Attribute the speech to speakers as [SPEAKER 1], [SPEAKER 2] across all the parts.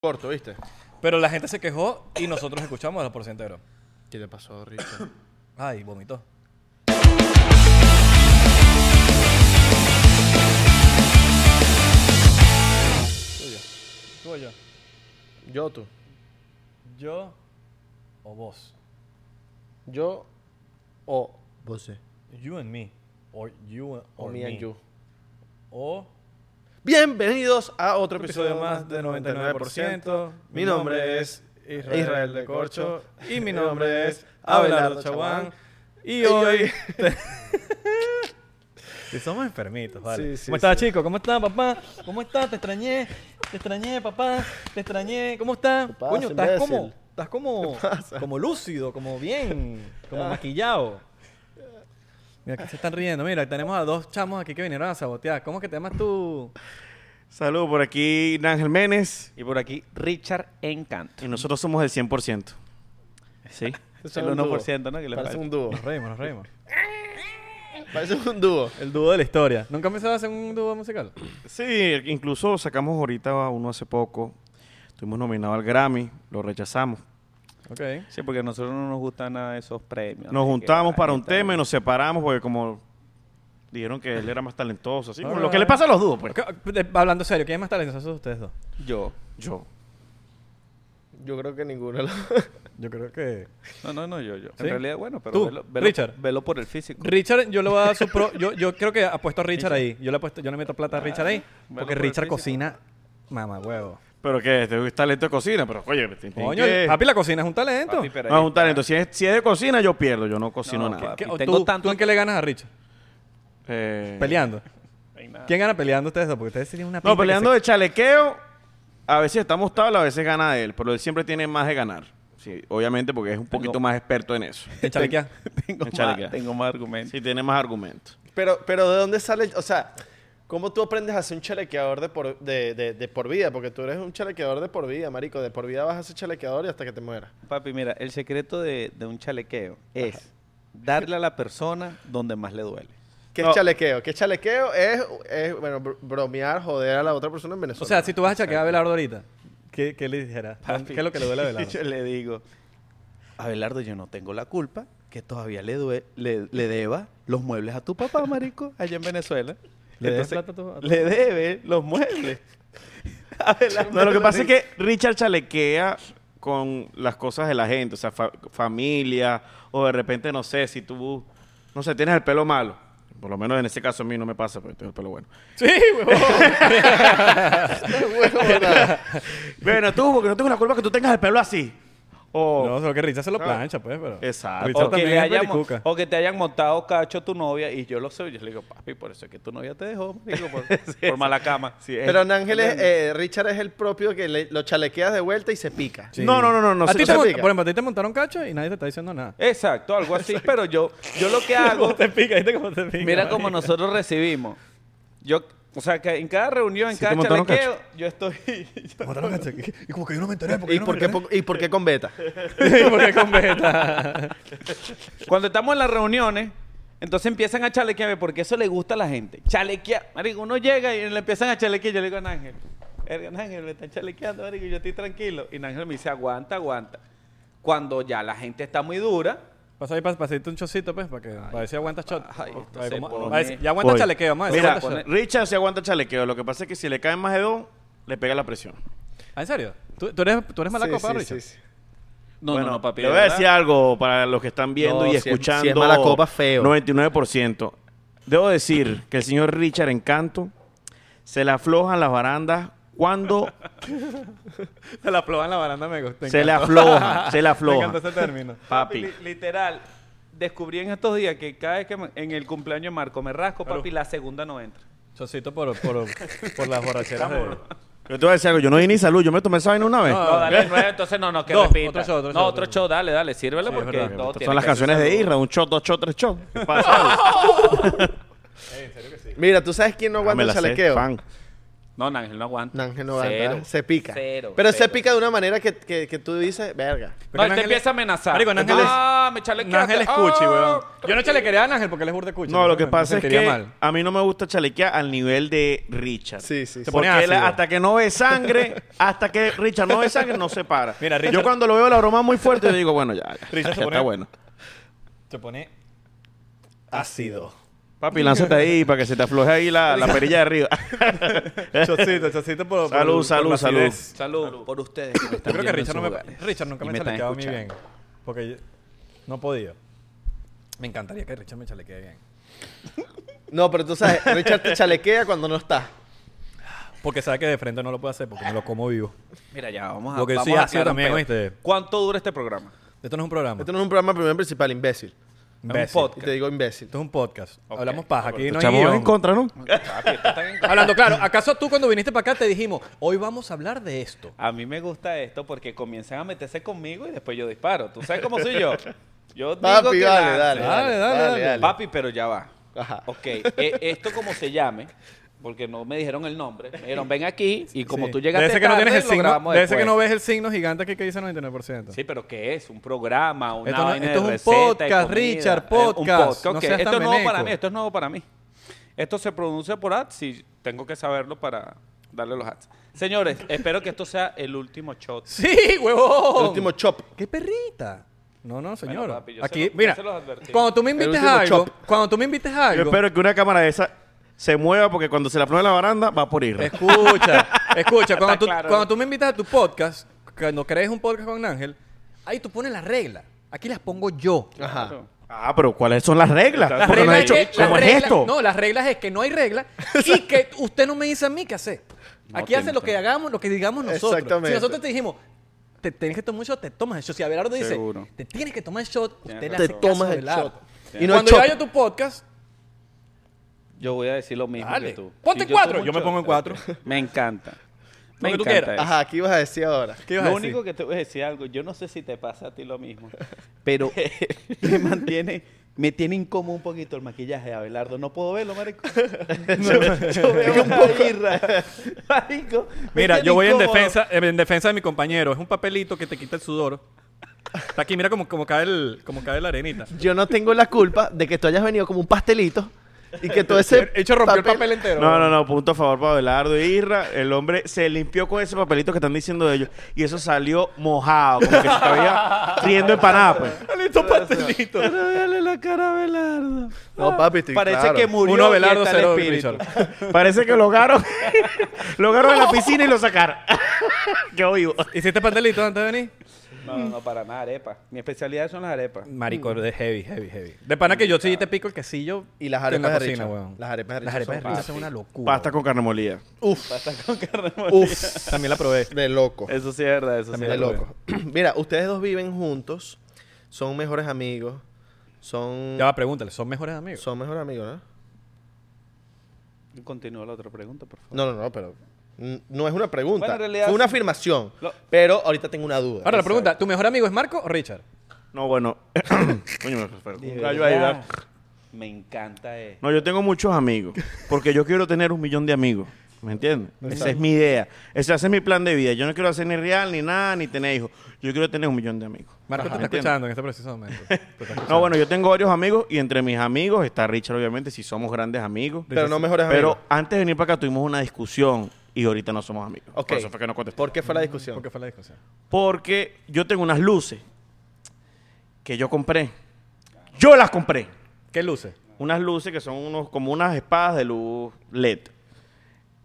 [SPEAKER 1] corto, ¿viste?
[SPEAKER 2] Pero la gente se quejó y nosotros escuchamos a la porcentero.
[SPEAKER 1] ¿Qué te pasó, Richard?
[SPEAKER 2] Ay, vomitó. ¿Tú o yo?
[SPEAKER 1] Yo o tú.
[SPEAKER 2] ¿Yo o vos?
[SPEAKER 1] Yo o,
[SPEAKER 3] Vos sé.
[SPEAKER 2] You and me. Or you and,
[SPEAKER 1] o
[SPEAKER 2] or
[SPEAKER 1] me and you.
[SPEAKER 2] O
[SPEAKER 1] Bienvenidos a otro
[SPEAKER 2] otro episodio más de 99%. Mi nombre es Israel de Corcho. Y mi nombre es Abelardo Chaguán. Y hoy... Sí, somos enfermitos,
[SPEAKER 1] Sí,
[SPEAKER 2] vale.
[SPEAKER 1] sí,
[SPEAKER 2] ¿Cómo estás,
[SPEAKER 1] sí.
[SPEAKER 2] chico? ¿Cómo estás, papá? ¿Cómo estás? Te extrañé. Te extrañé, papá. Te extrañé. ¿Cómo estás?
[SPEAKER 1] ¿Qué pasa,
[SPEAKER 2] Coño, estás
[SPEAKER 1] imbécil?
[SPEAKER 2] como... Estás como... Como lúcido, como bien. Como maquillado. Mira, que se están riendo. Mira, tenemos a dos chamos aquí que vinieron a sabotear. ¿Cómo que te llamas tú?
[SPEAKER 4] Saludos por aquí, Nángel Menes.
[SPEAKER 5] Y por aquí, Richard Encanto.
[SPEAKER 4] Y nosotros somos el 100%. ¿Sí?
[SPEAKER 1] Son
[SPEAKER 4] El
[SPEAKER 1] un dúo.
[SPEAKER 4] 1% ¿no? Que le
[SPEAKER 1] Parece
[SPEAKER 4] falta.
[SPEAKER 1] un dúo.
[SPEAKER 2] Nos reímos, nos reímos.
[SPEAKER 1] Parece un dúo.
[SPEAKER 2] El dúo de la historia. ¿Nunca han pensado hacer un dúo musical?
[SPEAKER 4] Sí, incluso sacamos ahorita uno hace poco. Estuvimos nominados al Grammy, lo rechazamos.
[SPEAKER 2] Ok.
[SPEAKER 5] Sí, porque a nosotros no nos gustan nada de esos premios.
[SPEAKER 4] Nos
[SPEAKER 5] así que
[SPEAKER 4] juntamos
[SPEAKER 5] ahí
[SPEAKER 4] para un
[SPEAKER 5] estamos.
[SPEAKER 4] tema y nos separamos porque como dijeron que él era más talentoso. Así, como
[SPEAKER 2] Alright.
[SPEAKER 4] lo que le pasa a los dúos, pues.
[SPEAKER 2] Ok, de- Hablando serio, ¿quién es más talentoso de ustedes dos?
[SPEAKER 5] Yo.
[SPEAKER 4] Yo.
[SPEAKER 1] Yo creo que ninguno. de los-
[SPEAKER 2] Yo creo que...
[SPEAKER 5] No, no, no, yo, yo.
[SPEAKER 2] ¿Sí?
[SPEAKER 5] En realidad, bueno, pero
[SPEAKER 2] Tú,
[SPEAKER 5] velo, velo-
[SPEAKER 2] Richard.
[SPEAKER 5] velo por el físico.
[SPEAKER 2] Richard, yo le voy a dar su pro... Yo, yo creo que apuesto a Richard ahí. Yo le, apuesto, yo le meto plata a Richard ahí.
[SPEAKER 5] bueno,
[SPEAKER 2] Porque
[SPEAKER 5] por el
[SPEAKER 2] Richard
[SPEAKER 5] físico.
[SPEAKER 2] cocina... Mamá, huevo.
[SPEAKER 4] Pero que este es talento de cocina, pero oye, tiene
[SPEAKER 2] Coño,
[SPEAKER 4] que-
[SPEAKER 2] papi, la cocina es un talento.
[SPEAKER 5] Papi, pero
[SPEAKER 4] no
[SPEAKER 5] ahí
[SPEAKER 4] es un
[SPEAKER 5] está.
[SPEAKER 4] talento. Si es, si es de cocina, yo pierdo. Yo no cocino
[SPEAKER 5] No,
[SPEAKER 4] nada.
[SPEAKER 5] que-
[SPEAKER 2] ¿Qué- o
[SPEAKER 5] tengo
[SPEAKER 2] tú,
[SPEAKER 5] tanto-
[SPEAKER 2] ¿Tú en qué le ganas a Richard?
[SPEAKER 4] Eh,
[SPEAKER 2] Peleando.
[SPEAKER 5] Ahí nada.
[SPEAKER 2] ¿Quién gana peleando ustedes dos? Porque ustedes serían una... pinta
[SPEAKER 4] No,
[SPEAKER 2] que
[SPEAKER 4] peleando
[SPEAKER 2] se-
[SPEAKER 4] de chalequeo, a veces estamos tabla, a veces gana él, pero él siempre tiene más de ganar. Sí, obviamente porque es un poquito más experto en eso.
[SPEAKER 2] de chalequear.
[SPEAKER 5] Tengo
[SPEAKER 4] Échale,
[SPEAKER 5] más,
[SPEAKER 4] que-
[SPEAKER 5] tengo más argumentos.
[SPEAKER 4] Sí, tiene más argumentos.
[SPEAKER 1] Pero, pero ¿de dónde sale? O sea, ¿cómo tú aprendes a ser un chalequeador de por, de, de- de por vida? Porque tú eres un chalequeador de por vida, marico. De por vida vas a ser chalequeador y hasta que te mueras.
[SPEAKER 5] Papi, mira, el secreto de, de un chalequeo es darle a la persona donde más le duele.
[SPEAKER 1] ¿Qué
[SPEAKER 4] No.
[SPEAKER 1] es chalequeo? ¿Qué es chalequeo? Es, es, bueno, br- bromear, joder a la otra persona en
[SPEAKER 2] O
[SPEAKER 1] Venezuela.
[SPEAKER 2] sea, si tú vas a chalequear a Abelardo ahorita, ¿qué, qué le dijeras? ¿Qué es lo que le duele a Abelardo?
[SPEAKER 5] yo le digo, Abelardo, yo no tengo la culpa que todavía le, due- le, le deba los muebles a tu papá, marico, allá en Venezuela.
[SPEAKER 2] ¿Le debes plata
[SPEAKER 5] Entonces,
[SPEAKER 2] a tu- a tu-
[SPEAKER 5] Le debe los muebles. Abelardo
[SPEAKER 4] No, lo que pasa es
[SPEAKER 5] le-
[SPEAKER 4] que Richard chalequea con las cosas de la gente, o sea, fa- familia, o de repente, no sé, si tú, no sé, tienes el pelo malo. Por lo menos en ese caso a mí no me pasa, pero tengo el pelo bueno.
[SPEAKER 2] Sí, huevón.
[SPEAKER 4] Bueno, tú, porque no tengo la culpa que tú tengas el pelo así. O,
[SPEAKER 2] No, solo que Richard se lo
[SPEAKER 4] Ah.
[SPEAKER 2] plancha, pues, pero.
[SPEAKER 4] Exacto.
[SPEAKER 2] Richard
[SPEAKER 5] O que,
[SPEAKER 2] también
[SPEAKER 5] le
[SPEAKER 2] es
[SPEAKER 5] hayan mo-
[SPEAKER 2] vericuca.
[SPEAKER 5] o que te hayan montado cacho tu novia y yo lo sé. Yo le digo, papi, por eso es que tu novia te dejó, marico, por, por mala cama.
[SPEAKER 4] Sí, es-
[SPEAKER 1] Pero en Ángeles, eh, Richard es el propio que le- lo chalequeas de vuelta y se pica.
[SPEAKER 2] Sí.
[SPEAKER 4] No, no, no, no, no
[SPEAKER 2] A
[SPEAKER 4] se-
[SPEAKER 2] ti
[SPEAKER 4] no
[SPEAKER 2] te
[SPEAKER 4] se
[SPEAKER 2] mon-
[SPEAKER 1] pica.
[SPEAKER 2] Por ejemplo, a ti te montaron cacho y nadie te está diciendo nada.
[SPEAKER 5] Exacto, algo así, pero yo, yo lo que hago...
[SPEAKER 2] te pica, ¿viste cómo te pica?
[SPEAKER 5] Mira cómo nosotros recibimos. Yo, o sea, que en cada reunión, en
[SPEAKER 4] Sí, te
[SPEAKER 5] cada
[SPEAKER 4] montaron
[SPEAKER 5] chalequeo, yo estoy... yo-
[SPEAKER 2] Montaron cacho. Y y como que yo no me enteré.
[SPEAKER 1] ¿Y por, qué, po- ¿Y por qué con beta?
[SPEAKER 2] Porque con beta.
[SPEAKER 5] Cuando estamos en las reuniones, entonces empiezan a chalequearme porque eso le gusta a la gente. Chalequear. Marico, uno llega y le empiezan a chalequear. Yo le digo a Ángel, Ángel, me están chalequeando, marico, yo estoy tranquilo. Y Ángel me dice, aguanta, aguanta. Cuando ya la gente está muy dura,
[SPEAKER 2] Pasa ahí para un chocito, pues, para que. Para ver si aguantas shot.
[SPEAKER 5] ay, esto
[SPEAKER 2] Para ver
[SPEAKER 5] se
[SPEAKER 2] cómo-
[SPEAKER 5] pone-
[SPEAKER 2] para ver si- Ya aguantas
[SPEAKER 4] Voy.
[SPEAKER 2] chalequeo, más.
[SPEAKER 4] Mira,
[SPEAKER 2] aguanta shot.
[SPEAKER 4] Richard se aguanta chalequeo. Lo que pasa es que si le caen más de dos, le pega la presión.
[SPEAKER 2] Ah, ¿En serio? ¿Tú, tú eres, tú eres mala
[SPEAKER 1] Sí,
[SPEAKER 2] copa,
[SPEAKER 1] sí,
[SPEAKER 2] Richard?
[SPEAKER 1] sí, sí.
[SPEAKER 5] no,
[SPEAKER 4] bueno,
[SPEAKER 5] no, no, papi.
[SPEAKER 4] Le
[SPEAKER 5] de
[SPEAKER 4] voy a
[SPEAKER 5] verdad.
[SPEAKER 4] decir algo para los que están viendo
[SPEAKER 1] No,
[SPEAKER 4] y
[SPEAKER 1] si es- si es
[SPEAKER 4] escuchando.
[SPEAKER 1] mala copa, feo.
[SPEAKER 4] 99%. Debo decir que el señor Richard Encanto se le aflojan las barandas cuando
[SPEAKER 2] Se la aflojan en la baranda, me gusta.
[SPEAKER 4] se le afloja. se le
[SPEAKER 2] Me
[SPEAKER 4] afloja.
[SPEAKER 2] encanta ese término.
[SPEAKER 4] Papi.
[SPEAKER 5] Li- literal, descubrí en estos días que cada vez que me- en el cumpleaños de Marco me rasco, papi, la segunda no entra.
[SPEAKER 2] Chocito por, por, por las borracheras. de-
[SPEAKER 4] Yo te voy a decir algo. Yo no di ni salud. Yo me tomé esa vaina una vez.
[SPEAKER 2] No,
[SPEAKER 5] No, dale nueve, entonces no, no, que
[SPEAKER 2] Dos,
[SPEAKER 5] repita.
[SPEAKER 2] otro shot, otro
[SPEAKER 5] no,
[SPEAKER 2] shot,
[SPEAKER 5] otro
[SPEAKER 2] otro
[SPEAKER 5] show, dale, dale, sírvele
[SPEAKER 2] Sí, es
[SPEAKER 5] porque
[SPEAKER 2] verdad.
[SPEAKER 5] todo
[SPEAKER 2] Estas
[SPEAKER 5] tiene
[SPEAKER 4] Son las
[SPEAKER 5] que ser
[SPEAKER 4] canciones de
[SPEAKER 5] salud.
[SPEAKER 4] Irra. Un shot, dos shots, tres shots. ¿Qué pasa?
[SPEAKER 1] Mira, ¿tú sabes quién no
[SPEAKER 4] Ah, me
[SPEAKER 1] aguanta el
[SPEAKER 4] la sé,
[SPEAKER 1] chalequeo?
[SPEAKER 4] fan.
[SPEAKER 5] No, Ángel no aguanta.
[SPEAKER 1] Ángel no
[SPEAKER 5] Cero.
[SPEAKER 1] aguanta, se pica.
[SPEAKER 5] Cero,
[SPEAKER 1] Pero se
[SPEAKER 5] cero.
[SPEAKER 1] pica de una manera que, que, que tú dices, verga.
[SPEAKER 5] No,
[SPEAKER 2] Pero
[SPEAKER 5] él te
[SPEAKER 2] Ángel-
[SPEAKER 5] empieza a amenazar.
[SPEAKER 2] Marico, Ángel es-
[SPEAKER 5] Ah, me chalequeaste.
[SPEAKER 2] Ángel es cuchi,
[SPEAKER 5] Ah.
[SPEAKER 2] weón. Yo no chalequearía a Ángel porque él es burda de cuchi.
[SPEAKER 4] No, lo que
[SPEAKER 2] me
[SPEAKER 4] pasa es
[SPEAKER 2] sentiría
[SPEAKER 4] que
[SPEAKER 2] mal.
[SPEAKER 4] a mí no me gusta chalequear al nivel de Richard.
[SPEAKER 1] Sí, sí, sí.
[SPEAKER 4] Porque
[SPEAKER 2] pone
[SPEAKER 4] él,
[SPEAKER 2] ácido.
[SPEAKER 4] hasta que no ve sangre, hasta que Richard no ve sangre, no se para.
[SPEAKER 2] Mira,
[SPEAKER 4] Yo
[SPEAKER 2] Richard-
[SPEAKER 4] cuando lo veo la broma muy fuerte, yo digo, bueno, ya, ya,
[SPEAKER 2] Richard se
[SPEAKER 4] ya está
[SPEAKER 2] pone-
[SPEAKER 4] bueno.
[SPEAKER 2] Te pone...
[SPEAKER 1] Ácido.
[SPEAKER 4] Papi, lánzate ahí para que se te afloje ahí la, la perilla de arriba.
[SPEAKER 2] Chocito, chocito por... por-
[SPEAKER 4] Salud,
[SPEAKER 2] por
[SPEAKER 4] salud,
[SPEAKER 2] la
[SPEAKER 4] salud.
[SPEAKER 2] acidez.
[SPEAKER 5] Salud, por ustedes.
[SPEAKER 2] Yo creo que Richard, no me, Richard nunca me ha
[SPEAKER 5] ha
[SPEAKER 2] chalequeado a mí bien. Porque yo- no podía. Me encantaría que Richard me chalequee bien.
[SPEAKER 1] No, pero tú sabes, Richard te chalequea cuando no está.
[SPEAKER 2] Porque sabe que de frente no lo puedo hacer porque me lo como vivo.
[SPEAKER 5] Mira, ya, vamos a
[SPEAKER 2] Lo que
[SPEAKER 5] vamos
[SPEAKER 2] sí
[SPEAKER 5] a
[SPEAKER 2] ha sido
[SPEAKER 5] aclarar un
[SPEAKER 2] también,
[SPEAKER 5] pedo.
[SPEAKER 2] ¿oíste?
[SPEAKER 5] ¿Cuánto dura este programa?
[SPEAKER 2] Esto no es un programa.
[SPEAKER 1] Esto Este no es un programa primero y principal, imbécil.
[SPEAKER 2] Imbécil.
[SPEAKER 5] es un podcast.
[SPEAKER 1] Y te digo imbécil.
[SPEAKER 2] Esto es un podcast. Hablamos paja. Aquí no hay
[SPEAKER 4] Chamo,
[SPEAKER 2] guión.
[SPEAKER 4] en contra, ¿no?
[SPEAKER 2] Hablando claro, ¿acaso tú cuando viniste para acá te dijimos, hoy vamos a hablar de esto?
[SPEAKER 5] A mí me gusta esto porque comienzan a meterse conmigo y después yo disparo. ¿Tú sabes cómo soy yo? Yo digo
[SPEAKER 1] Papi,
[SPEAKER 5] que
[SPEAKER 1] dale,
[SPEAKER 5] la-
[SPEAKER 1] dale, dale,
[SPEAKER 2] Dale, dale,
[SPEAKER 1] dale,
[SPEAKER 2] dale.
[SPEAKER 1] dale.
[SPEAKER 5] Papi, pero ya va.
[SPEAKER 1] Ajá.
[SPEAKER 5] Ok, e- esto como se llame, porque no me dijeron el nombre. Me dijeron, ven aquí y como
[SPEAKER 2] Sí.
[SPEAKER 5] tú llegaste
[SPEAKER 2] Debe ser que no
[SPEAKER 5] tarde,
[SPEAKER 2] tienes el
[SPEAKER 5] lo
[SPEAKER 2] signo,
[SPEAKER 5] grabamos
[SPEAKER 2] debe ser que
[SPEAKER 5] después.
[SPEAKER 2] no ves el signo gigante aquí que dice 99%.
[SPEAKER 5] Sí, pero ¿qué es? ¿Un programa? ¿Una
[SPEAKER 2] Esto no-
[SPEAKER 5] vaina
[SPEAKER 2] esto
[SPEAKER 5] de
[SPEAKER 2] es un
[SPEAKER 5] receta, de
[SPEAKER 2] podcast,
[SPEAKER 5] comida?
[SPEAKER 2] Richard,
[SPEAKER 5] Eh, un
[SPEAKER 2] podcast. No
[SPEAKER 5] ok.
[SPEAKER 2] seas
[SPEAKER 5] Esto
[SPEAKER 2] tan
[SPEAKER 5] es nuevo para
[SPEAKER 2] meneco.
[SPEAKER 5] mí, esto es nuevo para mí. Esto se pronuncia por ads y tengo que saberlo para darle los ads. Señores, espero que esto sea el último shot.
[SPEAKER 2] Sí, huevón.
[SPEAKER 1] El último chop.
[SPEAKER 2] ¡Qué perrita! No, no, señor.
[SPEAKER 5] Bueno, papi, yo
[SPEAKER 2] Aquí,
[SPEAKER 5] se lo-
[SPEAKER 2] mira,
[SPEAKER 5] yo se los advertí.
[SPEAKER 2] cuando tú me invites
[SPEAKER 1] último
[SPEAKER 2] a algo,
[SPEAKER 1] chop.
[SPEAKER 2] cuando tú me invites a
[SPEAKER 4] Yo
[SPEAKER 2] algo,
[SPEAKER 4] espero que una cámara de esa se mueva porque cuando se la afloje la baranda, va por ir.
[SPEAKER 2] escucha, escucha, cuando tú,
[SPEAKER 5] claro.
[SPEAKER 2] cuando tú me invitas a tu podcast, cuando crees un podcast con Ángel, ahí tú pones las reglas. Aquí las pongo yo.
[SPEAKER 1] Ajá.
[SPEAKER 4] Ah, pero ¿cuáles son las reglas?
[SPEAKER 5] Las
[SPEAKER 2] Las
[SPEAKER 4] Porque
[SPEAKER 2] reglas
[SPEAKER 4] no
[SPEAKER 2] es
[SPEAKER 4] has dicho,
[SPEAKER 2] que-
[SPEAKER 4] ¿cómo
[SPEAKER 2] las
[SPEAKER 4] es
[SPEAKER 2] reglas-
[SPEAKER 4] esto?
[SPEAKER 2] No, las reglas es que no hay reglas y que usted no me dice a mí qué hacer.
[SPEAKER 5] No
[SPEAKER 2] Aquí
[SPEAKER 5] tiene
[SPEAKER 2] hace lo que
[SPEAKER 5] sentido.
[SPEAKER 2] hagamos, lo que digamos nosotros.
[SPEAKER 1] Exactamente.
[SPEAKER 2] Si nosotros te dijimos, te tienes que tomar un shot, te tomas el shot. Si Abelardo dice,
[SPEAKER 5] Seguro.
[SPEAKER 2] te tienes que tomar el shot,
[SPEAKER 5] Tienes
[SPEAKER 2] usted le
[SPEAKER 1] Te
[SPEAKER 5] razón.
[SPEAKER 2] hace caso
[SPEAKER 1] tomas
[SPEAKER 2] a
[SPEAKER 1] el
[SPEAKER 2] Abelardo.
[SPEAKER 1] shot. Y no es
[SPEAKER 2] Cuando yo vaya a
[SPEAKER 1] chop.
[SPEAKER 2] tu podcast,
[SPEAKER 5] Yo voy a decir lo mismo
[SPEAKER 2] Dale.
[SPEAKER 5] que tú.
[SPEAKER 2] Ponte
[SPEAKER 5] yo
[SPEAKER 2] cuatro.
[SPEAKER 5] tomo un
[SPEAKER 2] Yo me
[SPEAKER 5] shot,
[SPEAKER 2] pongo en cuatro.
[SPEAKER 5] ok. Me encanta. Me
[SPEAKER 2] que tú
[SPEAKER 5] encanta
[SPEAKER 2] quieras.
[SPEAKER 5] eso.
[SPEAKER 1] Ajá, ¿qué ibas a decir ahora?
[SPEAKER 2] ¿qué ibas
[SPEAKER 5] lo
[SPEAKER 2] a decir?
[SPEAKER 5] único que te voy a decir algo, yo no sé si te pasa a ti lo mismo, pero me mantiene, me tiene incómodo un poquito el maquillaje de Abelardo. No puedo verlo, marico. yo, yo veo una birra. Marico, me
[SPEAKER 2] Mira,
[SPEAKER 5] tiene
[SPEAKER 2] yo voy en
[SPEAKER 5] incómodo.
[SPEAKER 2] defensa, en defensa de mi compañero. Es un papelito que te quita el sudor. Está aquí, mira como, como, cae, el, como cae la arenita.
[SPEAKER 1] Yo no tengo la culpa de que tú hayas venido como un pastelito y que todo ese.
[SPEAKER 2] He hecho rompió el papel entero.
[SPEAKER 4] No, no, no, punto a favor para Abelardo e Irra. El hombre se limpió con ese papelito que están diciendo de ellos y eso salió mojado, como que se estaba friendo empanada, pues.
[SPEAKER 2] Listo, pastelito.
[SPEAKER 5] Dale la cara a Abelardo.
[SPEAKER 1] No, papi, estoy
[SPEAKER 5] Parece
[SPEAKER 1] claro.
[SPEAKER 5] que murió
[SPEAKER 2] Uno
[SPEAKER 5] y
[SPEAKER 2] Abelardo,
[SPEAKER 5] está el
[SPEAKER 2] cero
[SPEAKER 5] espíritu.
[SPEAKER 2] Richard.
[SPEAKER 4] Parece que lo ahogaron, lo ahogaron en la piscina y lo sacaron. Qué vivo.
[SPEAKER 2] ¿Hiciste pastelito antes de venir?
[SPEAKER 5] No, no, para nada, arepa. Mi especialidad son las arepas.
[SPEAKER 2] Marico, de heavy, heavy, heavy. De pana que yo sí te pico el quesillo.
[SPEAKER 1] Y las
[SPEAKER 2] en
[SPEAKER 1] arepas
[SPEAKER 2] la
[SPEAKER 1] de
[SPEAKER 2] cocina,
[SPEAKER 1] Richard.
[SPEAKER 2] weón.
[SPEAKER 1] Las arepas de
[SPEAKER 2] Las
[SPEAKER 1] Richard
[SPEAKER 2] arepas de
[SPEAKER 1] son
[SPEAKER 2] Richard son una locura.
[SPEAKER 4] Pasta con carne molida.
[SPEAKER 1] Uf,
[SPEAKER 5] Pasta con carne molida.
[SPEAKER 1] uf.
[SPEAKER 2] También la probé.
[SPEAKER 1] De loco.
[SPEAKER 5] Eso sí es verdad, eso sí
[SPEAKER 2] También
[SPEAKER 5] es
[SPEAKER 1] De
[SPEAKER 2] la
[SPEAKER 5] verdad.
[SPEAKER 1] loco. Mira, ustedes dos viven juntos, son mejores amigos, son.
[SPEAKER 2] Ya va, pregúntale, ¿son mejores amigos?
[SPEAKER 1] Son mejores amigos, ¿no?
[SPEAKER 5] Continúa la otra pregunta, por favor.
[SPEAKER 1] No, no, no, pero. n- No es una pregunta.
[SPEAKER 5] Bueno, en realidad
[SPEAKER 1] Fue una
[SPEAKER 5] sí.
[SPEAKER 1] afirmación.
[SPEAKER 5] Lo-
[SPEAKER 1] Pero ahorita tengo una duda.
[SPEAKER 2] Ahora la pregunta, ¿tu mejor amigo es Marco o Richard?
[SPEAKER 4] No, bueno. Coño, me espero.
[SPEAKER 5] De
[SPEAKER 4] Un rayo ahí,
[SPEAKER 5] verdad,
[SPEAKER 4] ¿verdad?
[SPEAKER 5] Me encanta eh. eso.
[SPEAKER 4] No, yo tengo muchos amigos. Porque yo quiero tener un millón de amigos. ¿Me entiendes? Esa es mi idea. Ese, ese es mi plan de vida. Yo no quiero hacer ni real, ni nada, ni tener hijos. Yo quiero tener un millón de amigos.
[SPEAKER 2] Marco
[SPEAKER 4] Ajá.
[SPEAKER 2] te
[SPEAKER 4] ¿Me
[SPEAKER 2] está
[SPEAKER 4] entiendes?
[SPEAKER 2] escuchando en este preciso momento. Te está escuchando.
[SPEAKER 4] No, bueno, yo tengo varios amigos y entre mis amigos está Richard, obviamente, si somos grandes amigos.
[SPEAKER 1] Pero no mejores
[SPEAKER 4] Pero
[SPEAKER 1] amigos.
[SPEAKER 4] antes de venir para acá tuvimos una discusión y ahorita no somos amigos.
[SPEAKER 1] Ok.
[SPEAKER 4] Por eso fue que no contesté.
[SPEAKER 1] ¿Por qué fue la discusión?
[SPEAKER 2] ¿Por qué fue la discusión?
[SPEAKER 4] Porque yo tengo unas luces que yo compré. Yo las compré.
[SPEAKER 2] ¿Qué luces?
[SPEAKER 4] Unas luces que son unos, como unas espadas de luz LED.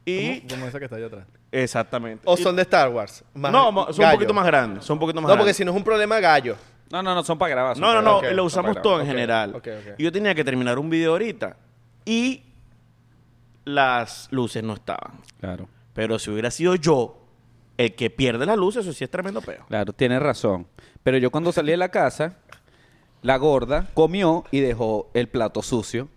[SPEAKER 4] Y.
[SPEAKER 2] ¿Cómo, cómo esa que está allá atrás?
[SPEAKER 4] Exactamente.
[SPEAKER 1] ¿O
[SPEAKER 4] Y-
[SPEAKER 1] son de Star Wars? Más-
[SPEAKER 4] no, mo- son
[SPEAKER 1] gallo.
[SPEAKER 4] un poquito más grandes. Son un poquito más
[SPEAKER 1] No, porque
[SPEAKER 4] grandes.
[SPEAKER 1] si no es un problema, gallo.
[SPEAKER 5] No, no, no, son para grabar. son
[SPEAKER 4] No, no,
[SPEAKER 5] para
[SPEAKER 4] no,
[SPEAKER 5] grabar.
[SPEAKER 4] lo
[SPEAKER 5] Son
[SPEAKER 4] usamos
[SPEAKER 5] para
[SPEAKER 4] todo
[SPEAKER 5] grabar.
[SPEAKER 4] en
[SPEAKER 1] ok,
[SPEAKER 4] general.
[SPEAKER 1] ok, ok.
[SPEAKER 4] Y Yo tenía que terminar un video ahorita y las luces no estaban.
[SPEAKER 5] Claro.
[SPEAKER 4] Pero si hubiera sido yo el que pierde las luces, eso sí es tremendo peo.
[SPEAKER 5] Claro, tienes razón. Pero yo cuando salí de la casa, la gorda comió y dejó el plato sucio.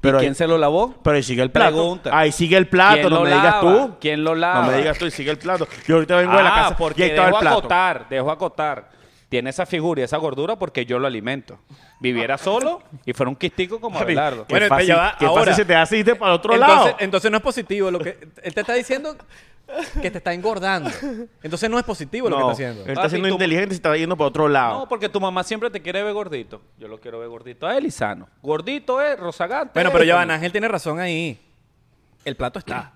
[SPEAKER 4] Pero
[SPEAKER 5] ¿Y quién
[SPEAKER 4] ahí-
[SPEAKER 5] se lo lavó?
[SPEAKER 4] Pero ahí sigue el plato.
[SPEAKER 5] Pregunta.
[SPEAKER 4] Ahí sigue el
[SPEAKER 5] ¿Quién
[SPEAKER 4] plato, no
[SPEAKER 5] lo
[SPEAKER 4] me digas
[SPEAKER 5] lava?
[SPEAKER 4] tú.
[SPEAKER 5] ¿Quién lo lava?
[SPEAKER 4] No me digas tú, y sigue el plato. Yo ahorita vengo de la
[SPEAKER 5] Ah,
[SPEAKER 4] casa
[SPEAKER 5] porque
[SPEAKER 4] y ahí estaba
[SPEAKER 5] dejó
[SPEAKER 4] el plato.
[SPEAKER 5] acotar, dejó acotar. tiene esa figura y esa gordura porque yo lo alimento. Viviera solo y fuera un quistico como Abelardo.
[SPEAKER 2] Bueno,
[SPEAKER 4] Qué
[SPEAKER 2] pero ya va,
[SPEAKER 4] qué
[SPEAKER 2] ahora.
[SPEAKER 4] se te hace irte para el otro
[SPEAKER 2] entonces,
[SPEAKER 4] lado.
[SPEAKER 2] entonces no es positivo lo que él te está diciendo que te está engordando. Entonces no es positivo lo
[SPEAKER 4] No,
[SPEAKER 2] que está
[SPEAKER 4] Él
[SPEAKER 2] haciendo.
[SPEAKER 4] está
[SPEAKER 5] Papi,
[SPEAKER 4] siendo
[SPEAKER 5] tú-
[SPEAKER 4] inteligente y se está yendo para otro lado.
[SPEAKER 5] No, porque tu mamá siempre te quiere ver gordito. Yo lo quiero ver gordito a él y sano. Gordito es rozagante.
[SPEAKER 2] Bueno,
[SPEAKER 5] es,
[SPEAKER 2] pero ya
[SPEAKER 5] como-
[SPEAKER 2] van, Ángel tiene razón ahí. El plato está.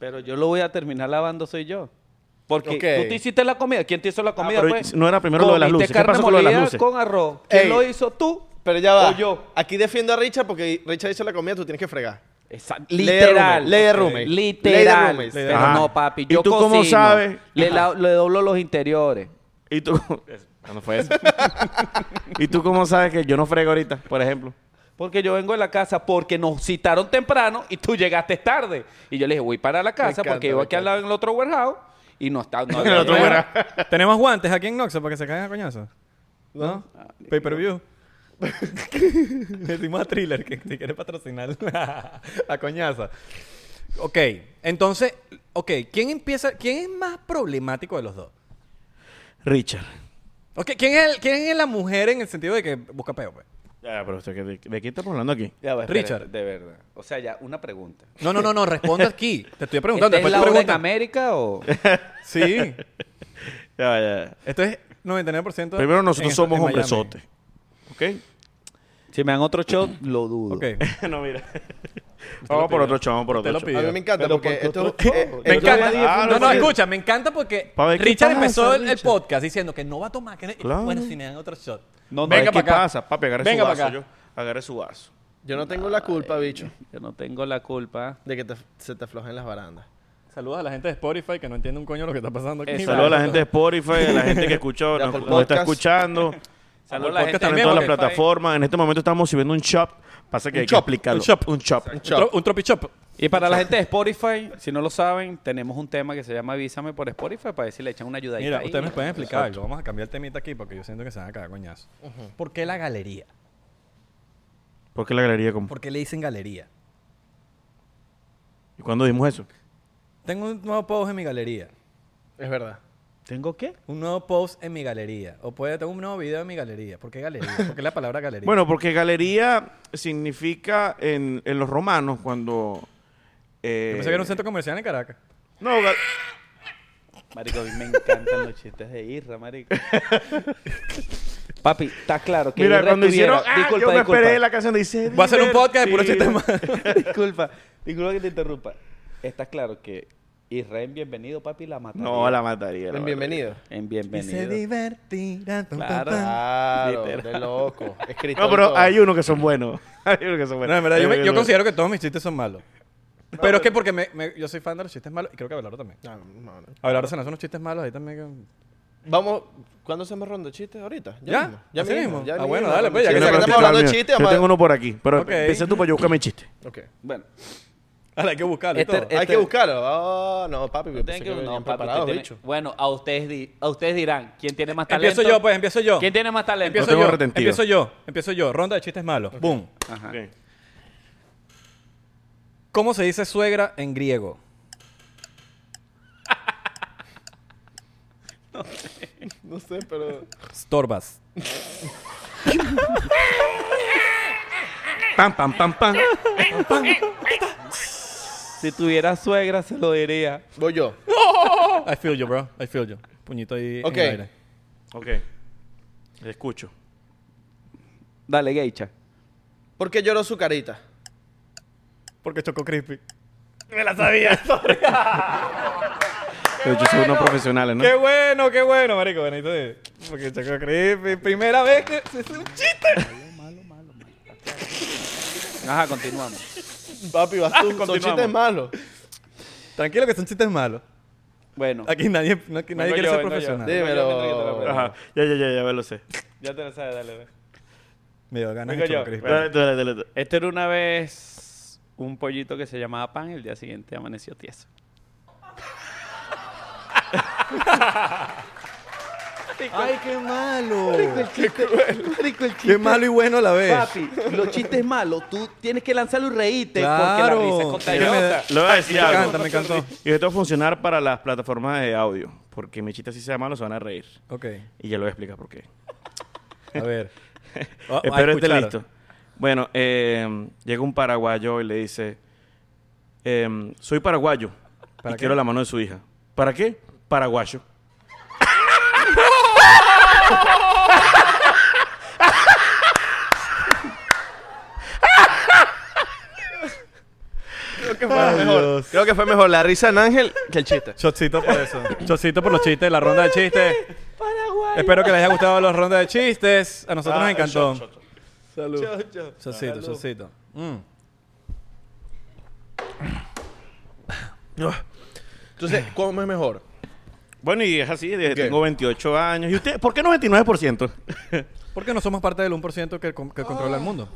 [SPEAKER 5] Pero yo lo voy a terminar lavando soy yo. Porque
[SPEAKER 1] Ok.
[SPEAKER 5] tú te hiciste la comida. ¿Quién te hizo la comida?
[SPEAKER 4] Ah, pero
[SPEAKER 5] pues?
[SPEAKER 4] no era primero lo de las
[SPEAKER 5] Comiste
[SPEAKER 4] luces. ¿Qué
[SPEAKER 5] carne
[SPEAKER 4] pasó con lo de las
[SPEAKER 5] molida
[SPEAKER 4] luces?
[SPEAKER 5] Con arroz. ¿Quién
[SPEAKER 1] Ey.
[SPEAKER 5] lo hizo? ¿Tú?
[SPEAKER 1] Pero ya va.
[SPEAKER 5] O yo.
[SPEAKER 1] Aquí defiendo a Richard porque Richard hizo la comida, tú tienes que fregar.
[SPEAKER 5] Esa-
[SPEAKER 1] Ley de
[SPEAKER 5] literal.
[SPEAKER 1] roommate, ley de roommate, ley de
[SPEAKER 5] Literal.
[SPEAKER 1] roommate.
[SPEAKER 5] Pero
[SPEAKER 4] Ajá.
[SPEAKER 5] no, papi.
[SPEAKER 4] ¿Y
[SPEAKER 5] Yo
[SPEAKER 4] tú cómo
[SPEAKER 5] cocino,
[SPEAKER 4] sabes?
[SPEAKER 5] Le, la- le doblo los interiores.
[SPEAKER 4] ¿Y tú? Ah, no fue eso. ¿Y tú cómo sabes que yo no frego ahorita, por ejemplo?
[SPEAKER 5] Porque yo vengo de la casa porque nos citaron temprano y tú llegaste tarde. Y yo le dije, voy para la casa
[SPEAKER 1] encanta,
[SPEAKER 5] porque iba
[SPEAKER 1] me
[SPEAKER 5] aquí al
[SPEAKER 1] encanta.
[SPEAKER 5] lado en el otro warehouse y no está. No
[SPEAKER 4] El otro
[SPEAKER 5] había-
[SPEAKER 4] warehouse.
[SPEAKER 2] Tenemos guantes aquí en Noxa para que se caigan a coñazo. ¿No? Pay per view. Le dimos a thriller que si quiere patrocinar a coñaza. Ok, entonces, ok, ¿quién empieza? ¿Quién es más problemático de los dos?
[SPEAKER 4] Richard.
[SPEAKER 2] Ok, ¿quién es, el- quién es la mujer en el sentido de que busca peo, pues?
[SPEAKER 4] Ya, pero usted, ¿de, de quién estamos hablando aquí?
[SPEAKER 5] Ya va, espera,
[SPEAKER 2] Richard.
[SPEAKER 5] De verdad. O sea, ya, una pregunta.
[SPEAKER 2] No, no, no, no, responde aquí. Te estoy preguntando.
[SPEAKER 5] ¿Esta
[SPEAKER 2] después
[SPEAKER 5] ¿Es la
[SPEAKER 2] tú
[SPEAKER 5] hora en
[SPEAKER 2] preguntas.
[SPEAKER 5] América o...?
[SPEAKER 2] Sí,
[SPEAKER 4] Ya, va, ya, va.
[SPEAKER 2] esto es 99%.
[SPEAKER 4] Primero,
[SPEAKER 2] en
[SPEAKER 4] nosotros
[SPEAKER 2] esta-
[SPEAKER 4] somos
[SPEAKER 2] en Miami.
[SPEAKER 4] hombresotes. ¿Ok?
[SPEAKER 5] Si me dan otro shot, lo dudo.
[SPEAKER 2] Ok.
[SPEAKER 4] no, mira. vamos por otro chavo, vamos por
[SPEAKER 2] Usted lo
[SPEAKER 4] otro chavo.
[SPEAKER 2] pidió.
[SPEAKER 1] A mí me encanta
[SPEAKER 5] Pero
[SPEAKER 1] porque
[SPEAKER 5] porque
[SPEAKER 1] esto... eh,
[SPEAKER 5] otro- Me
[SPEAKER 1] eh, yo
[SPEAKER 2] Me encanta.
[SPEAKER 1] le di el
[SPEAKER 4] Ah,
[SPEAKER 2] no, no,
[SPEAKER 1] primer-
[SPEAKER 2] escucha, me encanta porque
[SPEAKER 4] Pa' ver qué
[SPEAKER 2] Richard
[SPEAKER 4] pasa,
[SPEAKER 2] empezó el, el
[SPEAKER 4] Richard.
[SPEAKER 2] podcast diciendo que no va a tomar. Que no-
[SPEAKER 4] Claro.
[SPEAKER 2] Bueno, si me dan otro shot.
[SPEAKER 5] No, no,
[SPEAKER 4] Venga,
[SPEAKER 5] es que
[SPEAKER 4] ¿qué
[SPEAKER 2] pa' acá.
[SPEAKER 4] pasa? Papi, agarre
[SPEAKER 2] Venga
[SPEAKER 4] su
[SPEAKER 2] pa'
[SPEAKER 4] vaso.
[SPEAKER 2] acá.
[SPEAKER 4] Yo, agarre su vaso.
[SPEAKER 1] Yo no tengo la culpa, bicho,
[SPEAKER 5] Yo no tengo la culpa.
[SPEAKER 1] de que te- se te aflojen las barandas.
[SPEAKER 2] Saludos a la gente de Spotify que no entiende un coño lo que está pasando aquí.
[SPEAKER 5] Eh,
[SPEAKER 4] Saludos a la gente de Spotify, a la gente que escuchó,
[SPEAKER 1] De
[SPEAKER 4] nos,
[SPEAKER 1] Apple
[SPEAKER 4] nos está
[SPEAKER 1] Podcast.
[SPEAKER 4] escuchando.
[SPEAKER 5] Saludos a
[SPEAKER 2] el
[SPEAKER 5] la gente
[SPEAKER 2] podcast
[SPEAKER 4] Están en
[SPEAKER 2] también,
[SPEAKER 4] todas las
[SPEAKER 2] porque-
[SPEAKER 4] plataformas. En este momento estamos subiendo un shop. Pasa que hay que
[SPEAKER 1] shop,
[SPEAKER 4] explicarlo.
[SPEAKER 2] un shop.
[SPEAKER 4] Un shop.
[SPEAKER 1] Un
[SPEAKER 2] Un tro-
[SPEAKER 1] chop.
[SPEAKER 2] Un tropi chop.
[SPEAKER 5] Y para la gente de Spotify, si no lo saben, tenemos un tema que se llama Avísame por Spotify para decirle echan una ayuda
[SPEAKER 2] Mira, ustedes me pueden explicar algo. Vamos a cambiar el temita aquí porque yo siento que se van a cagar coñazo. ¿Por qué la galería?
[SPEAKER 4] ¿Por qué la galería? como-
[SPEAKER 2] ¿Por qué le dicen galería?
[SPEAKER 4] ¿Y cuándo dimos eso?
[SPEAKER 2] Tengo un nuevo post en mi galería.
[SPEAKER 1] Es verdad.
[SPEAKER 5] ¿Tengo qué?
[SPEAKER 2] Un nuevo post en mi galería. O puede tengo un nuevo video en mi galería. ¿Por qué galería? ¿Por qué la palabra galería?
[SPEAKER 4] Bueno, porque galería significa en, en los romanos cuando. eh,
[SPEAKER 2] yo pensé que era un centro comercial en Caracas.
[SPEAKER 4] No, ga-
[SPEAKER 5] Marico, a mí me encantan los chistes de Irra, marico. Papi, está claro que
[SPEAKER 4] mira,
[SPEAKER 5] Irra
[SPEAKER 4] cuando
[SPEAKER 5] estuviera-
[SPEAKER 4] hicieron. Ah, yo me esperé la canción dice.
[SPEAKER 2] Voy a hacer un podcast de puro chiste
[SPEAKER 4] "Divertido".
[SPEAKER 2] más.
[SPEAKER 5] disculpa, disculpa que te interrumpa. Está claro que Irra en Bienvenido, papi, la mataría.
[SPEAKER 4] No, la mataría. la
[SPEAKER 1] En bienvenido.
[SPEAKER 5] En
[SPEAKER 2] Y se
[SPEAKER 5] Bienvenido.
[SPEAKER 2] divertirán. pam, pam,
[SPEAKER 5] Claro.
[SPEAKER 2] pam.
[SPEAKER 1] Claro,
[SPEAKER 5] Literal.
[SPEAKER 1] de loco. Escrito.
[SPEAKER 4] mataría. No, pero hay uno que son buenos. Hay uno que son buenos.
[SPEAKER 2] No, en verdad, yo,
[SPEAKER 4] Hay
[SPEAKER 2] me-
[SPEAKER 4] uno
[SPEAKER 2] yo
[SPEAKER 4] que-
[SPEAKER 2] considero que todos mis chistes son malos. Pero es que porque me- me- yo soy fan de los chistes malos y creo que Abelardo también. Abelardo se nace unos chistes malos ahí también.
[SPEAKER 1] Vamos, ¿cuándo hacemos ronda de chistes? Ahorita.
[SPEAKER 2] ¿Ya?
[SPEAKER 1] mismo, Ya
[SPEAKER 2] ¿Así mismo?
[SPEAKER 1] mismo. ya
[SPEAKER 2] Ah,
[SPEAKER 1] mismo,
[SPEAKER 2] bueno,
[SPEAKER 1] la
[SPEAKER 2] dale,
[SPEAKER 1] ronda
[SPEAKER 2] pues, ya
[SPEAKER 1] de
[SPEAKER 2] que
[SPEAKER 4] Yo
[SPEAKER 1] chistes. que
[SPEAKER 2] se
[SPEAKER 4] no practico
[SPEAKER 1] estamos hablando de
[SPEAKER 4] el mío.
[SPEAKER 1] chistes.
[SPEAKER 4] Yo
[SPEAKER 1] vamos a-
[SPEAKER 4] tengo uno por aquí. Pero
[SPEAKER 2] Ok.
[SPEAKER 4] empieza tú para yo buscarme el chiste.
[SPEAKER 1] Ok.
[SPEAKER 5] Bueno,
[SPEAKER 2] que- Ahora hay que buscarlo. y
[SPEAKER 5] Este-
[SPEAKER 2] todo.
[SPEAKER 5] eh,
[SPEAKER 1] Hay que buscarlo. Ah, no, papi, yo
[SPEAKER 5] Tienen
[SPEAKER 1] pensé que
[SPEAKER 5] que-
[SPEAKER 1] venían
[SPEAKER 5] no, papi,
[SPEAKER 1] preparados,
[SPEAKER 5] usted tiene-
[SPEAKER 1] bicho.
[SPEAKER 5] Bueno, a ustedes, di- a ustedes dirán quién tiene más talento.
[SPEAKER 2] empiezo yo, pues, empiezo yo.
[SPEAKER 5] ¿Quién tiene más talento?
[SPEAKER 2] Empiezo
[SPEAKER 4] No tengo
[SPEAKER 2] yo,
[SPEAKER 4] retentivo.
[SPEAKER 2] empiezo yo, empiezo yo. Ronda de chistes malos. Boom.
[SPEAKER 5] Ajá.
[SPEAKER 4] Ok.
[SPEAKER 2] ¿Cómo se dice suegra en griego?
[SPEAKER 1] No sé, pero.
[SPEAKER 2] Storbas.
[SPEAKER 4] Pam, pam, pam, pam.
[SPEAKER 5] Si tuviera suegra, se lo diría.
[SPEAKER 1] Voy yo.
[SPEAKER 2] I feel you, bro. I feel you. Puñito ahí
[SPEAKER 1] Ok.
[SPEAKER 2] en el aire.
[SPEAKER 4] Ok. Te escucho.
[SPEAKER 5] Dale, Geicha.
[SPEAKER 1] ¿Por qué lloró su carita?
[SPEAKER 2] Porque chocó crispy.
[SPEAKER 4] Pero yo soy unos profesionales, ¿no?
[SPEAKER 2] Qué bueno, qué bueno, marico. Bueno, ahí te- Porque chocó crispy. Primera vez que se hace un chiste.
[SPEAKER 5] Ajá, continuamos.
[SPEAKER 1] Papi, vas tú. Son chistes malos.
[SPEAKER 2] Tranquilo que son chistes malos.
[SPEAKER 5] Bueno,
[SPEAKER 2] Aquí nadie, no- aquí nadie
[SPEAKER 5] Vengo
[SPEAKER 2] quiere
[SPEAKER 5] yo,
[SPEAKER 2] ser
[SPEAKER 5] vengo yo.
[SPEAKER 2] profesional.
[SPEAKER 5] Vengo yo, vengo yo, te lo
[SPEAKER 1] Dímelo.
[SPEAKER 5] aprendo.
[SPEAKER 4] Ajá. Ya, ya, ya, ya, ya lo sé.
[SPEAKER 5] ya te lo sabes, dale. dale.
[SPEAKER 2] Me dio ganas
[SPEAKER 5] Vengo
[SPEAKER 2] de
[SPEAKER 5] yo.
[SPEAKER 2] choco crispy.
[SPEAKER 4] Dale, dale, dale, dale.
[SPEAKER 5] Este era una vez un pollito que se llamaba Pan y el día siguiente amaneció tieso.
[SPEAKER 2] Ay, qué malo. Qué malo y bueno a la vez.
[SPEAKER 5] Papi, los chistes malos, tú tienes que lanzarlo y reírte
[SPEAKER 2] Claro.
[SPEAKER 5] porque la risa es
[SPEAKER 2] Que me-
[SPEAKER 5] contagiosa.
[SPEAKER 4] Le voy a decir
[SPEAKER 2] Ah, Me
[SPEAKER 4] algo.
[SPEAKER 2] encanta, me encantó.
[SPEAKER 4] Y esto va a funcionar para las plataformas de audio. porque mi chiste así sea malo, se van a reír.
[SPEAKER 2] Ok.
[SPEAKER 4] Y ya lo voy a explicar por qué.
[SPEAKER 2] A ver. Ah, O- a
[SPEAKER 4] Espero esté
[SPEAKER 2] escuchar.
[SPEAKER 4] listo. Bueno, eh, llega un paraguayo y le dice, em, soy paraguayo
[SPEAKER 2] ¿Para
[SPEAKER 4] y
[SPEAKER 2] qué?
[SPEAKER 4] quiero la mano de su hija. ¿Para qué? Paraguayo.
[SPEAKER 1] Creo que fue mejor. Creo que fue mejor la risa de Ángel que el chiste.
[SPEAKER 2] Chocito por eso. Chocito por los chistes, la ronda de chistes.
[SPEAKER 5] Paraguay.
[SPEAKER 2] Espero que les haya gustado la ronda de chistes. A nosotros
[SPEAKER 1] Ah,
[SPEAKER 2] nos encantó.
[SPEAKER 1] shot, shot,
[SPEAKER 2] Salud.
[SPEAKER 1] Chao, chao.
[SPEAKER 2] Chocito,
[SPEAKER 1] Salud.
[SPEAKER 2] chocito. Mm.
[SPEAKER 1] Entonces, ¿cómo es mejor?
[SPEAKER 4] Bueno, y es así, desde
[SPEAKER 1] Ok.
[SPEAKER 4] tengo 28 años. ¿Y usted? ¿Por qué no 29%?
[SPEAKER 2] ¿Por qué no somos parte del 1% que, con- que controla el mundo?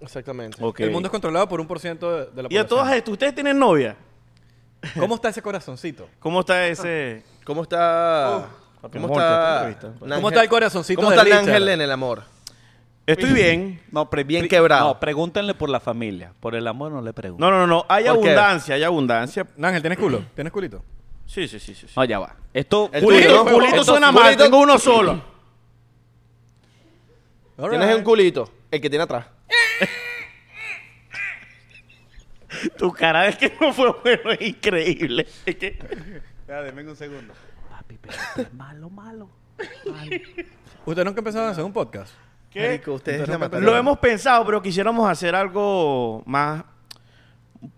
[SPEAKER 1] Exactamente.
[SPEAKER 4] Ok.
[SPEAKER 2] El mundo es controlado por 1% de, de la población.
[SPEAKER 4] Y a todas estas, ¿ustedes tienen novia?
[SPEAKER 2] ¿Cómo está ese corazoncito?
[SPEAKER 4] ¿Cómo está ese...?
[SPEAKER 2] Ah.
[SPEAKER 1] ¿Cómo está?
[SPEAKER 4] Papi,
[SPEAKER 1] ¿Cómo
[SPEAKER 4] amor,
[SPEAKER 1] está?
[SPEAKER 4] te entrevista.
[SPEAKER 1] Ángel-
[SPEAKER 2] ¿Cómo está el corazoncito
[SPEAKER 1] ¿Cómo
[SPEAKER 2] de
[SPEAKER 1] está el
[SPEAKER 2] Richard?
[SPEAKER 1] Ángel en el amor?
[SPEAKER 4] Estoy bien.
[SPEAKER 5] No, pre-
[SPEAKER 1] Bien
[SPEAKER 5] pri-
[SPEAKER 1] quebrado.
[SPEAKER 5] No, pregúntenle por la familia. Por el amor no le pregunten.
[SPEAKER 4] No, no, no, no. Hay
[SPEAKER 1] ¿Por qué?
[SPEAKER 4] abundancia, hay abundancia.
[SPEAKER 2] Ángel, ¿tienes culo? ¿Tienes culito?
[SPEAKER 4] Sí, sí, sí, sí. sí.
[SPEAKER 5] No, ya va. Esto.
[SPEAKER 1] El
[SPEAKER 4] Culito,
[SPEAKER 1] tuyo,
[SPEAKER 5] esto-
[SPEAKER 1] ¿no?
[SPEAKER 4] culito
[SPEAKER 5] esto-
[SPEAKER 4] suena mal,
[SPEAKER 1] culito-
[SPEAKER 4] tengo uno solo.
[SPEAKER 2] All
[SPEAKER 1] Tienes
[SPEAKER 2] right.
[SPEAKER 1] un culito, el que tiene atrás.
[SPEAKER 4] Tu cara es que no fue bueno, es increíble. Es que...
[SPEAKER 5] un segundo. Papi, pero esto es malo, malo. Malo.
[SPEAKER 2] ¿Usted nunca empezó a hacer un podcast?
[SPEAKER 4] ¿Qué?
[SPEAKER 1] Marico, ustedes
[SPEAKER 2] Entonces,
[SPEAKER 1] la
[SPEAKER 2] no me
[SPEAKER 1] mataron.
[SPEAKER 4] Lo hemos pensado, pero quisiéramos hacer algo más...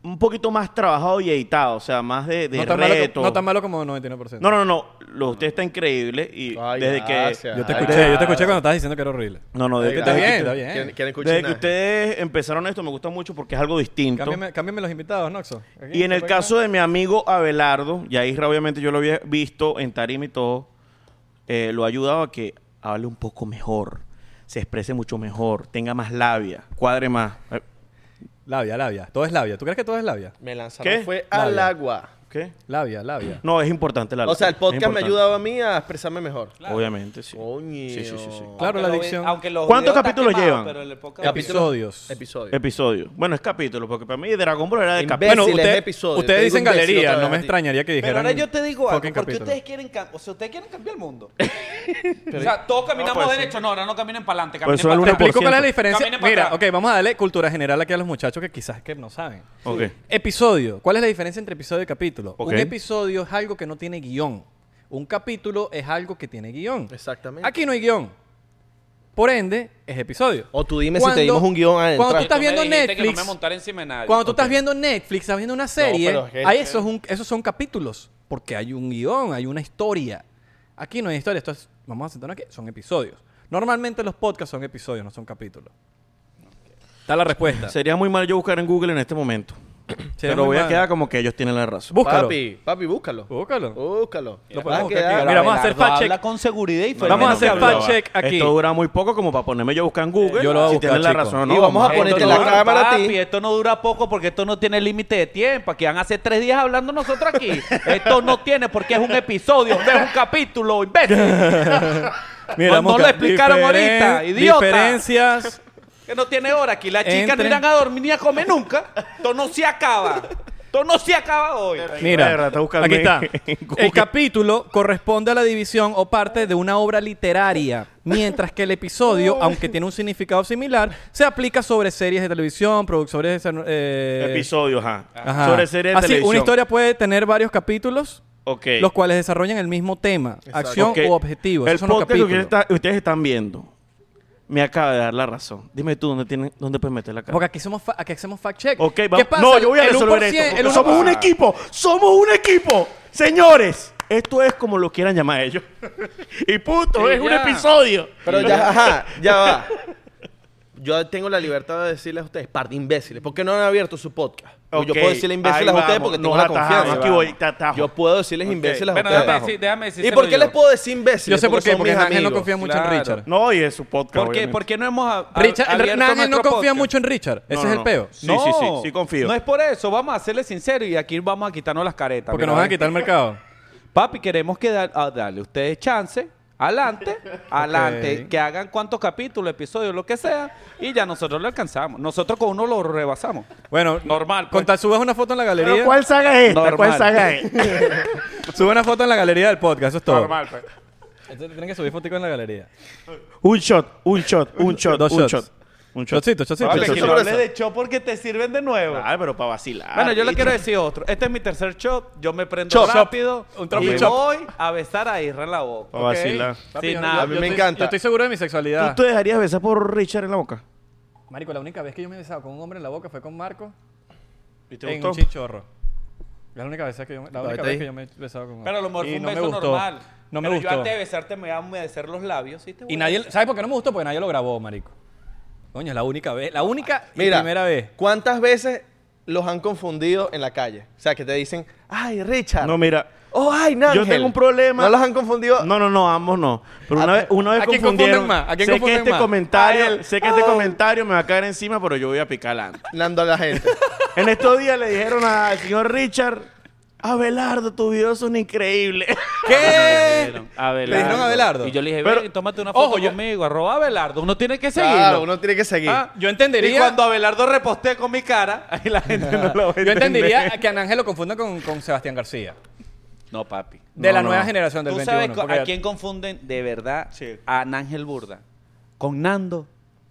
[SPEAKER 4] Un poquito más trabajado y editado, o sea, más de, de
[SPEAKER 2] no, tan malo,
[SPEAKER 4] reto.
[SPEAKER 2] co- no tan malo como 99%.
[SPEAKER 4] No, no, no, no. Lo de usted está increíble y
[SPEAKER 1] Ay,
[SPEAKER 4] desde
[SPEAKER 1] gracias.
[SPEAKER 4] que...
[SPEAKER 2] Yo te
[SPEAKER 1] Ay,
[SPEAKER 2] escuché, yo te escuché
[SPEAKER 1] claro.
[SPEAKER 2] cuando estabas diciendo que era horrible.
[SPEAKER 4] No, no,
[SPEAKER 1] Ay,
[SPEAKER 4] desde, que,
[SPEAKER 2] Está
[SPEAKER 1] Ay,
[SPEAKER 2] bien,
[SPEAKER 4] desde,
[SPEAKER 2] está bien.
[SPEAKER 1] ¿Quieren, quieren
[SPEAKER 4] que,
[SPEAKER 1] escuchar nada?
[SPEAKER 4] ustedes empezaron esto me gusta mucho porque es algo distinto.
[SPEAKER 2] Cámbiame, cámbiame los invitados, Noxo. Aquí,
[SPEAKER 4] Y en el
[SPEAKER 2] ¿por qué no?
[SPEAKER 4] caso de mi amigo Abelardo, y ahí obviamente yo lo había visto en tarima y todo, eh, lo ha ayudado a que hable un poco mejor, se exprese mucho mejor, tenga más labia, cuadre más. Eh,
[SPEAKER 2] Labia, labia. Todo es labia. ¿Tú crees que todo es labia?
[SPEAKER 1] Me lanzaron,
[SPEAKER 4] ¿Qué?
[SPEAKER 1] fue al
[SPEAKER 2] Labia.
[SPEAKER 1] agua.
[SPEAKER 4] ¿Qué?
[SPEAKER 2] Labia, labia.
[SPEAKER 4] No, es importante la labia.
[SPEAKER 1] O sea, el
[SPEAKER 4] es
[SPEAKER 1] podcast me ha
[SPEAKER 4] importante.
[SPEAKER 1] ayudado a mí a expresarme mejor.
[SPEAKER 4] Obviamente, sí.
[SPEAKER 1] Coño.
[SPEAKER 4] Sí, sí, sí, sí.
[SPEAKER 2] Claro, la adicción.
[SPEAKER 4] ¿Cuántos capítulos llevan?
[SPEAKER 2] Episodios.
[SPEAKER 1] Episodios.
[SPEAKER 4] Episodio. Bueno, es capítulo, porque para mí Dragon Ball era de
[SPEAKER 1] Imbécil.
[SPEAKER 2] Bueno,
[SPEAKER 4] capítulo.
[SPEAKER 1] Imbéciles,
[SPEAKER 2] usted-
[SPEAKER 1] episodio.
[SPEAKER 2] ustedes
[SPEAKER 1] Te digo
[SPEAKER 2] dicen
[SPEAKER 1] imbécil
[SPEAKER 2] galería.
[SPEAKER 1] otra vez
[SPEAKER 2] No
[SPEAKER 1] a
[SPEAKER 2] me
[SPEAKER 1] ti.
[SPEAKER 2] extrañaría que
[SPEAKER 5] Pero
[SPEAKER 2] dijeran
[SPEAKER 5] ahora yo te digo algo,
[SPEAKER 2] fucking
[SPEAKER 5] porque
[SPEAKER 2] capítulo.
[SPEAKER 5] ustedes quieren, cam- o sea, ustedes quieren cambiar el mundo. o sea, todos caminamos
[SPEAKER 4] pues,
[SPEAKER 5] derecho, no, ahora no caminen para adelante,
[SPEAKER 4] Pues
[SPEAKER 5] caminen
[SPEAKER 4] solo
[SPEAKER 2] Te
[SPEAKER 5] para
[SPEAKER 4] una-
[SPEAKER 2] explico cuál es la
[SPEAKER 4] 1%.
[SPEAKER 2] diferencia.
[SPEAKER 5] Caminen para
[SPEAKER 2] Mira,
[SPEAKER 5] atrás.
[SPEAKER 2] ok, vamos a darle cultura general aquí a los muchachos que quizás que no saben.
[SPEAKER 4] Ok.
[SPEAKER 2] Episodio. ¿Cuál es la diferencia entre episodio y capítulo?
[SPEAKER 4] Ok.
[SPEAKER 2] Un episodio es algo que no tiene guión. Un capítulo es algo que tiene guión.
[SPEAKER 1] Exactamente.
[SPEAKER 2] Aquí no hay guión. Por ende, es episodio.
[SPEAKER 1] O tú dime si te dimos un guión adentro.
[SPEAKER 2] Cuando tú estás
[SPEAKER 5] me
[SPEAKER 2] viendo
[SPEAKER 5] dijiste que no
[SPEAKER 2] Netflix,
[SPEAKER 5] me montar encima de nadie.
[SPEAKER 2] cuando tú estás
[SPEAKER 5] Ok.
[SPEAKER 2] viendo Netflix, estás viendo una serie,
[SPEAKER 1] pero es que-
[SPEAKER 2] ahí eso es un- esos son capítulos, porque hay un guión, hay una historia. Aquí no hay historia, esto es, vamos a sentarnos aquí, son episodios. Normalmente los podcasts son episodios, no son capítulos. Está la respuesta.
[SPEAKER 4] Sería muy mal yo buscar en Google en este momento. Pero
[SPEAKER 2] muy
[SPEAKER 4] voy a
[SPEAKER 2] mal.
[SPEAKER 4] quedar como que ellos tienen la razón.
[SPEAKER 2] Búscalo. Uh.
[SPEAKER 1] Papi, Uh, papi, búscalo.
[SPEAKER 2] Búscalo.
[SPEAKER 1] Búscalo.
[SPEAKER 2] Lo podemos
[SPEAKER 1] Vas a
[SPEAKER 2] buscar aquí.
[SPEAKER 1] quedar-
[SPEAKER 2] Mira, vamos a hacer
[SPEAKER 5] Abelardo
[SPEAKER 2] fact check.
[SPEAKER 5] habla con seguridad y
[SPEAKER 2] Vamos a hacer
[SPEAKER 5] fenómeno.
[SPEAKER 2] fact check aquí.
[SPEAKER 4] Esto dura muy poco como para ponerme yo a buscar en Google.
[SPEAKER 2] Yo lo voy a
[SPEAKER 4] si
[SPEAKER 2] buscar,
[SPEAKER 4] tienen la
[SPEAKER 2] chico.
[SPEAKER 4] razón, o
[SPEAKER 1] Y
[SPEAKER 4] ¿no?
[SPEAKER 1] vamos a
[SPEAKER 4] ver.
[SPEAKER 1] ponerte
[SPEAKER 5] Esto
[SPEAKER 1] la
[SPEAKER 5] no-
[SPEAKER 1] cámara a
[SPEAKER 5] papi,
[SPEAKER 1] ti.
[SPEAKER 5] Esto no dura poco porque esto no tiene límite de tiempo. Aquí van a ser tres días hablando nosotros aquí. Esto no tiene porque es un episodio, no es un capítulo, imbécil.
[SPEAKER 2] Mira,
[SPEAKER 5] No- no
[SPEAKER 2] mosca,
[SPEAKER 5] lo explicaron ahorita, idiota.
[SPEAKER 2] Diferencias.
[SPEAKER 5] Que no tiene hora aquí. Las chicas no
[SPEAKER 2] Entren.
[SPEAKER 5] irán a dormir ni a comer nunca. Esto no se acaba. Esto no se acaba hoy.
[SPEAKER 2] Mira,
[SPEAKER 4] Verga, está buscando
[SPEAKER 2] aquí
[SPEAKER 4] en-
[SPEAKER 2] está.
[SPEAKER 4] en Google.
[SPEAKER 2] El capítulo corresponde a la división o parte de una obra literaria, mientras que el episodio, aunque tiene un significado similar, se aplica sobre series de televisión, productores de... eh,
[SPEAKER 4] Episodios, ajá.
[SPEAKER 2] ajá.
[SPEAKER 4] Sobre series de
[SPEAKER 2] Así,
[SPEAKER 4] televisión.
[SPEAKER 2] una historia puede tener varios capítulos,
[SPEAKER 4] Ok.
[SPEAKER 2] los cuales desarrollan el mismo tema, acción
[SPEAKER 4] Ok.
[SPEAKER 2] o objetivo.
[SPEAKER 4] El
[SPEAKER 2] Esos son los
[SPEAKER 4] podcast que ustedes,
[SPEAKER 2] capítulos.
[SPEAKER 4] está- ustedes están viendo me acaba de dar la razón. Dime tú, ¿dónde, tienen, dónde puedes meter la cara?
[SPEAKER 2] Porque aquí somos fa- aquí hacemos fact check.
[SPEAKER 4] Ok,
[SPEAKER 2] ¿Qué
[SPEAKER 4] vamos.
[SPEAKER 2] pasa?
[SPEAKER 4] No, yo voy a
[SPEAKER 2] El
[SPEAKER 4] resolver
[SPEAKER 2] 1%,
[SPEAKER 4] esto. porque
[SPEAKER 2] el Ah.
[SPEAKER 4] somos
[SPEAKER 2] 1%.
[SPEAKER 4] un equipo. Somos un equipo. Señores, esto es como lo quieran llamar ellos. y puto,
[SPEAKER 5] Sí,
[SPEAKER 4] es un
[SPEAKER 5] ya.
[SPEAKER 4] episodio.
[SPEAKER 1] Pero ya, ajá, ya va. Yo tengo la libertad de decirles a ustedes, par de imbéciles, ¿por qué no han abierto su podcast? Porque
[SPEAKER 4] Ok,
[SPEAKER 1] Yo puedo decirles imbéciles a
[SPEAKER 4] ahí
[SPEAKER 1] ustedes
[SPEAKER 4] vamos,
[SPEAKER 1] porque
[SPEAKER 4] nos
[SPEAKER 1] tengo la
[SPEAKER 4] atajamos,
[SPEAKER 1] confianza.
[SPEAKER 4] aquí voy, te atajo.
[SPEAKER 1] Yo puedo decirles imbéciles
[SPEAKER 5] Bueno,
[SPEAKER 1] a ustedes.
[SPEAKER 5] déjame decir- déjame decir-
[SPEAKER 1] ¿Y por qué
[SPEAKER 5] yo.
[SPEAKER 1] les puedo decir imbéciles?
[SPEAKER 2] Yo sé por qué,
[SPEAKER 1] son
[SPEAKER 2] porque
[SPEAKER 1] mis
[SPEAKER 2] Ángel no
[SPEAKER 1] amigos.
[SPEAKER 2] confía mucho
[SPEAKER 5] Claro.
[SPEAKER 2] en Richard.
[SPEAKER 4] No, y es su podcast.
[SPEAKER 5] Porque,
[SPEAKER 4] obviamente.
[SPEAKER 5] porque no hemos a- a-
[SPEAKER 2] Richard,
[SPEAKER 5] abierto
[SPEAKER 2] Ángel no
[SPEAKER 5] nuestro
[SPEAKER 2] confía
[SPEAKER 5] podcast?
[SPEAKER 2] mucho en Richard. Ese
[SPEAKER 4] No,
[SPEAKER 2] es
[SPEAKER 4] no,
[SPEAKER 2] el peo.
[SPEAKER 4] Sí, sí, sí, sí confío.
[SPEAKER 5] No es por eso, vamos a serle sinceros y aquí vamos a quitarnos las caretas.
[SPEAKER 2] Porque
[SPEAKER 5] mira,
[SPEAKER 2] nos van a
[SPEAKER 5] ven.
[SPEAKER 2] quitar el mercado.
[SPEAKER 5] Papi, queremos que da- a darle a ustedes chance Adelante, adelante,
[SPEAKER 2] Ok.
[SPEAKER 5] que hagan cuantos capítulos, episodios, lo que sea, y ya nosotros lo alcanzamos. Nosotros con uno lo rebasamos.
[SPEAKER 2] Bueno,
[SPEAKER 5] Normal, pues.
[SPEAKER 2] Con tal subas una foto en la galería.
[SPEAKER 3] Pero ¿cuál saga es esta?
[SPEAKER 5] Normal.
[SPEAKER 3] ¿Cuál saga es?
[SPEAKER 2] Sube una foto en la galería del podcast, eso es todo.
[SPEAKER 3] Normal, pues.
[SPEAKER 2] Entonces, tienen que subir fotico en la galería.
[SPEAKER 3] Un shot, un shot, un shot,
[SPEAKER 2] Dos
[SPEAKER 3] un
[SPEAKER 2] shots.
[SPEAKER 3] shot.
[SPEAKER 4] Un shot.
[SPEAKER 2] Chocito, chocito.
[SPEAKER 5] Vale,
[SPEAKER 1] eso
[SPEAKER 5] que
[SPEAKER 1] es
[SPEAKER 5] no
[SPEAKER 1] grueso.
[SPEAKER 5] hables de show porque te sirven de nuevo.
[SPEAKER 4] Claro, pero para vacilar.
[SPEAKER 5] Bueno, yo le
[SPEAKER 4] bicho.
[SPEAKER 5] quiero decir otro. Este es mi tercer chop. Yo me prendo
[SPEAKER 2] Chop.
[SPEAKER 5] rápido
[SPEAKER 2] Un tropi
[SPEAKER 5] y
[SPEAKER 2] chop.
[SPEAKER 5] voy a besar a Isra en la boca.
[SPEAKER 4] Para vacilar.
[SPEAKER 5] Sin nada.
[SPEAKER 1] A mí me encanta.
[SPEAKER 2] Yo estoy seguro de mi sexualidad.
[SPEAKER 4] ¿Tú te dejarías besar por Richard en la boca?
[SPEAKER 2] Marico, la única vez que yo me he besado con un hombre en la boca fue con Marco
[SPEAKER 4] ¿Y te
[SPEAKER 2] en
[SPEAKER 4] gustó?
[SPEAKER 2] un chichorro. Es la única vez que yo me, la única
[SPEAKER 1] está
[SPEAKER 2] vez
[SPEAKER 1] ahí.
[SPEAKER 2] que yo me he besado con un hombre.
[SPEAKER 5] Pero a lo mejor
[SPEAKER 2] Y
[SPEAKER 5] fue un
[SPEAKER 2] no me
[SPEAKER 5] beso
[SPEAKER 2] gustó.
[SPEAKER 5] normal.
[SPEAKER 2] No me
[SPEAKER 5] Pero
[SPEAKER 2] gustó.
[SPEAKER 5] yo antes de besarte me voy a humedecer los labios. ¿sí te voy
[SPEAKER 2] Y
[SPEAKER 5] a-
[SPEAKER 2] nadie, ¿sabes por qué no me gustó? Porque nadie lo grabó, marico. Coño, es la única vez, la única y
[SPEAKER 1] Mira,
[SPEAKER 2] primera vez.
[SPEAKER 1] ¿cuántas veces los han confundido en la calle? O sea, que te dicen, ay, Richard.
[SPEAKER 4] No, mira.
[SPEAKER 1] Oh, ay, Nangel.
[SPEAKER 4] Yo tengo un problema.
[SPEAKER 1] ¿No los han confundido?
[SPEAKER 4] No, no, no, ambos no. Pero una
[SPEAKER 1] ¿A-
[SPEAKER 4] vez, una vez
[SPEAKER 2] a quién
[SPEAKER 4] confundieron.
[SPEAKER 2] confunden más? ¿A quién
[SPEAKER 4] sé que
[SPEAKER 2] confunden
[SPEAKER 4] este
[SPEAKER 2] más?
[SPEAKER 4] comentario,
[SPEAKER 1] A él.
[SPEAKER 4] sé que este
[SPEAKER 1] Oh.
[SPEAKER 4] comentario me va a caer encima, pero yo voy a picar antes.
[SPEAKER 1] Nando a la gente.
[SPEAKER 4] En estos días le dijeron al señor Richard, Abelardo, tus videos son increíbles.
[SPEAKER 2] ¿Qué?
[SPEAKER 5] Abelardo.
[SPEAKER 2] Le dijeron a Abelardo.
[SPEAKER 5] Y yo le dije,
[SPEAKER 1] Pero-
[SPEAKER 5] ven, tómate una
[SPEAKER 2] Ojo,
[SPEAKER 5] foto
[SPEAKER 2] yo-
[SPEAKER 5] conmigo, arroba Abelardo. Uno tiene que seguirlo.
[SPEAKER 1] claro, uno tiene que seguir.
[SPEAKER 5] Ah,
[SPEAKER 2] Yo entendería-
[SPEAKER 5] Y cuando Abelardo reposté con mi cara, ahí la gente no lo va a
[SPEAKER 2] Yo
[SPEAKER 5] entender.
[SPEAKER 2] entendería que a Ángel lo confunda con, con Sebastián García.
[SPEAKER 5] No, papi.
[SPEAKER 2] De
[SPEAKER 4] No,
[SPEAKER 2] la
[SPEAKER 4] no.
[SPEAKER 2] nueva generación del
[SPEAKER 5] ¿Tú
[SPEAKER 2] 21.
[SPEAKER 5] sabes co-
[SPEAKER 2] porque-
[SPEAKER 5] a quién confunden de verdad?
[SPEAKER 4] Sí.
[SPEAKER 5] A Nángel Burda. Con Nando.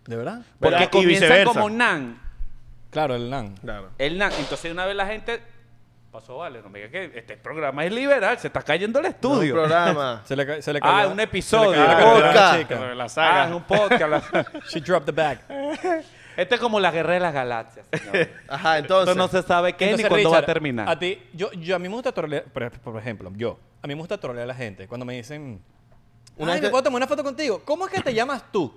[SPEAKER 2] ¿De verdad?
[SPEAKER 4] Pero-
[SPEAKER 5] Porque
[SPEAKER 4] y
[SPEAKER 5] comienzan
[SPEAKER 4] viceversa.
[SPEAKER 5] como Nan.
[SPEAKER 2] Claro, el Nan.
[SPEAKER 1] Claro.
[SPEAKER 5] El Nan. Entonces una vez la gente... Pasó, vale, no me digas que este programa es liberal. Se está cayendo el estudio.
[SPEAKER 1] Un programa.
[SPEAKER 2] Se le, ca- se le
[SPEAKER 5] Ah,
[SPEAKER 2] cayó-
[SPEAKER 5] un
[SPEAKER 2] se le
[SPEAKER 5] episodio.
[SPEAKER 2] cayó la
[SPEAKER 1] Ah,
[SPEAKER 2] cartera a la
[SPEAKER 1] podcast.
[SPEAKER 2] chica.
[SPEAKER 4] la
[SPEAKER 5] Ah, es un podcast.
[SPEAKER 2] She dropped the bag.
[SPEAKER 5] este es como la guerra de las galaxias, señores.
[SPEAKER 1] Ajá,
[SPEAKER 5] Esto
[SPEAKER 1] entonces.
[SPEAKER 5] no se sabe qué
[SPEAKER 2] Entonces,
[SPEAKER 5] ni cuándo va
[SPEAKER 2] Richard,
[SPEAKER 5] a terminar.
[SPEAKER 2] A ti, yo, yo a mí me gusta trolear, por, ej- por ejemplo, yo, a mí me gusta trolear a la gente. Cuando me dicen,
[SPEAKER 1] Una
[SPEAKER 2] ay,
[SPEAKER 1] vez
[SPEAKER 2] me
[SPEAKER 1] te-
[SPEAKER 2] puedo tomar una foto contigo. ¿Cómo es que te llamas tú?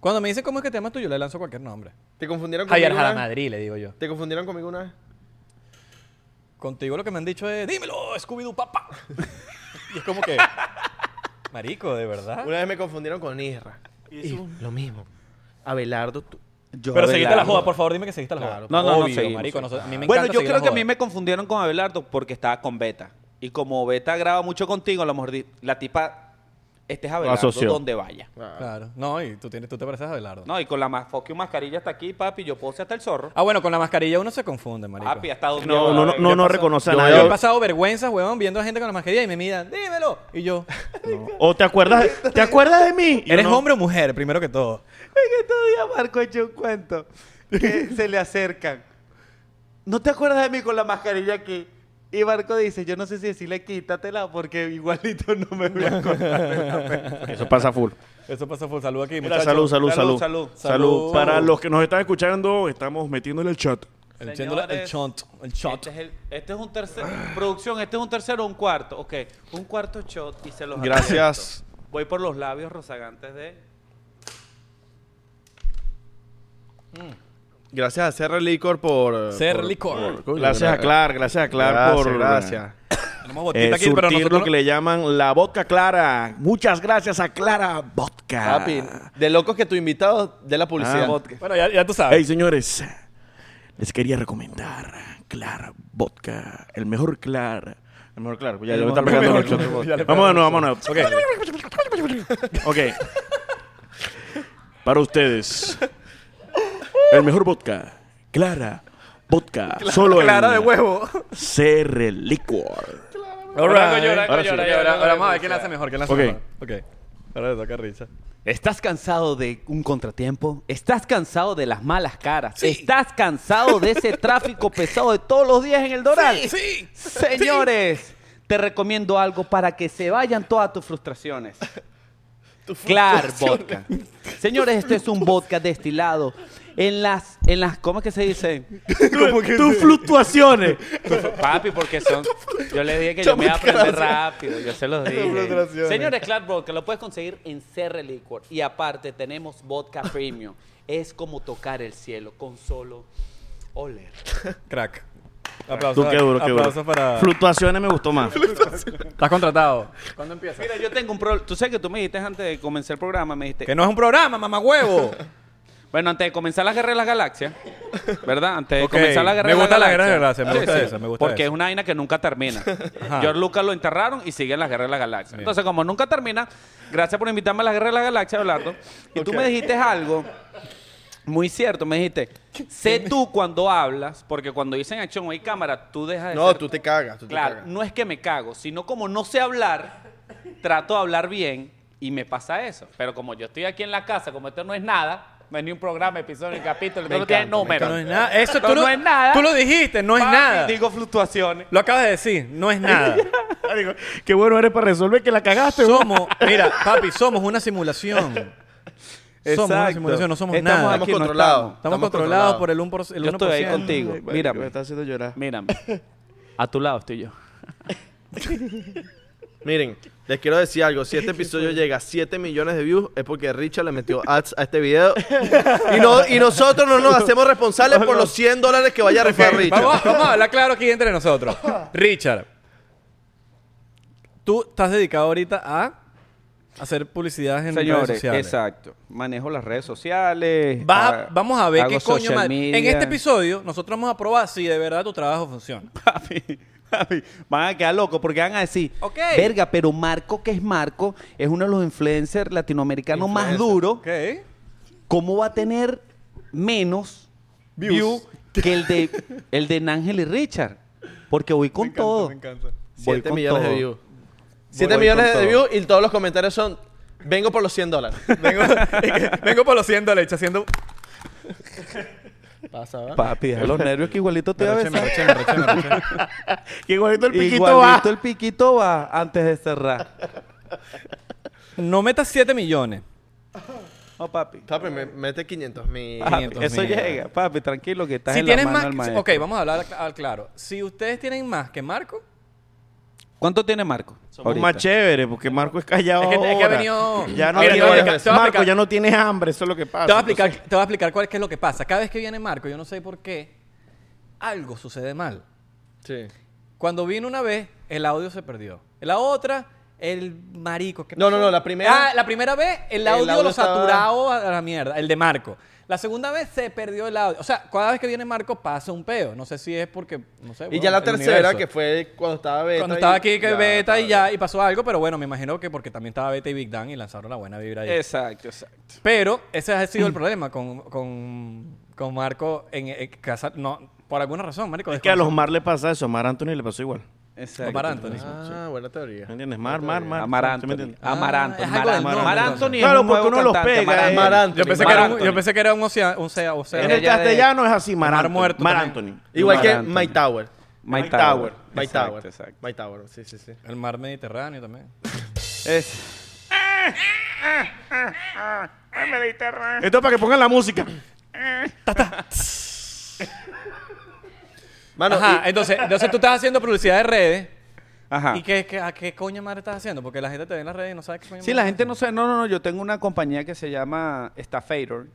[SPEAKER 2] Cuando me dicen cómo es que te llamas tú, yo le lanzo cualquier nombre.
[SPEAKER 1] ¿Te confundieron conmigo
[SPEAKER 2] Javier
[SPEAKER 1] una vez?
[SPEAKER 2] Madrid, le digo yo.
[SPEAKER 1] ¿Te confundieron conmigo una vez?
[SPEAKER 2] Contigo lo que me han dicho es, dímelo, Scooby-Doo, papá. y es como que, marico, de verdad.
[SPEAKER 1] Una vez me confundieron con Isra. Y lo mismo. Abelardo, tú.
[SPEAKER 5] Yo
[SPEAKER 2] Pero seguiste la
[SPEAKER 5] Abelardo.
[SPEAKER 2] joda, por favor, dime que seguiste la joda.
[SPEAKER 1] Claro.
[SPEAKER 5] No, no, no,
[SPEAKER 2] Obvio,
[SPEAKER 5] seguimos.
[SPEAKER 2] marico, no sé, a mí me
[SPEAKER 5] bueno,
[SPEAKER 2] encanta
[SPEAKER 5] yo
[SPEAKER 2] seguir
[SPEAKER 5] creo
[SPEAKER 2] la
[SPEAKER 5] que a
[SPEAKER 2] joda.
[SPEAKER 5] mí me confundieron con Abelardo porque estaba con Beta. Y como Beta graba mucho contigo, a lo mejor di- la tipa, este es Abelardo
[SPEAKER 4] asoció.
[SPEAKER 5] donde vaya.
[SPEAKER 1] Ah.
[SPEAKER 2] Claro. No, y tú, tienes, tú te pareces a Abelardo.
[SPEAKER 5] No, y con la ma- fucking mascarilla hasta aquí, papi, yo puedo ser hasta el zorro.
[SPEAKER 2] Ah, bueno, con la mascarilla uno se confunde, Ah, marico.
[SPEAKER 5] Papi, hasta donde
[SPEAKER 4] No,
[SPEAKER 5] yo-
[SPEAKER 4] no, no, no, no reconoce a
[SPEAKER 1] Yo
[SPEAKER 4] nadie.
[SPEAKER 2] Yo he pasado vergüenzas, weón, viendo a gente con la mascarilla y me miran, dímelo. Y yo,
[SPEAKER 4] ¿O te acuerdas, te acuerdas de mí? Yo
[SPEAKER 2] ¿eres
[SPEAKER 4] no.
[SPEAKER 2] hombre o mujer, primero que todo?
[SPEAKER 5] En estos días Marco echó un cuento que se le acercan. ¿No te acuerdas de mí con la mascarilla aquí? Y Marco dice, yo no sé si decirle quítatela porque igualito no me voy a acordar.
[SPEAKER 4] Eso pasa full.
[SPEAKER 2] Eso pasó por salud aquí,
[SPEAKER 4] Mira,
[SPEAKER 2] muchachos.
[SPEAKER 4] salud, salud,
[SPEAKER 5] Salud,
[SPEAKER 4] salud,
[SPEAKER 5] salud.
[SPEAKER 2] Salud.
[SPEAKER 4] Para los que nos están escuchando, estamos metiéndole el chat.
[SPEAKER 2] El, chéndola- el chont, el chont.
[SPEAKER 5] Este es, el- este es un tercer, producción, este es un tercero o un cuarto. Ok, un cuarto shot y se los
[SPEAKER 1] Gracias.
[SPEAKER 5] advierto. Voy por los labios rozagantes de...
[SPEAKER 1] Gracias a Serra Licor por.
[SPEAKER 2] Ser
[SPEAKER 1] por-
[SPEAKER 2] licor.
[SPEAKER 1] Coño,
[SPEAKER 4] Gracias a
[SPEAKER 1] gra-
[SPEAKER 4] Clark, gracias a Clark
[SPEAKER 1] gracias,
[SPEAKER 4] por
[SPEAKER 1] Gracias.
[SPEAKER 2] Tenemos
[SPEAKER 4] eh,
[SPEAKER 2] botita aquí,
[SPEAKER 4] surtir
[SPEAKER 2] pero
[SPEAKER 4] lo
[SPEAKER 2] nosotros
[SPEAKER 4] que le llaman la vodka clara. Muchas gracias a Clara Vodka.
[SPEAKER 1] Papi, de locos que tu invitado de la publicidad.
[SPEAKER 4] Ah, vodka.
[SPEAKER 2] Bueno, ya, ya tú sabes.
[SPEAKER 4] Hey, señores, les quería recomendar Clara Vodka, el mejor Clara. El mejor Clara, ya le voy a estar
[SPEAKER 2] mejor-
[SPEAKER 4] pegando
[SPEAKER 2] el
[SPEAKER 4] mucho.
[SPEAKER 2] mejor- ya le
[SPEAKER 4] Vamos de
[SPEAKER 2] pegamos.
[SPEAKER 4] nuevo, vamos de nuevo. Ok. Para ustedes, el mejor vodka, Clara Vodka, solo en
[SPEAKER 2] huevo.
[SPEAKER 4] CR Liquor.
[SPEAKER 2] Ahora llora,
[SPEAKER 4] ahora
[SPEAKER 2] ahora
[SPEAKER 4] sí.
[SPEAKER 2] llora, ahora ahora vamos a ver quién la hace mejor, quién la hace mejor. Ok. Ahora le toca a Richard.
[SPEAKER 5] ¿Estás cansado de un contratiempo? ¿Estás cansado de las malas caras? ¿Estás cansado de ese tráfico pesado de todos los días en el Doral?
[SPEAKER 2] sí.
[SPEAKER 5] Señores, te recomiendo algo para que se vayan todas tus frustraciones. Clar Vodka. Señores, este es un vodka destilado en las, en las, ¿cómo es que se dice?
[SPEAKER 4] Tus fluctuaciones.
[SPEAKER 5] Papi, porque son. Yo le dije que yo me iba a aprender rápido. Yo se los dije. Señores, Clark Vodka lo puedes conseguir en CR Liquor. Y aparte, tenemos vodka premium. Es como tocar el cielo con solo oler.
[SPEAKER 2] Crack. Aplausos.
[SPEAKER 4] Tú qué duro, qué
[SPEAKER 2] aplausos
[SPEAKER 4] duro.
[SPEAKER 2] para...
[SPEAKER 4] Fluctuaciones me gustó más.
[SPEAKER 2] Estás contratado. ¿Cuándo empieza?
[SPEAKER 5] Mira, yo tengo un problema. Tú sabes que tú me dijiste antes de comenzar el programa, me dijiste.
[SPEAKER 2] Que no es un programa, mamá huevo.
[SPEAKER 5] Bueno, antes de comenzar la guerra de las galaxias, ¿verdad? Antes de
[SPEAKER 2] Ok,
[SPEAKER 5] comenzar la guerra
[SPEAKER 2] me
[SPEAKER 5] de las
[SPEAKER 2] gusta la
[SPEAKER 5] galaxias.
[SPEAKER 2] guerra de las galaxias, me gusta esa, me gusta
[SPEAKER 5] Porque
[SPEAKER 2] esa.
[SPEAKER 5] es una vaina que nunca termina.
[SPEAKER 2] Ajá.
[SPEAKER 5] George Lucas lo enterraron y sigue en la guerra de las galaxias. Entonces, como nunca termina, gracias por invitarme a la guerra de las galaxias, Orlando. Y tú
[SPEAKER 1] Ok.
[SPEAKER 5] me dijiste algo muy cierto, me dijiste, sé tú cuando hablas, porque cuando dicen acción o hay cámara, tú dejas de
[SPEAKER 1] No,
[SPEAKER 5] ser-
[SPEAKER 1] tú te cagas, tú te
[SPEAKER 5] Claro,
[SPEAKER 1] cagas.
[SPEAKER 5] no es que me cago, sino como no sé hablar, trato de hablar bien y me pasa eso. Pero como yo estoy aquí en la casa, como esto no es nada, no es ni un programa, episodio, ni capítulo, esto no tiene número.
[SPEAKER 2] No es nada. Eso
[SPEAKER 5] Esto
[SPEAKER 2] tú lo,
[SPEAKER 5] no es nada.
[SPEAKER 2] Tú lo dijiste, no es
[SPEAKER 5] Papi,
[SPEAKER 2] nada.
[SPEAKER 5] Digo fluctuaciones.
[SPEAKER 2] Lo acabas de decir, no es nada.
[SPEAKER 3] Marico, Qué bueno eres para resolver que la cagaste, weón.
[SPEAKER 2] somos, mira, papi, somos una simulación. Somos una
[SPEAKER 5] Exacto.
[SPEAKER 2] simulación, no somos
[SPEAKER 5] Estamos
[SPEAKER 2] nada.
[SPEAKER 5] aquí,
[SPEAKER 1] Estamos
[SPEAKER 5] no
[SPEAKER 1] controlados.
[SPEAKER 5] estamos.
[SPEAKER 2] Estamos, controlados por el 1%. El
[SPEAKER 5] Yo estoy ahí
[SPEAKER 2] 1%.
[SPEAKER 5] contigo.
[SPEAKER 4] Ay, marico,
[SPEAKER 5] Mírame.
[SPEAKER 4] Me está haciendo llorar.
[SPEAKER 5] Mírame. A tu lado estoy yo.
[SPEAKER 1] Miren, les quiero decir algo. Si este episodio llega a 7 millones de views, es porque Richard le metió ads a este video. Y, no, y nosotros no nos hacemos responsables por los 100 dólares que vaya a rifar Richard.
[SPEAKER 2] Vamos, a- vamos a hablar claro aquí entre nosotros. Richard, tú estás dedicado ahorita a hacer publicidad en redes
[SPEAKER 5] Señores,
[SPEAKER 2] sociales.
[SPEAKER 5] exacto. Manejo las redes sociales.
[SPEAKER 2] Va-
[SPEAKER 5] ha-
[SPEAKER 2] vamos a ver
[SPEAKER 5] hago
[SPEAKER 2] qué coño
[SPEAKER 5] social
[SPEAKER 2] más. En
[SPEAKER 5] media.
[SPEAKER 2] este episodio, nosotros vamos a probar si de verdad tu trabajo funciona.
[SPEAKER 5] Papi, papi, van a quedar locos porque van a decir,
[SPEAKER 2] Ok.
[SPEAKER 5] verga, pero Marco, que es Marco, es uno de los influencers latinoamericanos más
[SPEAKER 1] Influencer.
[SPEAKER 5] duros.
[SPEAKER 2] Ok.
[SPEAKER 5] ¿Cómo va a tener menos views que el de el de Nángel y Richard? Porque voy con todo. Oh. Voy
[SPEAKER 1] 7
[SPEAKER 5] con
[SPEAKER 1] millones
[SPEAKER 5] todo.
[SPEAKER 1] de views. 7
[SPEAKER 5] voy
[SPEAKER 1] millones
[SPEAKER 5] con
[SPEAKER 1] de
[SPEAKER 5] todo.
[SPEAKER 1] views y todos los comentarios son: Vengo por los 100 dólares.
[SPEAKER 2] Vengo, vengo por los 100 dólares haciendo.
[SPEAKER 1] Pasa, ¿verdad?
[SPEAKER 5] Papi, deja los nervios que igualito te va a
[SPEAKER 2] Roche,
[SPEAKER 5] besar.
[SPEAKER 2] roche, roche, roche.
[SPEAKER 3] Que igualito el piquito
[SPEAKER 5] Igualito
[SPEAKER 3] va.
[SPEAKER 5] el piquito va antes de cerrar.
[SPEAKER 2] No metas 7 millones.
[SPEAKER 5] No, papi.
[SPEAKER 1] Papi, me, mete 500 mil.
[SPEAKER 5] Papi,
[SPEAKER 2] 500
[SPEAKER 5] eso
[SPEAKER 2] mil.
[SPEAKER 5] llega. Papi, tranquilo que estás
[SPEAKER 2] Si
[SPEAKER 5] en la
[SPEAKER 2] tienes
[SPEAKER 5] mano
[SPEAKER 2] más.
[SPEAKER 5] del
[SPEAKER 2] si-
[SPEAKER 5] maestro.
[SPEAKER 2] Ok, vamos a hablar al- al claro. Si ustedes tienen más que Marco,
[SPEAKER 5] ¿Cuánto tiene Marco?
[SPEAKER 4] Somos
[SPEAKER 5] ahorita?
[SPEAKER 4] más chévere porque Marco es callado.
[SPEAKER 2] Es que- es que ha
[SPEAKER 4] ahora.
[SPEAKER 2] venido-
[SPEAKER 4] Ya no
[SPEAKER 1] Mira,
[SPEAKER 4] tiene-
[SPEAKER 1] te voy a explicar-
[SPEAKER 2] te voy a
[SPEAKER 4] Marco
[SPEAKER 2] explicar.
[SPEAKER 4] ya no tiene hambre, eso es lo que pasa.
[SPEAKER 2] Te voy, a explicar, te voy a explicar cuál es, qué es lo que pasa. Cada vez que viene Marco, yo no sé por qué, algo sucede mal.
[SPEAKER 1] Sí.
[SPEAKER 2] Cuando vino una vez, el audio se perdió. La otra, el marico. ¿qué
[SPEAKER 1] No,
[SPEAKER 2] pasó?
[SPEAKER 1] no, no, la primera-
[SPEAKER 2] Ah, la primera vez, el
[SPEAKER 1] El
[SPEAKER 2] audio,
[SPEAKER 1] audio
[SPEAKER 2] lo
[SPEAKER 1] estaba-
[SPEAKER 2] saturado a la mierda, el de Marco. La segunda vez se perdió el audio. O sea, cada vez que viene Marco pasa un peo. No sé si es porque. No
[SPEAKER 1] Y
[SPEAKER 2] sé, bueno,
[SPEAKER 1] ya la
[SPEAKER 2] el
[SPEAKER 1] tercera,
[SPEAKER 2] universo.
[SPEAKER 1] que fue cuando estaba Beta.
[SPEAKER 2] Cuando
[SPEAKER 1] y-
[SPEAKER 2] estaba aquí, que
[SPEAKER 1] Ya,
[SPEAKER 2] Beta y
[SPEAKER 1] estaba
[SPEAKER 2] ya, y pasó algo, pero bueno, me imagino que porque también estaba Beta y Big Dan y lanzaron la buena vibra ahí.
[SPEAKER 5] Exacto, exacto.
[SPEAKER 2] Pero ese ha sido el problema con, con, con Marco en, en casa. No, por alguna razón, Marico.
[SPEAKER 4] Es que a los Mar le pasa eso, a Mar Anthony le pasó igual.
[SPEAKER 5] exacto.
[SPEAKER 2] Omar Anthony.
[SPEAKER 1] Ah, buena teoría.
[SPEAKER 4] ¿Me entiendes? Mar, Mar, Mar.
[SPEAKER 5] Amaranto.
[SPEAKER 4] ¿Sí me entiendes?
[SPEAKER 5] Amaranto.
[SPEAKER 2] Ah, es algo del
[SPEAKER 5] Amaranto.
[SPEAKER 4] nombre,
[SPEAKER 5] Amaranto
[SPEAKER 2] entonces.
[SPEAKER 5] ni
[SPEAKER 4] Claro,
[SPEAKER 5] es un nuevo
[SPEAKER 4] porque uno los
[SPEAKER 5] cantante,
[SPEAKER 4] pega,
[SPEAKER 5] Amaranto.
[SPEAKER 4] eh.
[SPEAKER 1] Mar Anthony.
[SPEAKER 2] Yo pensé, que
[SPEAKER 1] Mar
[SPEAKER 2] era un,
[SPEAKER 1] Anthony.
[SPEAKER 2] yo pensé que era un ocea- un sea- ocea-
[SPEAKER 4] En el
[SPEAKER 5] Ella de-
[SPEAKER 4] castellano es así, Mar,
[SPEAKER 2] Mar
[SPEAKER 4] Anthony.
[SPEAKER 2] muerto
[SPEAKER 4] Mar
[SPEAKER 2] también.
[SPEAKER 4] Anthony.
[SPEAKER 1] Igual
[SPEAKER 5] Mar
[SPEAKER 1] que
[SPEAKER 5] Anthony.
[SPEAKER 1] My Tower.
[SPEAKER 5] My
[SPEAKER 4] Mike
[SPEAKER 5] Tower.
[SPEAKER 4] Tower.
[SPEAKER 1] My
[SPEAKER 5] Exacto,
[SPEAKER 1] Tower.
[SPEAKER 5] exacto.
[SPEAKER 1] My Tower, sí, sí, sí.
[SPEAKER 2] El mar Mediterráneo también.
[SPEAKER 5] Es-
[SPEAKER 4] Esto es para que pongan la música.
[SPEAKER 1] Mano,
[SPEAKER 2] Ajá,
[SPEAKER 1] Ah,
[SPEAKER 2] eh,
[SPEAKER 1] y-
[SPEAKER 2] entonces, entonces tú estás haciendo publicidad de redes.
[SPEAKER 5] Ajá.
[SPEAKER 2] ¿Y qué, qué- a qué coño madre estás haciendo? Porque la gente te ve en las redes y no sabe qué coño
[SPEAKER 5] Sí, la gente no sabe. No, no, no. Yo tengo una compañía que se llama Staffator.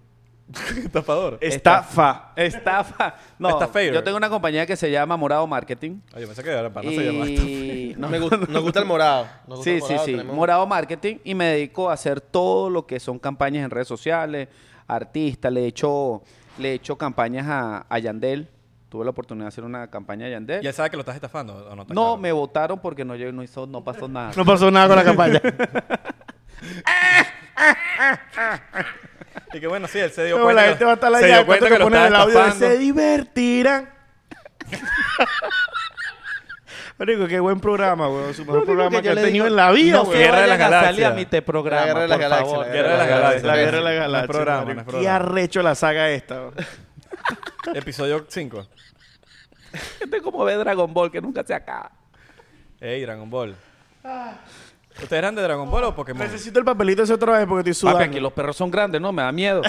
[SPEAKER 2] Estafador.
[SPEAKER 5] Estafa. Estafa. No,
[SPEAKER 2] Staffator.
[SPEAKER 5] yo tengo una compañía que se llama Morado Marketing.
[SPEAKER 2] Ay, Ah, yo pensé que era para no se llamaba estafa.
[SPEAKER 5] Y... no,
[SPEAKER 1] me gu- nos gusta el morado. Nos gusta
[SPEAKER 5] Sí,
[SPEAKER 1] el
[SPEAKER 5] sí,
[SPEAKER 1] morado,
[SPEAKER 5] sí.
[SPEAKER 1] tenemos-
[SPEAKER 5] Morado Marketing y me dedico a hacer todo lo que son campañas en redes sociales, artistas, le he hecho, le he hecho campañas a, a Yandel. Tuve la oportunidad de hacer una campaña a Yandel.
[SPEAKER 2] Y él sabe que lo estás estafando o no. está
[SPEAKER 5] No,
[SPEAKER 2] claro?
[SPEAKER 5] me votaron porque no, llegó- no hizo, no pasó nada.
[SPEAKER 4] No pasó nada con la campaña.
[SPEAKER 2] Y que bueno, sí, él se dio
[SPEAKER 4] Como
[SPEAKER 2] cuenta.
[SPEAKER 4] la
[SPEAKER 2] que-
[SPEAKER 4] gente va a estar
[SPEAKER 2] se
[SPEAKER 4] allá
[SPEAKER 2] dio
[SPEAKER 4] después
[SPEAKER 2] cuenta
[SPEAKER 4] que,
[SPEAKER 2] que lo
[SPEAKER 4] ponen el
[SPEAKER 2] estaba
[SPEAKER 4] audio de
[SPEAKER 2] estafando.
[SPEAKER 4] se divertirán. Marico, qué buen programa, weón. Su mejor programa que ha tenido en la vida,
[SPEAKER 5] No se
[SPEAKER 4] weón.
[SPEAKER 2] Guerra de las
[SPEAKER 5] vayan a salir
[SPEAKER 2] Galaxias.
[SPEAKER 5] a mi te
[SPEAKER 1] La
[SPEAKER 5] programa,
[SPEAKER 1] Guerra de las
[SPEAKER 5] por
[SPEAKER 1] Galaxias,
[SPEAKER 5] favor.
[SPEAKER 1] la
[SPEAKER 2] Guerra de las Galaxias.
[SPEAKER 4] La guerra de las
[SPEAKER 2] No es
[SPEAKER 4] galaxias.
[SPEAKER 2] programa,
[SPEAKER 4] marico.
[SPEAKER 2] no es
[SPEAKER 4] Qué
[SPEAKER 2] programa.
[SPEAKER 4] arrecho la saga esta, weón.
[SPEAKER 2] Episodio 5.
[SPEAKER 5] Gente como ve Dragon Ball que nunca se acaba.
[SPEAKER 2] Ey, Dragon Ball. ¿Ustedes eran de Dragon Ball o Pokémon?
[SPEAKER 4] Necesito el papelito ese otra vez porque estoy
[SPEAKER 5] Papi,
[SPEAKER 4] sudando.
[SPEAKER 5] aquí los perros son grandes, ¿no? Me da miedo.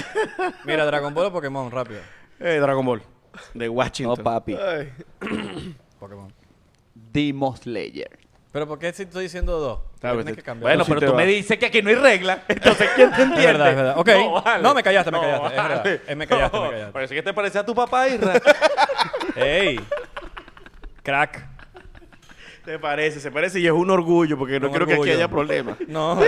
[SPEAKER 2] Mira, Dragon Ball o Pokémon, rápido.
[SPEAKER 4] Eh, Dragon Ball. De
[SPEAKER 5] No,
[SPEAKER 4] Washington.
[SPEAKER 5] papi.
[SPEAKER 1] Ay.
[SPEAKER 2] Pokémon.
[SPEAKER 5] Demon Slayer.
[SPEAKER 2] Pero ¿por qué si estoy diciendo dos?
[SPEAKER 4] Claro,
[SPEAKER 2] Tienes
[SPEAKER 4] te-
[SPEAKER 2] que cambiar.
[SPEAKER 5] Bueno,
[SPEAKER 4] sí
[SPEAKER 5] pero
[SPEAKER 4] te
[SPEAKER 5] tú
[SPEAKER 4] va.
[SPEAKER 5] me dices que aquí no hay regla. Entonces, ¿quién te entiende?
[SPEAKER 2] Es verdad, es verdad. Ok. No,
[SPEAKER 5] No, vale.
[SPEAKER 2] me callaste, me
[SPEAKER 5] No,
[SPEAKER 2] callaste. Es verdad.
[SPEAKER 5] vale.
[SPEAKER 2] Eh, me callaste, me
[SPEAKER 5] No,
[SPEAKER 2] callaste.
[SPEAKER 5] Parece que te parecía a tu papá, Isra.
[SPEAKER 2] ¡Ey! Crack.
[SPEAKER 4] Se parece, se parece y es un orgullo porque no
[SPEAKER 2] Un
[SPEAKER 4] creo que
[SPEAKER 2] orgullo.
[SPEAKER 4] aquí haya problema.
[SPEAKER 2] No.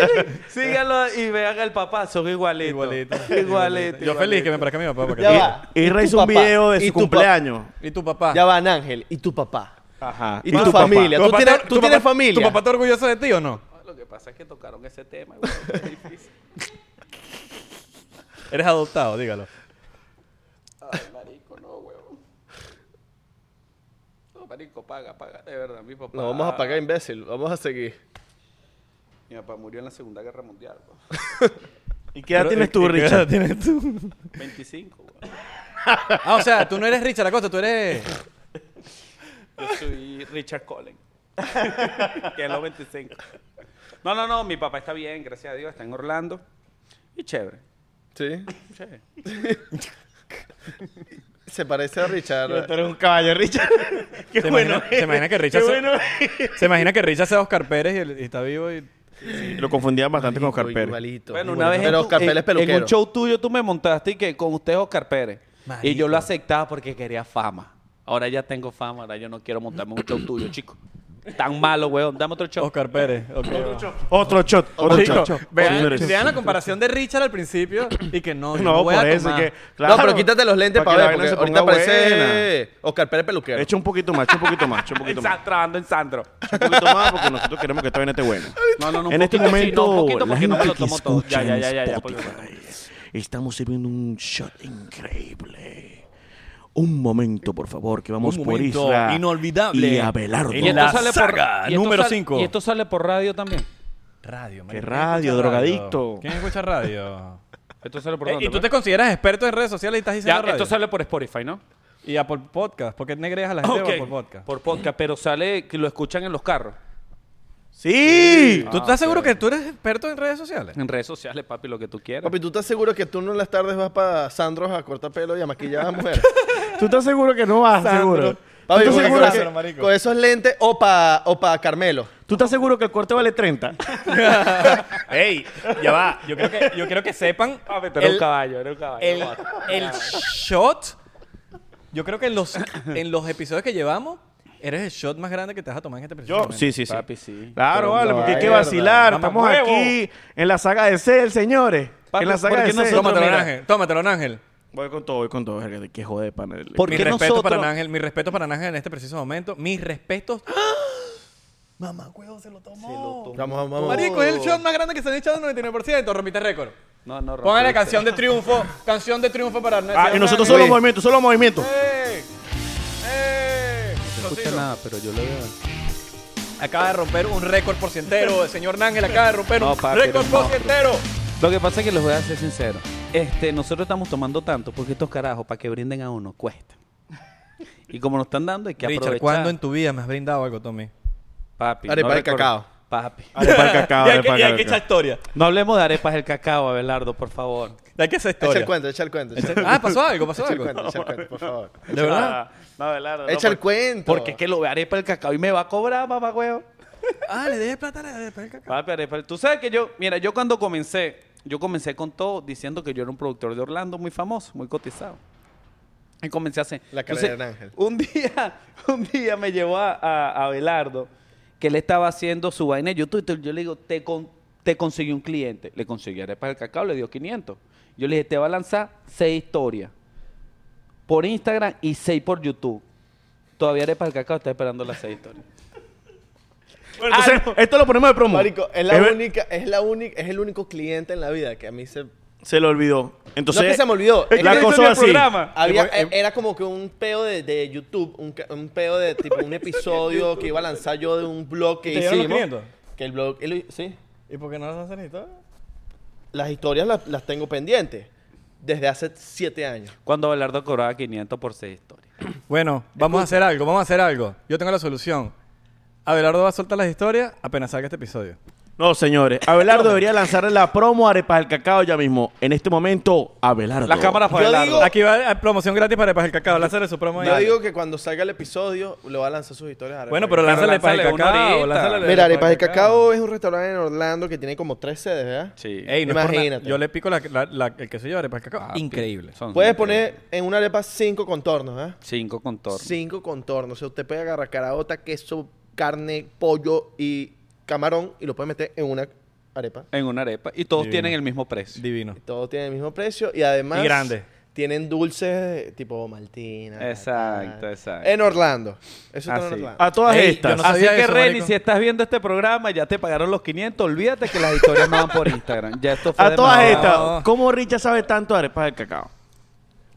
[SPEAKER 5] Síganlo y vean el papá, son igualitos.
[SPEAKER 2] Igualito.
[SPEAKER 5] Igualitos. Igualito.
[SPEAKER 2] Yo feliz que me parezca a mi papá. porque-
[SPEAKER 6] Ya va.
[SPEAKER 4] Isra
[SPEAKER 6] ¿Y tu
[SPEAKER 4] hizo un
[SPEAKER 6] papá?
[SPEAKER 4] video de
[SPEAKER 6] ¿Y
[SPEAKER 4] su
[SPEAKER 6] tu pa-
[SPEAKER 4] cumpleaños.
[SPEAKER 2] Y tu papá.
[SPEAKER 6] Ya van, Ángel. ¿Y tu papá?
[SPEAKER 4] Ajá.
[SPEAKER 6] ¿Y tu, familia?
[SPEAKER 2] ¿Tu
[SPEAKER 6] ¿Tú
[SPEAKER 2] papá
[SPEAKER 6] tienes,
[SPEAKER 2] está-
[SPEAKER 6] tú
[SPEAKER 2] tu
[SPEAKER 6] tienes
[SPEAKER 2] papá-
[SPEAKER 6] familia?
[SPEAKER 2] ¿Tu papá está orgulloso de ti o no?
[SPEAKER 5] Ah, Lo que pasa es que tocaron ese tema. güey, es difícil.
[SPEAKER 2] Eres adoptado, dígalo.
[SPEAKER 5] Ay, marico, no, huevón. No, marico, paga, paga. De verdad, mi papá.
[SPEAKER 1] No, vamos a pagar, imbécil. Vamos a seguir.
[SPEAKER 5] Mi papá murió en la Segunda Guerra Mundial. güey.
[SPEAKER 4] ¿Y qué edad
[SPEAKER 2] Pero-
[SPEAKER 4] tienes
[SPEAKER 2] ¿y-
[SPEAKER 4] tú,
[SPEAKER 2] y qué edad
[SPEAKER 4] Richard?
[SPEAKER 2] tienes tú?
[SPEAKER 5] 25, güey.
[SPEAKER 2] Ah, o sea, tú no eres Richard Acosta, tú eres...
[SPEAKER 5] Yo soy Richard Collins. que es los 25. No, no, no, mi papá está bien, gracias a Dios, está en Orlando. Y chévere.
[SPEAKER 1] Sí.
[SPEAKER 5] chévere.
[SPEAKER 1] Se parece a Richard.
[SPEAKER 4] Tú eres un caballo, Richard. Qué
[SPEAKER 2] Se
[SPEAKER 4] bueno.
[SPEAKER 2] imagina- se imagina que Richard
[SPEAKER 4] Qué
[SPEAKER 2] se-
[SPEAKER 4] bueno.
[SPEAKER 2] Se imagina que Richard sea Oscar Pérez y, él- y está vivo y...
[SPEAKER 4] Lo confundían bastante con Oscar
[SPEAKER 1] Uy,
[SPEAKER 4] Pérez.
[SPEAKER 1] Igualito.
[SPEAKER 5] Bueno,
[SPEAKER 1] Igualito.
[SPEAKER 5] una vez en
[SPEAKER 1] Pero
[SPEAKER 5] tu-
[SPEAKER 1] Oscar
[SPEAKER 5] en,
[SPEAKER 1] Pérez es
[SPEAKER 5] en
[SPEAKER 1] peluquero.
[SPEAKER 5] un show tuyo tú me montaste y que con usted es Oscar Pérez. Y yo
[SPEAKER 2] Marico.
[SPEAKER 5] lo aceptaba porque quería fama. Ahora ya tengo fama, ahora yo no quiero montarme en un show tuyo, chico. Tan malo, weón. Dame otro show.
[SPEAKER 2] Oscar Pérez. ok, va.
[SPEAKER 4] Otro shot. Otro
[SPEAKER 2] Chico,
[SPEAKER 4] shot.
[SPEAKER 2] vean,
[SPEAKER 4] Otro shot.
[SPEAKER 2] vean la comparación de Richard al principio y que no, yo no,
[SPEAKER 4] No,
[SPEAKER 2] voy
[SPEAKER 4] por
[SPEAKER 2] a
[SPEAKER 4] eso.
[SPEAKER 2] tomar.
[SPEAKER 4] Que, claro,
[SPEAKER 1] no, pero quítate los lentes para,
[SPEAKER 4] que la
[SPEAKER 1] ver, porque
[SPEAKER 4] vaina
[SPEAKER 1] ahorita
[SPEAKER 4] se ponga
[SPEAKER 1] parece Oscar Pérez peluquero.
[SPEAKER 4] buena. Echa un poquito más, echa un poquito más, echa un poquito
[SPEAKER 5] En
[SPEAKER 4] más.
[SPEAKER 5] San- Trabajando en Sandro.
[SPEAKER 4] Echa un poquito más porque nosotros queremos que esta vaina esté buena.
[SPEAKER 5] No, no, no. un
[SPEAKER 4] en este
[SPEAKER 5] poquito sí,
[SPEAKER 4] momento,
[SPEAKER 5] no, un poquito
[SPEAKER 4] la
[SPEAKER 5] porque
[SPEAKER 4] gente
[SPEAKER 5] no me lo
[SPEAKER 4] que
[SPEAKER 5] tomo todo. Ya,
[SPEAKER 4] escucha
[SPEAKER 5] ya,
[SPEAKER 4] en
[SPEAKER 5] ya, ya. ya,
[SPEAKER 4] Spotify,
[SPEAKER 5] pues,
[SPEAKER 4] estamos sirviendo un shot increíble. Un momento, por favor, que vamos
[SPEAKER 2] Un
[SPEAKER 4] por
[SPEAKER 2] momento
[SPEAKER 4] Isra
[SPEAKER 2] inolvidable.
[SPEAKER 4] y Abelardo.
[SPEAKER 2] En la saga
[SPEAKER 5] y esto
[SPEAKER 2] número
[SPEAKER 5] sale-
[SPEAKER 2] cinco.
[SPEAKER 5] Y esto sale por radio también.
[SPEAKER 2] Radio,
[SPEAKER 4] ¿Qué
[SPEAKER 2] marico, ¿quién
[SPEAKER 4] radio,
[SPEAKER 2] escucha
[SPEAKER 4] drogadicto?
[SPEAKER 2] ¿Quién escucha radio?
[SPEAKER 5] Esto sale por
[SPEAKER 2] Eh, y tú te consideras experto en redes sociales y estás
[SPEAKER 5] Ya,
[SPEAKER 2] diciendo radio.
[SPEAKER 5] esto sale por Spotify, ¿no?
[SPEAKER 2] Y a por podcast, porque negreas a la gente
[SPEAKER 5] Ok.
[SPEAKER 2] por podcast.
[SPEAKER 5] Por podcast, pero sale que lo escuchan en los carros.
[SPEAKER 4] ¡Sí!
[SPEAKER 3] Ah,
[SPEAKER 2] ¿Tú estás seguro que tú eres experto en redes sociales?
[SPEAKER 5] En redes sociales, papi, lo que tú quieras.
[SPEAKER 1] Papi, ¿tú estás seguro que tú no en las tardes vas para Sandros a cortar pelo y a maquillar a mujeres?
[SPEAKER 3] ¿Tú estás seguro que no vas? Seguro.
[SPEAKER 1] Papi,
[SPEAKER 3] ¿Tú estás
[SPEAKER 1] porque
[SPEAKER 3] seguro
[SPEAKER 1] con-
[SPEAKER 3] que-
[SPEAKER 1] con- con esos lentes o para o pa Carmelo.
[SPEAKER 3] ¿Tú estás seguro que el corte vale 30?
[SPEAKER 2] ¡Ey! Ya va. Yo creo que, yo creo que sepan.
[SPEAKER 5] Papi, tú eres un
[SPEAKER 2] el-
[SPEAKER 5] caballo, eres un caballo.
[SPEAKER 2] El, el shot. Yo creo que en los, en los episodios que llevamos, eres el shot más grande que te vas a tomar en este preciso
[SPEAKER 4] Yo,
[SPEAKER 2] momento.
[SPEAKER 4] sí, sí, sí.
[SPEAKER 5] Papi, sí.
[SPEAKER 4] Claro,
[SPEAKER 1] Pero
[SPEAKER 4] vale,
[SPEAKER 1] no,
[SPEAKER 4] porque hay que
[SPEAKER 1] mierda.
[SPEAKER 4] vacilar.
[SPEAKER 2] Mamá
[SPEAKER 4] Estamos
[SPEAKER 2] huevo.
[SPEAKER 4] aquí en la saga de Cell, señores.
[SPEAKER 5] Papi,
[SPEAKER 4] en la saga
[SPEAKER 5] ¿por
[SPEAKER 4] de
[SPEAKER 5] qué
[SPEAKER 4] Cell.
[SPEAKER 5] nosotros,
[SPEAKER 2] Tómatelo,
[SPEAKER 5] mira,
[SPEAKER 2] Ángel. Tómatelo, Ángel.
[SPEAKER 4] Voy con todo, voy con todo. verga, Qué joder, pana.
[SPEAKER 6] ¿Por
[SPEAKER 2] Mi
[SPEAKER 6] qué
[SPEAKER 2] respeto
[SPEAKER 6] nosotros-
[SPEAKER 2] para Ángel, mi respeto para Ángel en este preciso momento. Mis respetos. Mamá, huevo, se lo tomó.
[SPEAKER 1] Vamos, vamos, vamos.
[SPEAKER 2] Marico, es el shot más grande que se han echado en 99%. Rompiste récord.
[SPEAKER 5] No, no,
[SPEAKER 2] Póngale
[SPEAKER 5] rompiste.
[SPEAKER 2] canción de triunfo. Canción de triunfo para Ángel.
[SPEAKER 4] Ah, y nosotros solo movimientos, solo movimientos.
[SPEAKER 2] ¡Eh! ¡Eh! Cocino.
[SPEAKER 5] pero yo lo veo.
[SPEAKER 2] Acaba de romper un récord porcientero. El señor Nángel acaba de romper
[SPEAKER 5] No,
[SPEAKER 2] un
[SPEAKER 5] papi,
[SPEAKER 2] récord
[SPEAKER 5] no.
[SPEAKER 2] porcientero.
[SPEAKER 5] Lo que pasa es que les voy a ser sincero. Este, nosotros estamos tomando tanto porque estos carajos, para que brinden a uno, cuesta. Y como nos están dando, hay que
[SPEAKER 2] Richard,
[SPEAKER 5] aprovechar.
[SPEAKER 2] ¿cuándo en tu vida me has brindado algo, Tommy?
[SPEAKER 5] Papi.
[SPEAKER 1] Arepa de
[SPEAKER 5] recor-
[SPEAKER 1] cacao.
[SPEAKER 5] Papi.
[SPEAKER 4] Arepa el cacao,
[SPEAKER 2] y hay
[SPEAKER 4] arepa
[SPEAKER 2] que,
[SPEAKER 4] el
[SPEAKER 2] y hay que
[SPEAKER 4] cacao.
[SPEAKER 2] echar historia.
[SPEAKER 5] No hablemos de arepas del cacao, Abelardo, por favor.
[SPEAKER 2] Y Hay que hacer
[SPEAKER 1] Echa el
[SPEAKER 2] historia.
[SPEAKER 1] cuento, echa el cuento. Echa el
[SPEAKER 2] Ah, pasó algo, pasó
[SPEAKER 1] echa el
[SPEAKER 2] algo.
[SPEAKER 1] cuento, echa el cuento, por favor.
[SPEAKER 2] ¿De verdad?
[SPEAKER 5] Ah.
[SPEAKER 4] No, Abelardo, no,
[SPEAKER 1] Echa el cuento.
[SPEAKER 5] Porque es que lo ve arepa del cacao y me va a cobrar, papá, huevo.
[SPEAKER 2] Ah, le dejé plata a la de Perca.
[SPEAKER 5] Papi, arepa. Tú sabes que yo, mira, yo cuando comencé, yo comencé con todo diciendo que yo era un productor de Orlando muy famoso, muy cotizado. Y comencé a hacer.
[SPEAKER 1] La cara
[SPEAKER 5] Entonces,
[SPEAKER 1] de Ángel.
[SPEAKER 5] Un día, un día me llevó a, a, a Belardo, que él estaba haciendo su vaina en YouTube. Entonces Yo le digo, te, con- te conseguí un cliente. Le conseguí arepa del cacao, le dio 500. Yo le dije, te va a lanzar seis historias por Instagram y seis por YouTube. Todavía arepa del cacao está esperando las seis historias.
[SPEAKER 4] Bueno, entonces, esto lo ponemos de promo.
[SPEAKER 1] Ah, Marico, es la
[SPEAKER 4] ver-
[SPEAKER 1] única, es la única, es el único cliente en la vida que a mí se...
[SPEAKER 4] Se lo olvidó. Entonces,
[SPEAKER 1] no que se me olvidó. es
[SPEAKER 4] la
[SPEAKER 1] que
[SPEAKER 4] cosa va así.
[SPEAKER 1] había- eh, era como que un peo de, de YouTube, un, ca- un peo de tipo un episodio que iba a lanzar yo de un blog que
[SPEAKER 2] ¿Te dieron los
[SPEAKER 1] hicimos.
[SPEAKER 2] 500?
[SPEAKER 1] Que el blog, el- sí.
[SPEAKER 2] ¿Y por qué no lo hacen historia?
[SPEAKER 1] Las historias las, las tengo pendientes desde hace siete años.
[SPEAKER 5] Cuando Belardo cobraba 500 por seis historias.
[SPEAKER 2] Bueno, vamos a hacer algo, vamos a hacer algo. Yo tengo la solución. Abelardo va a soltar las historias apenas salga este episodio.
[SPEAKER 4] No, señores. Abelardo debería lanzarle la promo Arepa del Cacao ya mismo. En este momento, Abelardo.
[SPEAKER 5] Las cámaras para
[SPEAKER 1] Yo
[SPEAKER 5] Abelardo.
[SPEAKER 1] digo-
[SPEAKER 2] Aquí va eh, promoción gratis para Arepas el Cacao. Lánzale su promo ahí.
[SPEAKER 1] Yo digo que cuando salga el episodio, lo va a lanzar sus historias. a la
[SPEAKER 2] Bueno,
[SPEAKER 1] red.
[SPEAKER 2] pero lánzale Arepas el
[SPEAKER 5] lánzale una
[SPEAKER 2] Cacao.
[SPEAKER 5] ahorita.
[SPEAKER 2] lánzale
[SPEAKER 1] Mira, Arepas
[SPEAKER 2] Arepas
[SPEAKER 1] de Cacao es un restaurante en Orlando que tiene como tres sedes, ¿verdad?
[SPEAKER 5] Sí.
[SPEAKER 2] Ey, no es por nada.
[SPEAKER 1] Imagínate.
[SPEAKER 2] Yo le pico la, la- la- el queso de Arepas el Cacao. Ah,
[SPEAKER 5] Papi,
[SPEAKER 2] Increíble.
[SPEAKER 5] son
[SPEAKER 1] Puedes
[SPEAKER 5] increíbles.
[SPEAKER 1] poner en una arepa cinco contornos, ¿verdad?
[SPEAKER 5] cinco contornos.
[SPEAKER 1] Cinco contornos. O sea, usted puede agarrar caraota, queso, carne, pollo y camarón y lo puedes meter en una arepa.
[SPEAKER 5] En una arepa. Y todos
[SPEAKER 2] Divino.
[SPEAKER 5] tienen el mismo precio.
[SPEAKER 2] Divino.
[SPEAKER 1] Todos tienen el mismo precio y además...
[SPEAKER 2] Y grande.
[SPEAKER 1] Tienen dulces tipo maltina.
[SPEAKER 5] Exacto,
[SPEAKER 1] tal.
[SPEAKER 5] exacto.
[SPEAKER 1] En Orlando. Eso está
[SPEAKER 5] Ah,
[SPEAKER 1] en
[SPEAKER 5] sí.
[SPEAKER 1] Orlando.
[SPEAKER 3] A todas
[SPEAKER 2] Ey, yo
[SPEAKER 3] estas.
[SPEAKER 2] no
[SPEAKER 5] Así
[SPEAKER 2] sabía
[SPEAKER 5] que
[SPEAKER 2] eso,
[SPEAKER 5] Reni,
[SPEAKER 2] marico.
[SPEAKER 5] si estás viendo este programa, ya te pagaron los 500. Olvídate que las historias no van por Instagram. Ya esto fue
[SPEAKER 3] A todas
[SPEAKER 5] demasiado.
[SPEAKER 3] estas.
[SPEAKER 4] ¿Cómo Richa sabe tanto de arepas de cacao?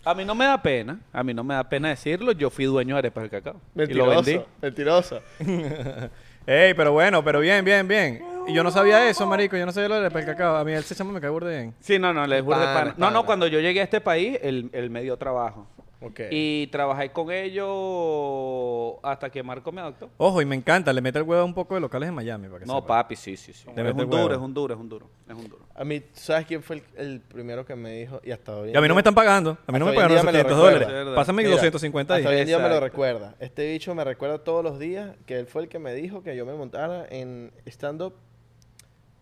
[SPEAKER 5] A mí no me da pena. A mí no me da pena decirlo. Yo fui dueño de arepas del cacao. Y lo vendí.
[SPEAKER 1] Mentiroso. Mentiroso.
[SPEAKER 2] Ey, pero bueno, pero bien, bien, bien. Y yo no sabía eso, marico. Yo no sabía lo del pel cacao. A mí el chamo me cae burda bien.
[SPEAKER 5] Sí, no, no, les juro de
[SPEAKER 1] Pana,
[SPEAKER 5] pana. No,
[SPEAKER 1] pana.
[SPEAKER 5] no, cuando yo llegué a este país, él, él me dio trabajo.
[SPEAKER 1] Ok.
[SPEAKER 5] Y trabajé con ellos hasta que Marco me adoptó.
[SPEAKER 2] Ojo, y me encanta. Le mete el huevo a un poco de locales en Miami. Para que
[SPEAKER 5] No,
[SPEAKER 2] sepa. Este
[SPEAKER 5] papi, sí, sí, sí.
[SPEAKER 2] Te
[SPEAKER 5] es
[SPEAKER 2] mete
[SPEAKER 5] un duro,
[SPEAKER 2] huevo.
[SPEAKER 5] es un duro, es un duro, es un duro.
[SPEAKER 1] A mí, ¿sabes quién fue el, el primero que me dijo? Y hasta hoy.
[SPEAKER 2] Y a mí no me están pagando. A mí
[SPEAKER 1] Hasta
[SPEAKER 2] no me
[SPEAKER 1] hoy en
[SPEAKER 2] pagaron
[SPEAKER 1] día
[SPEAKER 2] los
[SPEAKER 1] me lo
[SPEAKER 2] 700
[SPEAKER 1] recuerda.
[SPEAKER 2] dólares.
[SPEAKER 5] Es verdad.
[SPEAKER 2] Pásame
[SPEAKER 1] Mira,
[SPEAKER 2] 250
[SPEAKER 1] Hasta hoy
[SPEAKER 2] ahí.
[SPEAKER 1] en día me lo
[SPEAKER 5] Exacto.
[SPEAKER 1] recuerda. Este bicho me recuerda todos los días que él fue el que me dijo que yo me montara en stand-up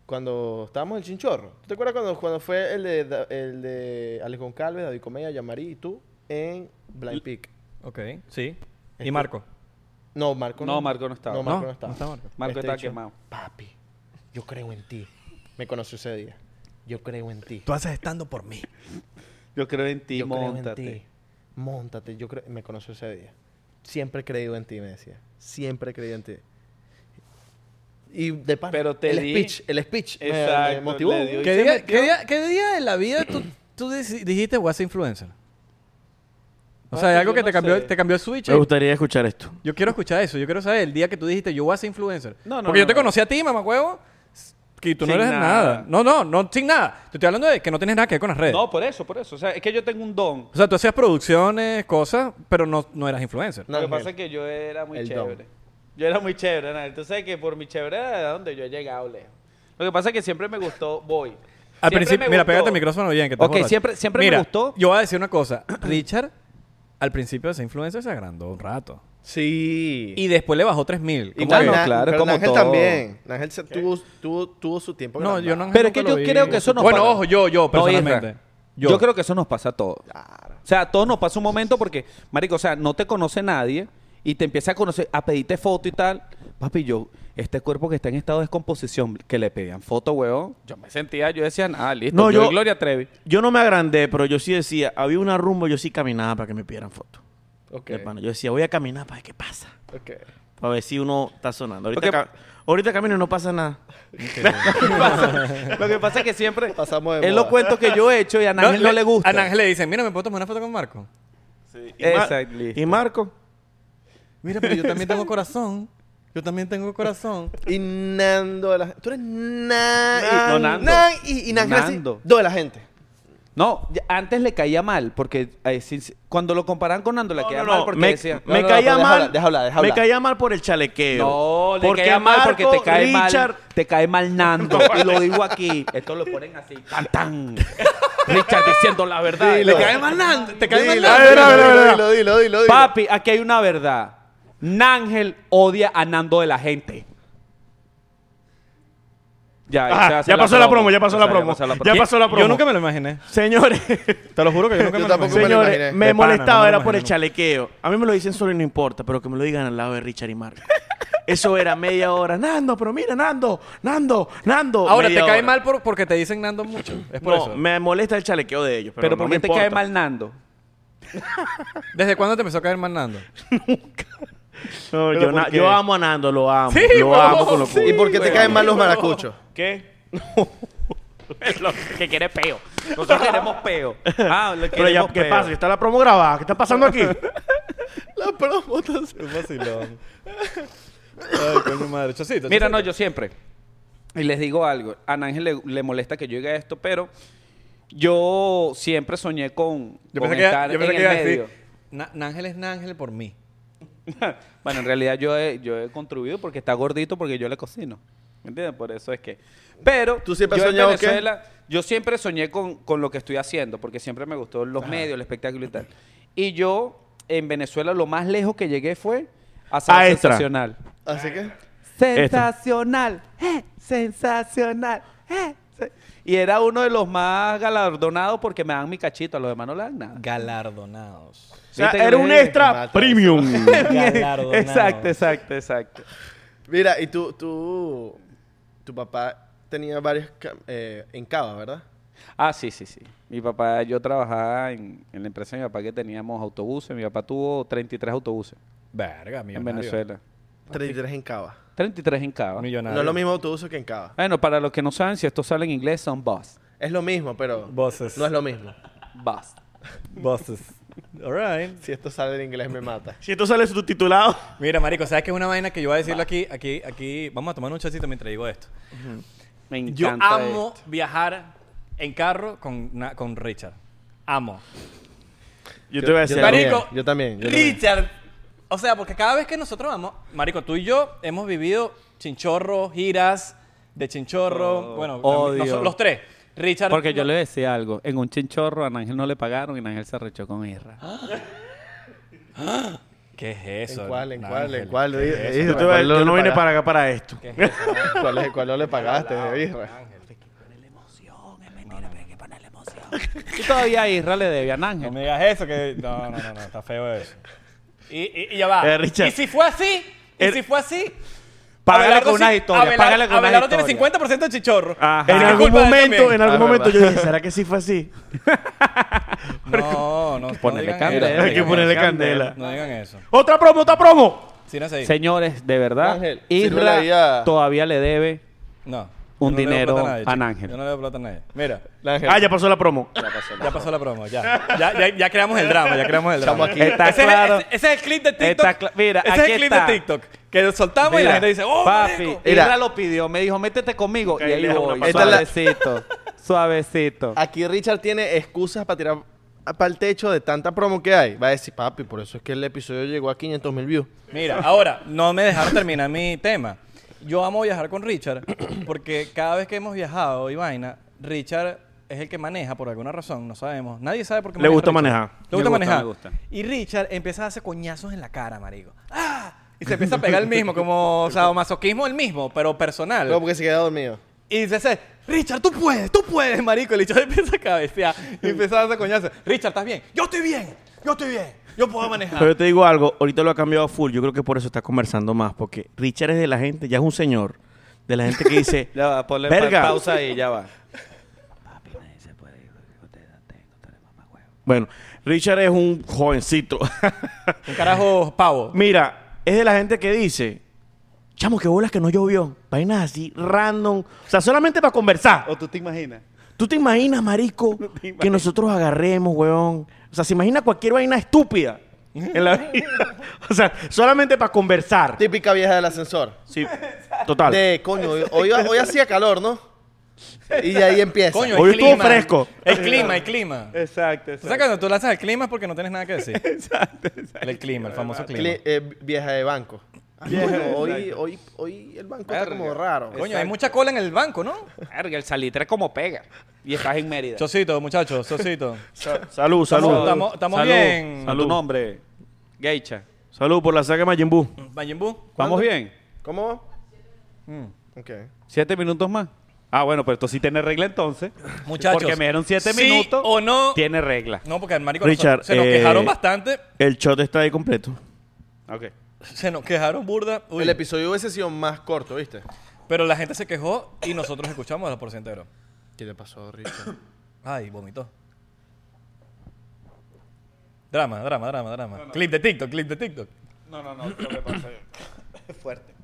[SPEAKER 1] cuando estábamos en Chinchorro. ¿Tú te acuerdas cuando, cuando fue el de, Da- el de Alex Goncalves, David Comedia, Yamari y tú en Blind Peak?
[SPEAKER 2] Ok, sí. Y Marco.
[SPEAKER 1] No, Marco no.
[SPEAKER 5] No, Marco no estaba.
[SPEAKER 1] No, Marco no, estaba.
[SPEAKER 2] está Marco.
[SPEAKER 5] Marco
[SPEAKER 1] Este
[SPEAKER 5] estaba
[SPEAKER 1] bicho,
[SPEAKER 5] quemado.
[SPEAKER 1] Papi, yo creo en ti. Me conoció ese día. Yo creo en ti.
[SPEAKER 2] Tú haces estando por mí.
[SPEAKER 5] Yo creo en ti,
[SPEAKER 1] yo
[SPEAKER 5] montate.
[SPEAKER 1] creo en ti. Móntate. Yo creo... Me conoció ese día. Siempre he creído en ti, me decía. Siempre he creído en ti. Y de parte
[SPEAKER 5] Pero te
[SPEAKER 1] el
[SPEAKER 5] di-
[SPEAKER 1] speech, el speech me- me,
[SPEAKER 5] Exacto,
[SPEAKER 1] motivó.
[SPEAKER 5] le dio-
[SPEAKER 2] ¿Qué
[SPEAKER 5] Y se
[SPEAKER 2] día,
[SPEAKER 5] metió.
[SPEAKER 2] qué día- qué día de la vida tú, tú deci- dijiste voy a ser influencer? O sea, hay
[SPEAKER 5] Papi,
[SPEAKER 2] algo
[SPEAKER 5] yo
[SPEAKER 2] que
[SPEAKER 5] no
[SPEAKER 2] te cambió,
[SPEAKER 5] sé.
[SPEAKER 2] te cambió el switch. eh.
[SPEAKER 4] Me gustaría escuchar esto.
[SPEAKER 2] Yo quiero escuchar eso. Yo quiero saber el día que tú dijiste yo voy a ser influencer.
[SPEAKER 5] No, no,
[SPEAKER 2] Porque yo
[SPEAKER 5] no,
[SPEAKER 2] te
[SPEAKER 5] no.
[SPEAKER 2] conocí a ti, mamá huevo. Que tú no
[SPEAKER 5] Sin
[SPEAKER 2] eres
[SPEAKER 5] nada.
[SPEAKER 2] nada. No, no, no, sin nada. Te estoy hablando de que no tienes nada que ver con las redes.
[SPEAKER 5] No, por eso, por eso. O sea, es que yo tengo un don.
[SPEAKER 2] O sea, tú hacías producciones, cosas, pero no, no eras influencer.
[SPEAKER 1] No,
[SPEAKER 5] Lo que
[SPEAKER 1] Ángel.
[SPEAKER 5] pasa es que yo era muy
[SPEAKER 1] El
[SPEAKER 5] chévere.
[SPEAKER 1] don.
[SPEAKER 5] Yo era muy chévere, ¿no? Tú sabes que por mi chévere era donde yo he llegado lejos. Lo que pasa es que siempre me gustó, voy.
[SPEAKER 2] Al
[SPEAKER 5] Siempre
[SPEAKER 2] principio,
[SPEAKER 5] me
[SPEAKER 2] mira,
[SPEAKER 5] gustó-
[SPEAKER 2] pégate el micrófono bien. Que estás
[SPEAKER 5] Ok,
[SPEAKER 2] borracho.
[SPEAKER 5] siempre- siempre me
[SPEAKER 2] Mira,
[SPEAKER 5] gustó.
[SPEAKER 2] Yo voy a decir una cosa. Richard, al principio de ser influencer, se agrandó un rato.
[SPEAKER 1] Sí.
[SPEAKER 2] Y después le bajó 3000.
[SPEAKER 1] Y
[SPEAKER 2] Como
[SPEAKER 5] bueno,
[SPEAKER 2] que-
[SPEAKER 1] Na-
[SPEAKER 5] claro,
[SPEAKER 1] pero
[SPEAKER 5] como
[SPEAKER 1] Ángel
[SPEAKER 5] todo.
[SPEAKER 1] también. Ángel se- tuvo, tuvo, tuvo su tiempo.
[SPEAKER 2] No,
[SPEAKER 1] grandado.
[SPEAKER 2] yo no.
[SPEAKER 5] Pero es
[SPEAKER 2] nunca
[SPEAKER 5] que
[SPEAKER 2] lo
[SPEAKER 5] yo
[SPEAKER 2] vi.
[SPEAKER 5] creo que eso nos
[SPEAKER 2] Bueno,
[SPEAKER 5] pasa-
[SPEAKER 2] ojo, yo, yo,
[SPEAKER 5] No, Isra,
[SPEAKER 2] personalmente.
[SPEAKER 5] yo. creo que eso nos pasa a todos. O sea, a todos nos pasa un momento porque, marico, o sea, no te conoce nadie y te empieza a conocer, a pedirte foto y tal. Papi, yo, este cuerpo que está en estado de descomposición, que le pedían foto, weón, yo me sentía, yo decía, ah, listo,
[SPEAKER 4] No,
[SPEAKER 5] yo,
[SPEAKER 4] yo-
[SPEAKER 5] y Gloria Trevi.
[SPEAKER 4] Yo no me agrandé, pero yo sí decía, había una rumba, yo sí caminaba para que me pidieran fotos.
[SPEAKER 1] Ok,
[SPEAKER 4] De pana. Yo decía, voy a caminar para ver qué pasa.
[SPEAKER 1] ok.
[SPEAKER 4] Para ver si uno está sonando. Ahorita,
[SPEAKER 5] Porque-
[SPEAKER 4] ca- ahorita camino y no pasa nada.
[SPEAKER 5] Lo que pasa es que siempre
[SPEAKER 1] Pasamos de
[SPEAKER 5] es los
[SPEAKER 1] moda.
[SPEAKER 5] cuentos que yo he hecho y a Ángel no, le gusta.
[SPEAKER 2] A Ángel le dicen, mira, ¿me puedo tomar una foto con Marco?
[SPEAKER 4] Y Mar-
[SPEAKER 5] Exacto, listo.
[SPEAKER 4] Eh, Y Marco.
[SPEAKER 2] Mira, pero yo también tengo corazón. Yo también tengo corazón.
[SPEAKER 1] Y Nando de la Tú eres na-
[SPEAKER 5] Nan-
[SPEAKER 1] y-
[SPEAKER 5] no, Nando.
[SPEAKER 1] Nan y, y Nando.
[SPEAKER 5] Nando.
[SPEAKER 1] Dos de la gente.
[SPEAKER 5] No, ya- antes le caía mal porque eh, sí, sí, cuando lo comparan con Nando le caía mal porque
[SPEAKER 4] me,
[SPEAKER 5] decía
[SPEAKER 1] No,
[SPEAKER 4] me
[SPEAKER 1] no,
[SPEAKER 4] caía
[SPEAKER 1] no, deja
[SPEAKER 4] mal.
[SPEAKER 1] hablar, deja hablar, deja hablar.
[SPEAKER 4] Me caía mal por el chalequeo.
[SPEAKER 5] No, le caía mal porque te
[SPEAKER 4] Marco,
[SPEAKER 5] cae
[SPEAKER 4] Richard,
[SPEAKER 5] mal. Te cae mal Nando. y lo digo aquí. Esto lo ponen así. Tan tan. Richard diciendo la verdad.
[SPEAKER 1] Dilo.
[SPEAKER 5] Le cae mal Nando. Te cae mal
[SPEAKER 1] Dilo,
[SPEAKER 5] Nando.
[SPEAKER 1] dilo, dilo, dilo, dilo, dilo.
[SPEAKER 5] Papi, aquí hay una verdad. Nángel odia a Nando de la gente. Ya,
[SPEAKER 4] Ajá,
[SPEAKER 5] se hace
[SPEAKER 4] Ah, ya pasó la promo, ya
[SPEAKER 5] O
[SPEAKER 4] pasó
[SPEAKER 5] sea,
[SPEAKER 4] la promo. Ya
[SPEAKER 5] ¿Quién-
[SPEAKER 4] pasó la promo.
[SPEAKER 2] Yo nunca me lo imaginé.
[SPEAKER 4] Señores,
[SPEAKER 2] Te lo juro que yo nunca
[SPEAKER 1] Yo
[SPEAKER 2] me lo
[SPEAKER 1] tampoco
[SPEAKER 2] imaginé.
[SPEAKER 1] me lo
[SPEAKER 4] señores,
[SPEAKER 1] imaginé.
[SPEAKER 4] me
[SPEAKER 2] De pana,
[SPEAKER 4] molestaba
[SPEAKER 2] no me lo
[SPEAKER 4] era por el
[SPEAKER 2] imagino.
[SPEAKER 4] chalequeo. A mí me lo dicen solo y no importa, pero que me lo digan al lado de Richard y Marco. Eso era media hora. Nando, pero mira, Nando, Nando, Nando.
[SPEAKER 2] Ahora, ¿te
[SPEAKER 4] Media
[SPEAKER 2] cae
[SPEAKER 4] hora.
[SPEAKER 2] mal por- porque te dicen Nando mucho? Es por
[SPEAKER 4] no,
[SPEAKER 2] eso.
[SPEAKER 4] me molesta el chalequeo de ellos. Pero,
[SPEAKER 5] Pero
[SPEAKER 4] no
[SPEAKER 5] ¿por
[SPEAKER 4] me
[SPEAKER 5] qué te cae
[SPEAKER 4] importa.
[SPEAKER 5] mal Nando?
[SPEAKER 2] ¿Desde cuándo te empezó a caer mal Nando?
[SPEAKER 4] No,
[SPEAKER 1] ¿Pero
[SPEAKER 4] yo,
[SPEAKER 1] por
[SPEAKER 4] na-
[SPEAKER 1] qué?
[SPEAKER 4] yo amo a Nando, lo amo.
[SPEAKER 2] Sí,
[SPEAKER 4] lo
[SPEAKER 2] pero-
[SPEAKER 4] amo con locura.
[SPEAKER 1] ¿Y por qué te caen mal los maracuchos?
[SPEAKER 4] ¿Qué?
[SPEAKER 5] Lo que quiere es peo. Nosotros queremos peo. Ah, lo
[SPEAKER 4] Pero ya,
[SPEAKER 5] queremos
[SPEAKER 4] ¿qué
[SPEAKER 5] peo.
[SPEAKER 4] pasa? Está la promo grabada. ¿Qué está pasando aquí?
[SPEAKER 1] La promo tan-
[SPEAKER 2] Un vacilón. Ay, coño madre. Chocito,
[SPEAKER 5] Mira,
[SPEAKER 2] chocito.
[SPEAKER 5] no, yo siempre. Y les digo algo. A Ángel le, le molesta que yo diga esto, pero yo siempre soñé con,
[SPEAKER 2] Yo
[SPEAKER 5] con
[SPEAKER 2] pensé que, iba-
[SPEAKER 5] estar
[SPEAKER 2] yo pensé que
[SPEAKER 5] en el
[SPEAKER 2] iba a
[SPEAKER 5] medio.
[SPEAKER 2] decir, "Na- Nángel es Nángel por mí.
[SPEAKER 5] Bueno, en realidad yo he, yo he contribuido porque está gordito porque yo le cocino. ¿Me entiendes? Por eso es que... Pero
[SPEAKER 1] ¿Tú siempre
[SPEAKER 5] yo
[SPEAKER 1] has
[SPEAKER 5] en
[SPEAKER 1] soñado qué?
[SPEAKER 5] Venezuela, yo siempre soñé con, con lo que estoy haciendo porque siempre me gustó los medios, el espectáculo y tal. Y yo en Venezuela lo más lejos que llegué fue a ser
[SPEAKER 4] A extra.
[SPEAKER 5] sensacional.
[SPEAKER 1] Así que.
[SPEAKER 5] Sensacional, eh, sensacional, eh. se- Y era uno de los más galardonados porque me dan mi cachito, a los demás no le dan nada.
[SPEAKER 2] Galardonados.
[SPEAKER 4] O sea,
[SPEAKER 5] ¿Viste que
[SPEAKER 4] era un
[SPEAKER 5] le-
[SPEAKER 1] Mata
[SPEAKER 4] extra
[SPEAKER 1] eso.
[SPEAKER 4] premium.
[SPEAKER 2] Galardonados.
[SPEAKER 5] exacto, exacto, exacto.
[SPEAKER 1] Mira, y tú, tú, tu papá tenía varias ca- eh, en Cava, ¿verdad?
[SPEAKER 5] Ah, sí, sí, sí. Mi papá, yo trabajaba en, en la empresa de mi papá que teníamos autobuses. Mi papá tuvo 33 autobuses
[SPEAKER 2] Verga, millonario.
[SPEAKER 5] en Venezuela.
[SPEAKER 1] 33 en Cava.
[SPEAKER 5] 33 en Cava.
[SPEAKER 2] Millonario.
[SPEAKER 1] No es lo mismo autobús que en Cava.
[SPEAKER 5] Bueno, para los que no saben, si esto sale en inglés, son bus.
[SPEAKER 1] Es lo mismo, pero
[SPEAKER 2] Voces.
[SPEAKER 1] no es lo mismo.
[SPEAKER 5] Bus.
[SPEAKER 2] Voces. All right.
[SPEAKER 1] Si esto sale en inglés me mata.
[SPEAKER 4] Si esto sale subtitulado,
[SPEAKER 2] Mira, marico, ¿sabes qué es una vaina que yo voy a decirlo aquí? Aquí, aquí... Vamos a tomar un chocito mientras digo esto.
[SPEAKER 5] Me
[SPEAKER 2] Yo
[SPEAKER 5] encanta.
[SPEAKER 2] amo
[SPEAKER 5] esto.
[SPEAKER 2] viajar en carro con, na- con Richard. Amo.
[SPEAKER 4] yo te voy a
[SPEAKER 1] Yo
[SPEAKER 4] decir algo.
[SPEAKER 1] también,
[SPEAKER 2] Marico,
[SPEAKER 1] yo también. yo también.
[SPEAKER 2] Richard. O sea, porque cada vez que nosotros vamos, Marico, tú y yo hemos vivido chinchorro, giras de
[SPEAKER 1] Oh,
[SPEAKER 2] chinchorro. bueno, a mí-
[SPEAKER 5] odio.
[SPEAKER 2] noso- los tres. Richard.
[SPEAKER 5] Porque yo
[SPEAKER 2] no-
[SPEAKER 5] le decía algo. En un chinchorro a Ángel no le pagaron y Ángel se arrechó con Isra.
[SPEAKER 2] ¿Qué es eso?
[SPEAKER 1] ¿En cuál, en cuál,
[SPEAKER 2] Ángel?
[SPEAKER 1] en cuál?
[SPEAKER 2] ¿Qué es eso?
[SPEAKER 1] Isra,
[SPEAKER 4] Yo, te voy a-
[SPEAKER 1] ¿cuál
[SPEAKER 4] yo
[SPEAKER 1] le
[SPEAKER 4] no vine
[SPEAKER 1] pagaste?
[SPEAKER 4] para acá para esto.
[SPEAKER 2] ¿Qué es eso?
[SPEAKER 1] ¿Cuál, es- cuál no le pagaste, Isra?
[SPEAKER 5] Y todavía Isra le debía a
[SPEAKER 2] No me
[SPEAKER 5] Ángel.
[SPEAKER 2] digas eso, que. No, no, no, no, está feo eso. Y, y, y ya va.
[SPEAKER 4] Eh, Richard.
[SPEAKER 2] y si fue así, y
[SPEAKER 4] Er-
[SPEAKER 2] si fue así.
[SPEAKER 4] Págale
[SPEAKER 2] Abelardo
[SPEAKER 4] con una
[SPEAKER 2] sí-
[SPEAKER 4] historia,
[SPEAKER 2] Abelardo-
[SPEAKER 4] págale con una
[SPEAKER 2] Abelardo
[SPEAKER 4] historia.
[SPEAKER 2] tiene 50% de chichorro.
[SPEAKER 5] Ah,
[SPEAKER 4] En
[SPEAKER 2] ¿Qué
[SPEAKER 4] algún
[SPEAKER 2] culpa de él
[SPEAKER 4] momento,
[SPEAKER 2] también?
[SPEAKER 4] en algún
[SPEAKER 1] Ah,
[SPEAKER 4] momento yo
[SPEAKER 1] verdad.
[SPEAKER 4] dije, ¿será que sí fue así?
[SPEAKER 2] No, no.
[SPEAKER 5] ponerle
[SPEAKER 2] no digan
[SPEAKER 5] candela,
[SPEAKER 2] eso, no
[SPEAKER 5] hay que
[SPEAKER 2] digan
[SPEAKER 4] ponerle
[SPEAKER 2] eso.
[SPEAKER 4] candela.
[SPEAKER 2] No digan eso.
[SPEAKER 4] ¡Otra promo, otra promo!
[SPEAKER 2] Si no se
[SPEAKER 5] Señores, de verdad,
[SPEAKER 1] Ángel, sirve la
[SPEAKER 5] Isra
[SPEAKER 1] vida.
[SPEAKER 5] todavía le debe.
[SPEAKER 2] No. Yo
[SPEAKER 5] Un
[SPEAKER 2] no le doy
[SPEAKER 5] dinero
[SPEAKER 2] plata nadie,
[SPEAKER 5] a
[SPEAKER 2] chico.
[SPEAKER 5] Ángel.
[SPEAKER 2] Yo no le doy plata a nadie. Mira,
[SPEAKER 1] Ángel.
[SPEAKER 4] Ah, ya pasó la promo.
[SPEAKER 2] ya pasó la promo, ya. Ya, ya, ya creamos el drama, ya creamos el drama.
[SPEAKER 1] Estamos aquí.
[SPEAKER 5] Está
[SPEAKER 2] ese,
[SPEAKER 5] claro.
[SPEAKER 2] es, ese, ese es el clip de TikTok.
[SPEAKER 5] Está cla- mira,
[SPEAKER 2] ese
[SPEAKER 5] aquí
[SPEAKER 2] es el clip
[SPEAKER 5] está.
[SPEAKER 2] de TikTok. Que lo soltamos y la
[SPEAKER 5] Mira,
[SPEAKER 2] gente dice, ¡oh,
[SPEAKER 5] papi!
[SPEAKER 2] marico!
[SPEAKER 1] Mira.
[SPEAKER 5] Isra lo pidió, me dijo, métete conmigo.
[SPEAKER 4] Ok,
[SPEAKER 5] y ahí
[SPEAKER 4] le dejo
[SPEAKER 5] voy,
[SPEAKER 4] una
[SPEAKER 1] pasada.
[SPEAKER 5] suavecito, suavecito.
[SPEAKER 1] Aquí Richard tiene excusas para tirar para el techo de tanta promo que hay. Va a decir, papi, por eso es que el episodio llegó a 500 mil views.
[SPEAKER 2] Mira, ahora, no me dejaron terminar mi tema. Yo amo viajar con Richard porque cada vez que hemos viajado y vaina, Richard es el que maneja por alguna razón, no sabemos. Nadie sabe por qué
[SPEAKER 4] Le
[SPEAKER 2] maneja
[SPEAKER 4] gusta
[SPEAKER 2] Richard.
[SPEAKER 4] manejar.
[SPEAKER 2] Le
[SPEAKER 5] Me
[SPEAKER 2] gusta
[SPEAKER 5] gusta,
[SPEAKER 2] manejar.
[SPEAKER 5] me gusta.
[SPEAKER 2] Y Richard empieza a hacer coñazos en la cara, marico. ¡Ah! Y se empieza a pegar el mismo, como sadomasoquismo el mismo, pero personal.
[SPEAKER 1] No, porque se queda dormido.
[SPEAKER 2] Y dice, Richard, tú puedes, tú puedes, marico. El bicho empieza a cabecear y empieza a hacer coñazos. Richard, ¿estás bien? Yo estoy bien, yo estoy bien, yo puedo manejar.
[SPEAKER 4] Pero yo te digo algo, ahorita lo ha cambiado a full. Yo creo que por eso está conversando más, porque Richard es de la gente, ya es un señor, de la gente que dice,
[SPEAKER 5] Ya va, ponle pa-
[SPEAKER 4] Verga.
[SPEAKER 5] pausa ahí, ya va.
[SPEAKER 4] bueno, Richard es un jovencito.
[SPEAKER 2] Un carajo pavo.
[SPEAKER 4] Mira, es de la gente que dice, chamo, qué bolas que no llovió. Vainas así, random. O sea, solamente para conversar.
[SPEAKER 5] ¿O tú te imaginas?
[SPEAKER 4] ¿Tú te imaginas, marico, que nosotros agarremos, weón? O sea, se imagina cualquier vaina estúpida en la vida. O sea, solamente para conversar.
[SPEAKER 1] Típica vieja del ascensor.
[SPEAKER 4] Sí, total.
[SPEAKER 1] De, coño, hoy, hoy, hoy hacía calor, ¿no? Y de ahí empieza.
[SPEAKER 2] Coño,
[SPEAKER 4] Hoy
[SPEAKER 2] el
[SPEAKER 4] estuvo
[SPEAKER 2] clima.
[SPEAKER 4] fresco.
[SPEAKER 2] El clima, el clima.
[SPEAKER 5] Exacto,
[SPEAKER 2] O sea, cuando tú lanzas el clima es porque no tienes nada que decir. Exacto, El clima, el famoso clima.
[SPEAKER 1] Cli- eh, vieja de banco. Ah, coño, hoy, hoy, hoy el banco está como raro.
[SPEAKER 2] Coño, hay mucha cola en el banco, ¿no?
[SPEAKER 5] Verga, el salitre como pega. Y estás en Mérida.
[SPEAKER 2] Chocito, muchachos, chocito.
[SPEAKER 4] Salud,
[SPEAKER 2] Estamos-
[SPEAKER 4] salud.
[SPEAKER 2] Estamos, estamos bien.
[SPEAKER 5] A tu nombre, Geicha.
[SPEAKER 4] Salud por la saga de Majin Buu.
[SPEAKER 2] Majin Buu.
[SPEAKER 5] ¿Vamos bien?
[SPEAKER 1] ¿Cómo?
[SPEAKER 2] Mm.
[SPEAKER 1] Ok.
[SPEAKER 5] ¿Siete minutos más? Ah, bueno, pero esto sí tiene regla entonces.
[SPEAKER 2] Muchachos.
[SPEAKER 5] Porque me dieron siete
[SPEAKER 2] sí
[SPEAKER 5] minutos.
[SPEAKER 2] o no.
[SPEAKER 5] Tiene regla.
[SPEAKER 2] No, porque al marico
[SPEAKER 4] Richard,
[SPEAKER 2] se nos
[SPEAKER 4] eh,
[SPEAKER 2] quejaron bastante.
[SPEAKER 4] El shot está ahí completo.
[SPEAKER 5] Ok.
[SPEAKER 2] Se nos quejaron burda. Uy,
[SPEAKER 1] El episodio hubiese sido más corto, ¿viste?
[SPEAKER 2] pero la gente se quejó y nosotros escuchamos a los porcenteros.
[SPEAKER 1] ¿Qué le pasó, Richard?
[SPEAKER 2] Ay, vomitó. Drama, drama, drama, drama. Clip de TikTok, clip de TikTok.
[SPEAKER 5] No, no, no. Lo que pasa es fuerte.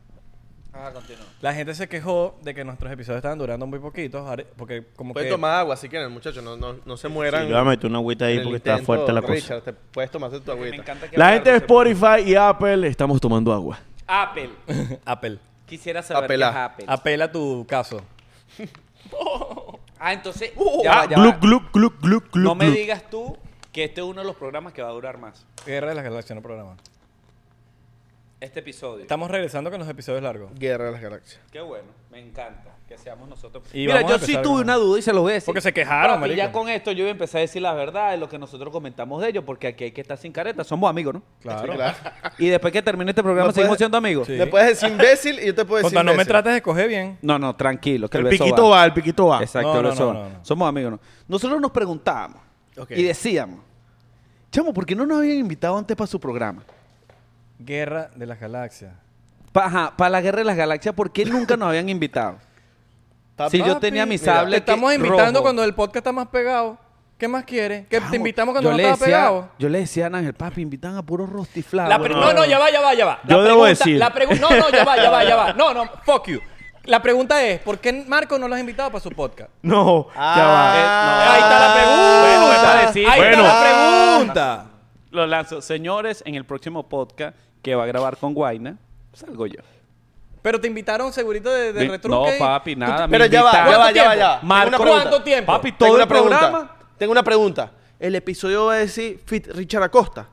[SPEAKER 5] Ajá, continúa.
[SPEAKER 2] La gente se quejó de que nuestros episodios estaban durando muy poquitos, ahora- porque como
[SPEAKER 1] Pueden
[SPEAKER 2] que...
[SPEAKER 1] tomar agua si quieren, muchachos. No, no, no se
[SPEAKER 4] Sí,
[SPEAKER 1] mueran.
[SPEAKER 4] le voy a meter una agüita ahí
[SPEAKER 1] en el
[SPEAKER 4] porque está
[SPEAKER 1] intento,
[SPEAKER 4] fuerte la cosa.
[SPEAKER 1] Richard, te puedes tomarte tu agüita.
[SPEAKER 5] Me encanta que
[SPEAKER 4] La gente de
[SPEAKER 5] Abelardo se-
[SPEAKER 4] Spotify y Apple estamos tomando agua.
[SPEAKER 5] Apple.
[SPEAKER 2] Apple.
[SPEAKER 5] Quisiera saber
[SPEAKER 1] Apelar.
[SPEAKER 5] qué es Apple.
[SPEAKER 2] Apela tu caso.
[SPEAKER 5] ah, entonces.
[SPEAKER 2] Uh,
[SPEAKER 5] ya va,
[SPEAKER 4] Ah,
[SPEAKER 5] ya va.
[SPEAKER 4] gluc, gluc, gluc, gluc, gluc.
[SPEAKER 5] No me
[SPEAKER 4] gluc.
[SPEAKER 5] digas tú que este es uno de los programas que va a durar más.
[SPEAKER 2] Guerra de las Galaxias, no programa.
[SPEAKER 5] Este episodio.
[SPEAKER 2] Estamos regresando con los episodios largos.
[SPEAKER 1] Guerra de las Galaxias.
[SPEAKER 5] Qué bueno. Me encanta que seamos nosotros.
[SPEAKER 2] Y
[SPEAKER 5] Mira,
[SPEAKER 2] vamos a
[SPEAKER 5] yo sí
[SPEAKER 2] empezar
[SPEAKER 5] tuve
[SPEAKER 2] con-
[SPEAKER 5] una duda y se lo voy a decir.
[SPEAKER 2] Porque se quejaron,
[SPEAKER 5] Papi,
[SPEAKER 2] marico.
[SPEAKER 5] ya con esto yo voy a empezar a decir la verdad de lo que nosotros comentamos de ellos, porque aquí hay que estar sin careta. Somos amigos, ¿no?
[SPEAKER 2] Claro.
[SPEAKER 5] Y después que termine este programa,
[SPEAKER 1] No
[SPEAKER 5] seguimos
[SPEAKER 1] puede-
[SPEAKER 5] siendo amigos.
[SPEAKER 2] Sí.
[SPEAKER 1] Le puedes decir imbécil y yo te puedo
[SPEAKER 5] Pues,
[SPEAKER 1] decir
[SPEAKER 2] Contra, no me
[SPEAKER 1] imbécil.
[SPEAKER 2] trates de coger bien.
[SPEAKER 5] No, no, tranquilo. Que el,
[SPEAKER 4] El
[SPEAKER 5] beso
[SPEAKER 4] piquito va, el piquito va.
[SPEAKER 5] Exacto,
[SPEAKER 2] No,
[SPEAKER 5] el
[SPEAKER 2] no,
[SPEAKER 5] beso
[SPEAKER 2] no,
[SPEAKER 5] va.
[SPEAKER 2] no, no.
[SPEAKER 5] Somos amigos, ¿no? Nosotros nos preguntábamos
[SPEAKER 1] Ok.
[SPEAKER 5] y decíamos, chamo, ¿por qué no nos habían invitado antes para su programa?
[SPEAKER 2] Guerra de las Galaxias.
[SPEAKER 5] Para la Guerra de las Galaxias, ¿por qué nunca nos habían invitado? Si yo tenía mi
[SPEAKER 2] Mira,
[SPEAKER 5] sable
[SPEAKER 2] te estamos
[SPEAKER 5] que-
[SPEAKER 2] invitando
[SPEAKER 5] rojo.
[SPEAKER 2] cuando el podcast está más pegado. ¿Qué más quieres? Que te
[SPEAKER 5] Chamo,
[SPEAKER 2] invitamos cuando
[SPEAKER 5] yo
[SPEAKER 2] no
[SPEAKER 5] le
[SPEAKER 2] estás
[SPEAKER 5] decía-
[SPEAKER 2] pegado.
[SPEAKER 5] Yo le decía a Ángel, papi, invitan a puros rostiflados.
[SPEAKER 2] La pre- no, no, ya va, ya va, ya va. La
[SPEAKER 4] Yo debo
[SPEAKER 2] pregunta-
[SPEAKER 4] decir-
[SPEAKER 2] la pregu- no, no, ya va, ya va, ya va. No, no, fuck you. La pregunta es, ¿por qué Marco no lo has invitado para su podcast?
[SPEAKER 4] No,
[SPEAKER 1] Ah.
[SPEAKER 2] Ahí está la
[SPEAKER 5] Bueno, me
[SPEAKER 2] pregunta.
[SPEAKER 5] va a decir.
[SPEAKER 2] Ahí
[SPEAKER 4] Bueno.
[SPEAKER 2] está la pregunta.
[SPEAKER 5] Lo lanzo. Señores, en el próximo podcast que va a grabar con Guaina, salgo yo.
[SPEAKER 2] Pero te invitaron segurito de, de
[SPEAKER 5] Vi-
[SPEAKER 2] retruque.
[SPEAKER 5] No, papi,
[SPEAKER 2] Tú-
[SPEAKER 5] nada.
[SPEAKER 1] Pero ya va,
[SPEAKER 5] invitaron.
[SPEAKER 1] ya va, ya va,
[SPEAKER 2] tiempo?
[SPEAKER 1] ya va.
[SPEAKER 5] Marco,
[SPEAKER 1] Tengo una pregunta.
[SPEAKER 2] ¿Cuánto tiempo?
[SPEAKER 5] Papi,
[SPEAKER 1] Tengo
[SPEAKER 5] todo
[SPEAKER 1] una
[SPEAKER 5] el programa.
[SPEAKER 1] pregunta. Tengo una pregunta. El episodio va a decir Fit Richard Acosta.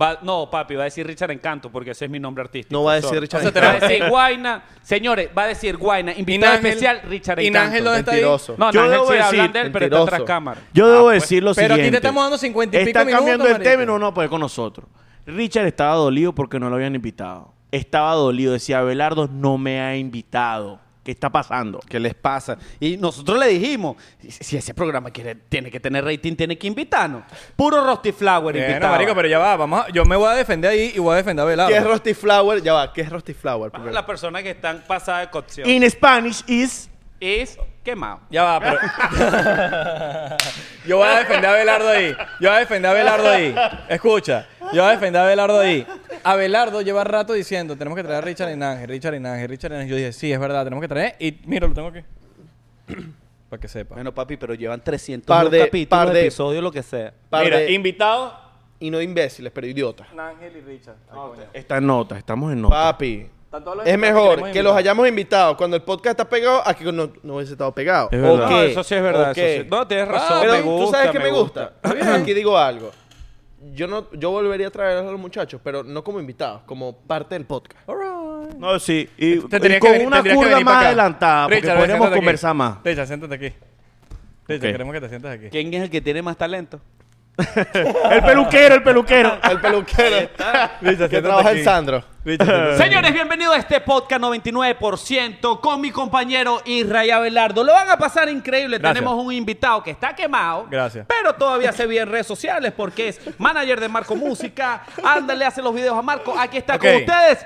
[SPEAKER 5] Va- no, papi, va a decir Richard Encanto porque ese es mi nombre artístico.
[SPEAKER 1] No va a decir
[SPEAKER 5] Sorry.
[SPEAKER 1] Richard
[SPEAKER 2] O sea, te
[SPEAKER 5] Va
[SPEAKER 1] Encanto.
[SPEAKER 5] a decir Guaina. Señores, va a decir Guaina. Invitado
[SPEAKER 2] Ángel-
[SPEAKER 5] especial, Richard
[SPEAKER 2] y
[SPEAKER 5] Encanto.
[SPEAKER 2] Ángel, ¿dónde está ahí?
[SPEAKER 1] Mentiroso.
[SPEAKER 5] No,
[SPEAKER 4] Yo
[SPEAKER 5] Ángel
[SPEAKER 4] debo
[SPEAKER 5] sí hablan
[SPEAKER 4] decir,
[SPEAKER 5] de él, pero está tras
[SPEAKER 1] mentiroso.
[SPEAKER 5] cámara.
[SPEAKER 4] Eh, Yo debo decir lo
[SPEAKER 2] Ah, pues. Pero aquí
[SPEAKER 4] siguiente.
[SPEAKER 2] te estamos dando 50 y pico
[SPEAKER 4] Está
[SPEAKER 2] minutos,
[SPEAKER 4] cambiando el
[SPEAKER 2] marico.
[SPEAKER 4] término o no puede con nosotros. Richard estaba dolido porque no lo habían invitado. Estaba dolido. Decía, Abelardo no me ha invitado. ¿Qué está pasando?
[SPEAKER 5] ¿Qué les pasa? Y nosotros le dijimos, si ese programa quiere, tiene que tener rating, tiene que invitarnos. Puro Rosti Flower
[SPEAKER 2] Bueno,
[SPEAKER 5] invitado.
[SPEAKER 2] marico, pero ya va. Vamos a- yo me voy a defender ahí y voy a defender a Velado.
[SPEAKER 1] ¿Qué es Rusty Flower? Ya va, ¿qué es Rusty Flower? primero?
[SPEAKER 5] Las personas que están pasadas de cocción
[SPEAKER 4] In Spanish is...
[SPEAKER 5] es quemado.
[SPEAKER 2] Ya va, pero... yo voy a defender a Abelardo ahí. Yo voy a defender a Abelardo ahí. Escucha. Yo voy a defender a Abelardo ahí. Abelardo lleva rato diciendo, tenemos que traer a Richard en Ángel, Richard en Ángel, Richard en Ángel. Yo dije, sí, es verdad, tenemos que traer. Y mira, lo tengo aquí. Para que sepa.
[SPEAKER 5] Bueno, papi, pero llevan 300
[SPEAKER 1] Par de-
[SPEAKER 5] capítulos,
[SPEAKER 1] par de-
[SPEAKER 5] episodios, lo que sea.
[SPEAKER 1] Par
[SPEAKER 2] mira,
[SPEAKER 1] de-
[SPEAKER 2] invitado...
[SPEAKER 1] y no imbéciles, pero idiotas.
[SPEAKER 2] Ángel y Richard.
[SPEAKER 4] Ah, Está en nota. Estamos en nota.
[SPEAKER 1] Papi.
[SPEAKER 2] todos los
[SPEAKER 1] Es
[SPEAKER 2] invitados que
[SPEAKER 1] mejor
[SPEAKER 2] queremos
[SPEAKER 1] que los
[SPEAKER 2] invitar.
[SPEAKER 1] hayamos invitado cuando el podcast está pegado a que no, no hubiese estado pegado.
[SPEAKER 4] Es
[SPEAKER 1] ¿O
[SPEAKER 4] verdad.
[SPEAKER 1] qué?
[SPEAKER 5] No, eso sí es verdad.
[SPEAKER 1] ¿O
[SPEAKER 5] eso
[SPEAKER 1] qué?
[SPEAKER 5] sí. No,
[SPEAKER 2] Ah,
[SPEAKER 5] tienes razón.
[SPEAKER 1] Pero
[SPEAKER 5] me gusta,
[SPEAKER 1] tú sabes que me gusta.
[SPEAKER 2] bien.
[SPEAKER 1] Aquí digo algo. Yo no, yo volvería a traer a los muchachos, pero no como invitados, como parte del podcast.
[SPEAKER 4] No, sí. Y,
[SPEAKER 2] Te
[SPEAKER 4] y
[SPEAKER 2] tenías que
[SPEAKER 4] con
[SPEAKER 2] venir-
[SPEAKER 4] una
[SPEAKER 2] tendrías que
[SPEAKER 4] curva
[SPEAKER 2] venir para
[SPEAKER 4] más
[SPEAKER 2] acá.
[SPEAKER 4] adelantada porque
[SPEAKER 2] Richard,
[SPEAKER 4] podríamos
[SPEAKER 2] siéntate aquí.
[SPEAKER 4] conversar más.
[SPEAKER 2] Richard, siéntate aquí. Richard,
[SPEAKER 4] Ok.
[SPEAKER 2] queremos que te sientes aquí.
[SPEAKER 5] ¿Quién es el que tiene más talento?
[SPEAKER 4] El peluquero, el peluquero.
[SPEAKER 1] El peluquero.
[SPEAKER 2] Richard,
[SPEAKER 1] que
[SPEAKER 2] siéntate
[SPEAKER 1] trabaja
[SPEAKER 2] aquí.
[SPEAKER 1] el Sandro.
[SPEAKER 2] Richard, siéntate aquí.
[SPEAKER 5] Señores, bienvenidos a este podcast 99% con mi compañero Israel Abelardo. Lo van a pasar increíble.
[SPEAKER 2] Gracias.
[SPEAKER 5] Tenemos un invitado que está quemado.
[SPEAKER 2] Gracias.
[SPEAKER 5] Pero todavía se ve en redes sociales porque es manager de Marco Música. Ándale, hace los videos a Marco. Aquí está
[SPEAKER 2] Ok.
[SPEAKER 5] con ustedes,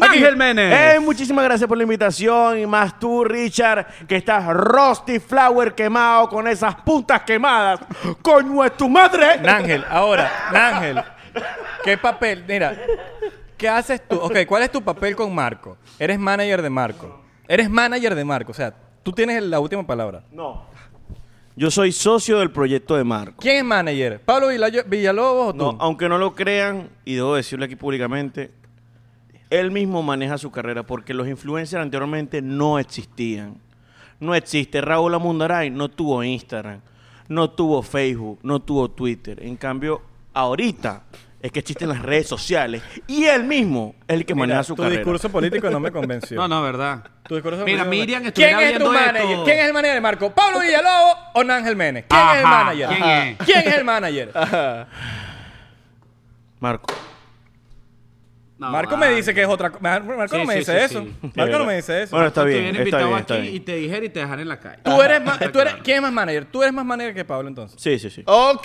[SPEAKER 5] Ángel Menes.
[SPEAKER 4] Eh, muchísimas gracias por la invitación y más tú, Richard, que estás Rusty Flower quemado con esas puntas quemadas. ¡Coño, es tu madre!
[SPEAKER 2] Nángel, ahora, Nángel, ¿qué papel? Mira, ¿qué haces tú? Ok, ¿cuál es tu papel con Marco? Eres manager de Marco. Eres manager de Marco, o sea, tú tienes la última palabra.
[SPEAKER 4] No. Yo soy socio del proyecto de Marco.
[SPEAKER 2] ¿Quién es manager? ¿Pablo Vila- Villalobos o tú?
[SPEAKER 4] No, aunque no lo crean, y debo decirlo aquí públicamente, él mismo maneja su carrera porque los influencers anteriormente no existían. No existe. Raúl Amundaray no tuvo Instagram, no tuvo Facebook, no tuvo Twitter. En cambio, ahorita es que existen las redes sociales y él mismo es el que
[SPEAKER 2] Mira,
[SPEAKER 4] maneja su
[SPEAKER 2] tu
[SPEAKER 4] carrera.
[SPEAKER 2] discurso político no me convenció.
[SPEAKER 5] No, no, verdad.
[SPEAKER 2] Tu discurso
[SPEAKER 5] Mira,
[SPEAKER 2] político-
[SPEAKER 5] Miriam estuviera
[SPEAKER 2] ¿Quién es tu
[SPEAKER 5] viendo
[SPEAKER 2] manager?
[SPEAKER 5] esto.
[SPEAKER 2] ¿Quién es el manager de Marco? ¿Pablo Villalobos o Nángel Menes? ¿Quién es el
[SPEAKER 5] Ajá,
[SPEAKER 2] manager?
[SPEAKER 5] ¿quién
[SPEAKER 2] Ajá.
[SPEAKER 5] es?
[SPEAKER 2] ¿Quién es el manager?
[SPEAKER 4] Marco.
[SPEAKER 5] No,
[SPEAKER 2] Marco
[SPEAKER 5] vale.
[SPEAKER 2] me dice que es otra cosa. Marco
[SPEAKER 5] Sí,
[SPEAKER 2] no me
[SPEAKER 5] sí,
[SPEAKER 2] dice
[SPEAKER 5] sí,
[SPEAKER 2] eso.
[SPEAKER 5] sí.
[SPEAKER 2] Marco no me dice eso.
[SPEAKER 4] Bueno, está
[SPEAKER 5] Te
[SPEAKER 4] bien,
[SPEAKER 5] hubieran
[SPEAKER 4] está
[SPEAKER 5] invitado
[SPEAKER 4] bien,
[SPEAKER 5] aquí
[SPEAKER 4] está
[SPEAKER 5] y
[SPEAKER 4] bien.
[SPEAKER 5] te dijera y te dejaran en la calle.
[SPEAKER 2] Tú eres, ma- tú eres- ¿Quién es más manager? Tú eres más manager que Pablo entonces.
[SPEAKER 4] Sí, sí, sí.
[SPEAKER 1] Ok.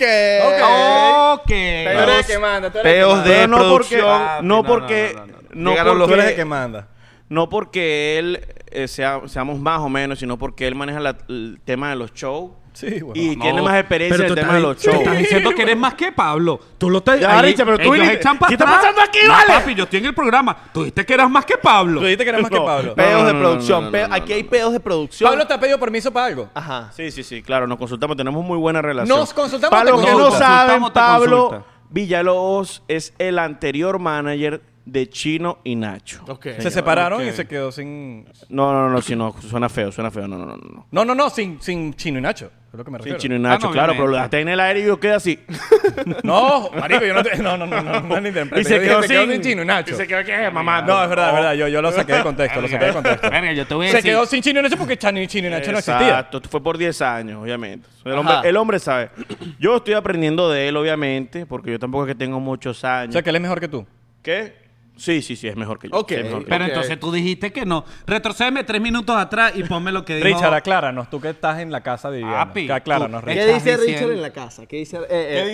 [SPEAKER 5] Ok.
[SPEAKER 1] Pero eres el que
[SPEAKER 2] manda, tú
[SPEAKER 1] Peos de
[SPEAKER 4] Pero no porque, Ah,
[SPEAKER 1] producción.
[SPEAKER 4] no, porque,
[SPEAKER 5] no, no, no,
[SPEAKER 4] no
[SPEAKER 1] Llegaron los-
[SPEAKER 2] Tú
[SPEAKER 4] porque-
[SPEAKER 2] eres el que manda.
[SPEAKER 4] no porque él eh, sea, seamos más o menos, sino porque él maneja la- el tema de los shows
[SPEAKER 2] Sí, bueno.
[SPEAKER 4] y tiene más experiencia en
[SPEAKER 5] tú
[SPEAKER 4] el tema
[SPEAKER 5] estás-
[SPEAKER 4] de los
[SPEAKER 5] Tú
[SPEAKER 4] shows.
[SPEAKER 5] estás diciendo que eres más que Pablo. Tú lo estás...
[SPEAKER 4] Ya,
[SPEAKER 5] ahí-
[SPEAKER 4] Richard, pero tú
[SPEAKER 5] ellos
[SPEAKER 4] viniste-
[SPEAKER 5] echan para
[SPEAKER 4] ¿Qué está
[SPEAKER 5] atrás.
[SPEAKER 4] pasando aquí,
[SPEAKER 5] No,
[SPEAKER 4] vale?
[SPEAKER 5] papi, yo estoy en el programa. Tú dijiste que eras más que Pablo.
[SPEAKER 2] Tú dijiste que eres más que Pablo.
[SPEAKER 4] No, no,
[SPEAKER 1] Peos
[SPEAKER 4] no,
[SPEAKER 1] de
[SPEAKER 4] no,
[SPEAKER 1] producción.
[SPEAKER 4] no, no,
[SPEAKER 1] Peo-
[SPEAKER 4] no, no,
[SPEAKER 1] Aquí hay
[SPEAKER 4] no.
[SPEAKER 1] peos de producción.
[SPEAKER 2] Pablo te ha pedido permiso para algo.
[SPEAKER 1] Ajá.
[SPEAKER 4] Sí, sí, sí, claro, nos consultamos, tenemos muy buena relación.
[SPEAKER 2] Nos consultamos,
[SPEAKER 4] Para
[SPEAKER 2] te
[SPEAKER 4] los que no
[SPEAKER 2] consulta.
[SPEAKER 4] saben,
[SPEAKER 5] Consultamos, te
[SPEAKER 4] Pablo
[SPEAKER 5] consulta.
[SPEAKER 4] Villalobos es el anterior manager de Chino y Nacho.
[SPEAKER 1] Ok.
[SPEAKER 2] Se separaron y se quedó sin.
[SPEAKER 4] No, no, no, si no, suena feo, suena feo, no, no, no, no.
[SPEAKER 2] No, no, no, sin, sin Chino y Nacho. Es lo que me
[SPEAKER 4] Sí,
[SPEAKER 2] refiero.
[SPEAKER 4] Chino y Nacho,
[SPEAKER 5] Ah, no,
[SPEAKER 4] claro, pero lo
[SPEAKER 5] obviamente.
[SPEAKER 4] dejaste en el aire y yo quedé así.
[SPEAKER 2] No, marico, yo no te. No, no, no, no, no, ni te
[SPEAKER 4] Y se
[SPEAKER 2] yo dije,
[SPEAKER 4] quedó
[SPEAKER 2] te
[SPEAKER 4] sin-
[SPEAKER 2] Chino y Nacho.
[SPEAKER 4] y se quedó, ¿qué, mamá?
[SPEAKER 2] No, es verdad, es verdad. Yo, yo lo saqué de contexto, lo saqué de contexto.
[SPEAKER 5] Verga, yo te voy a
[SPEAKER 2] Se
[SPEAKER 5] decir...
[SPEAKER 2] quedó sin Chino y Nacho porque Chino y Chino y Nacho no existía.
[SPEAKER 4] Exacto, fue por 10 años, obviamente. El
[SPEAKER 1] Ajá.
[SPEAKER 4] hombre, el hombre sabe. Yo estoy aprendiendo de él, obviamente, porque yo tampoco es que tengo muchos
[SPEAKER 2] O
[SPEAKER 4] años.
[SPEAKER 2] sea que él es mejor que tú.
[SPEAKER 4] ¿Qué? Sí, sí, sí, es mejor que yo.
[SPEAKER 1] Ok.
[SPEAKER 4] Sí, es mejor que yo.
[SPEAKER 5] Pero
[SPEAKER 1] Ok.
[SPEAKER 5] entonces tú dijiste que no. Retrocédeme tres minutos atrás y ponme lo que dijo.
[SPEAKER 2] Richard, acláranos, tú que estás en la casa de Viviana.
[SPEAKER 5] Papi,
[SPEAKER 2] Que acláranos,
[SPEAKER 5] tú-
[SPEAKER 2] Richard.
[SPEAKER 1] ¿Qué
[SPEAKER 5] Estás
[SPEAKER 1] dice Richard
[SPEAKER 5] diciendo-
[SPEAKER 1] en la casa? ¿Qué dice, eh,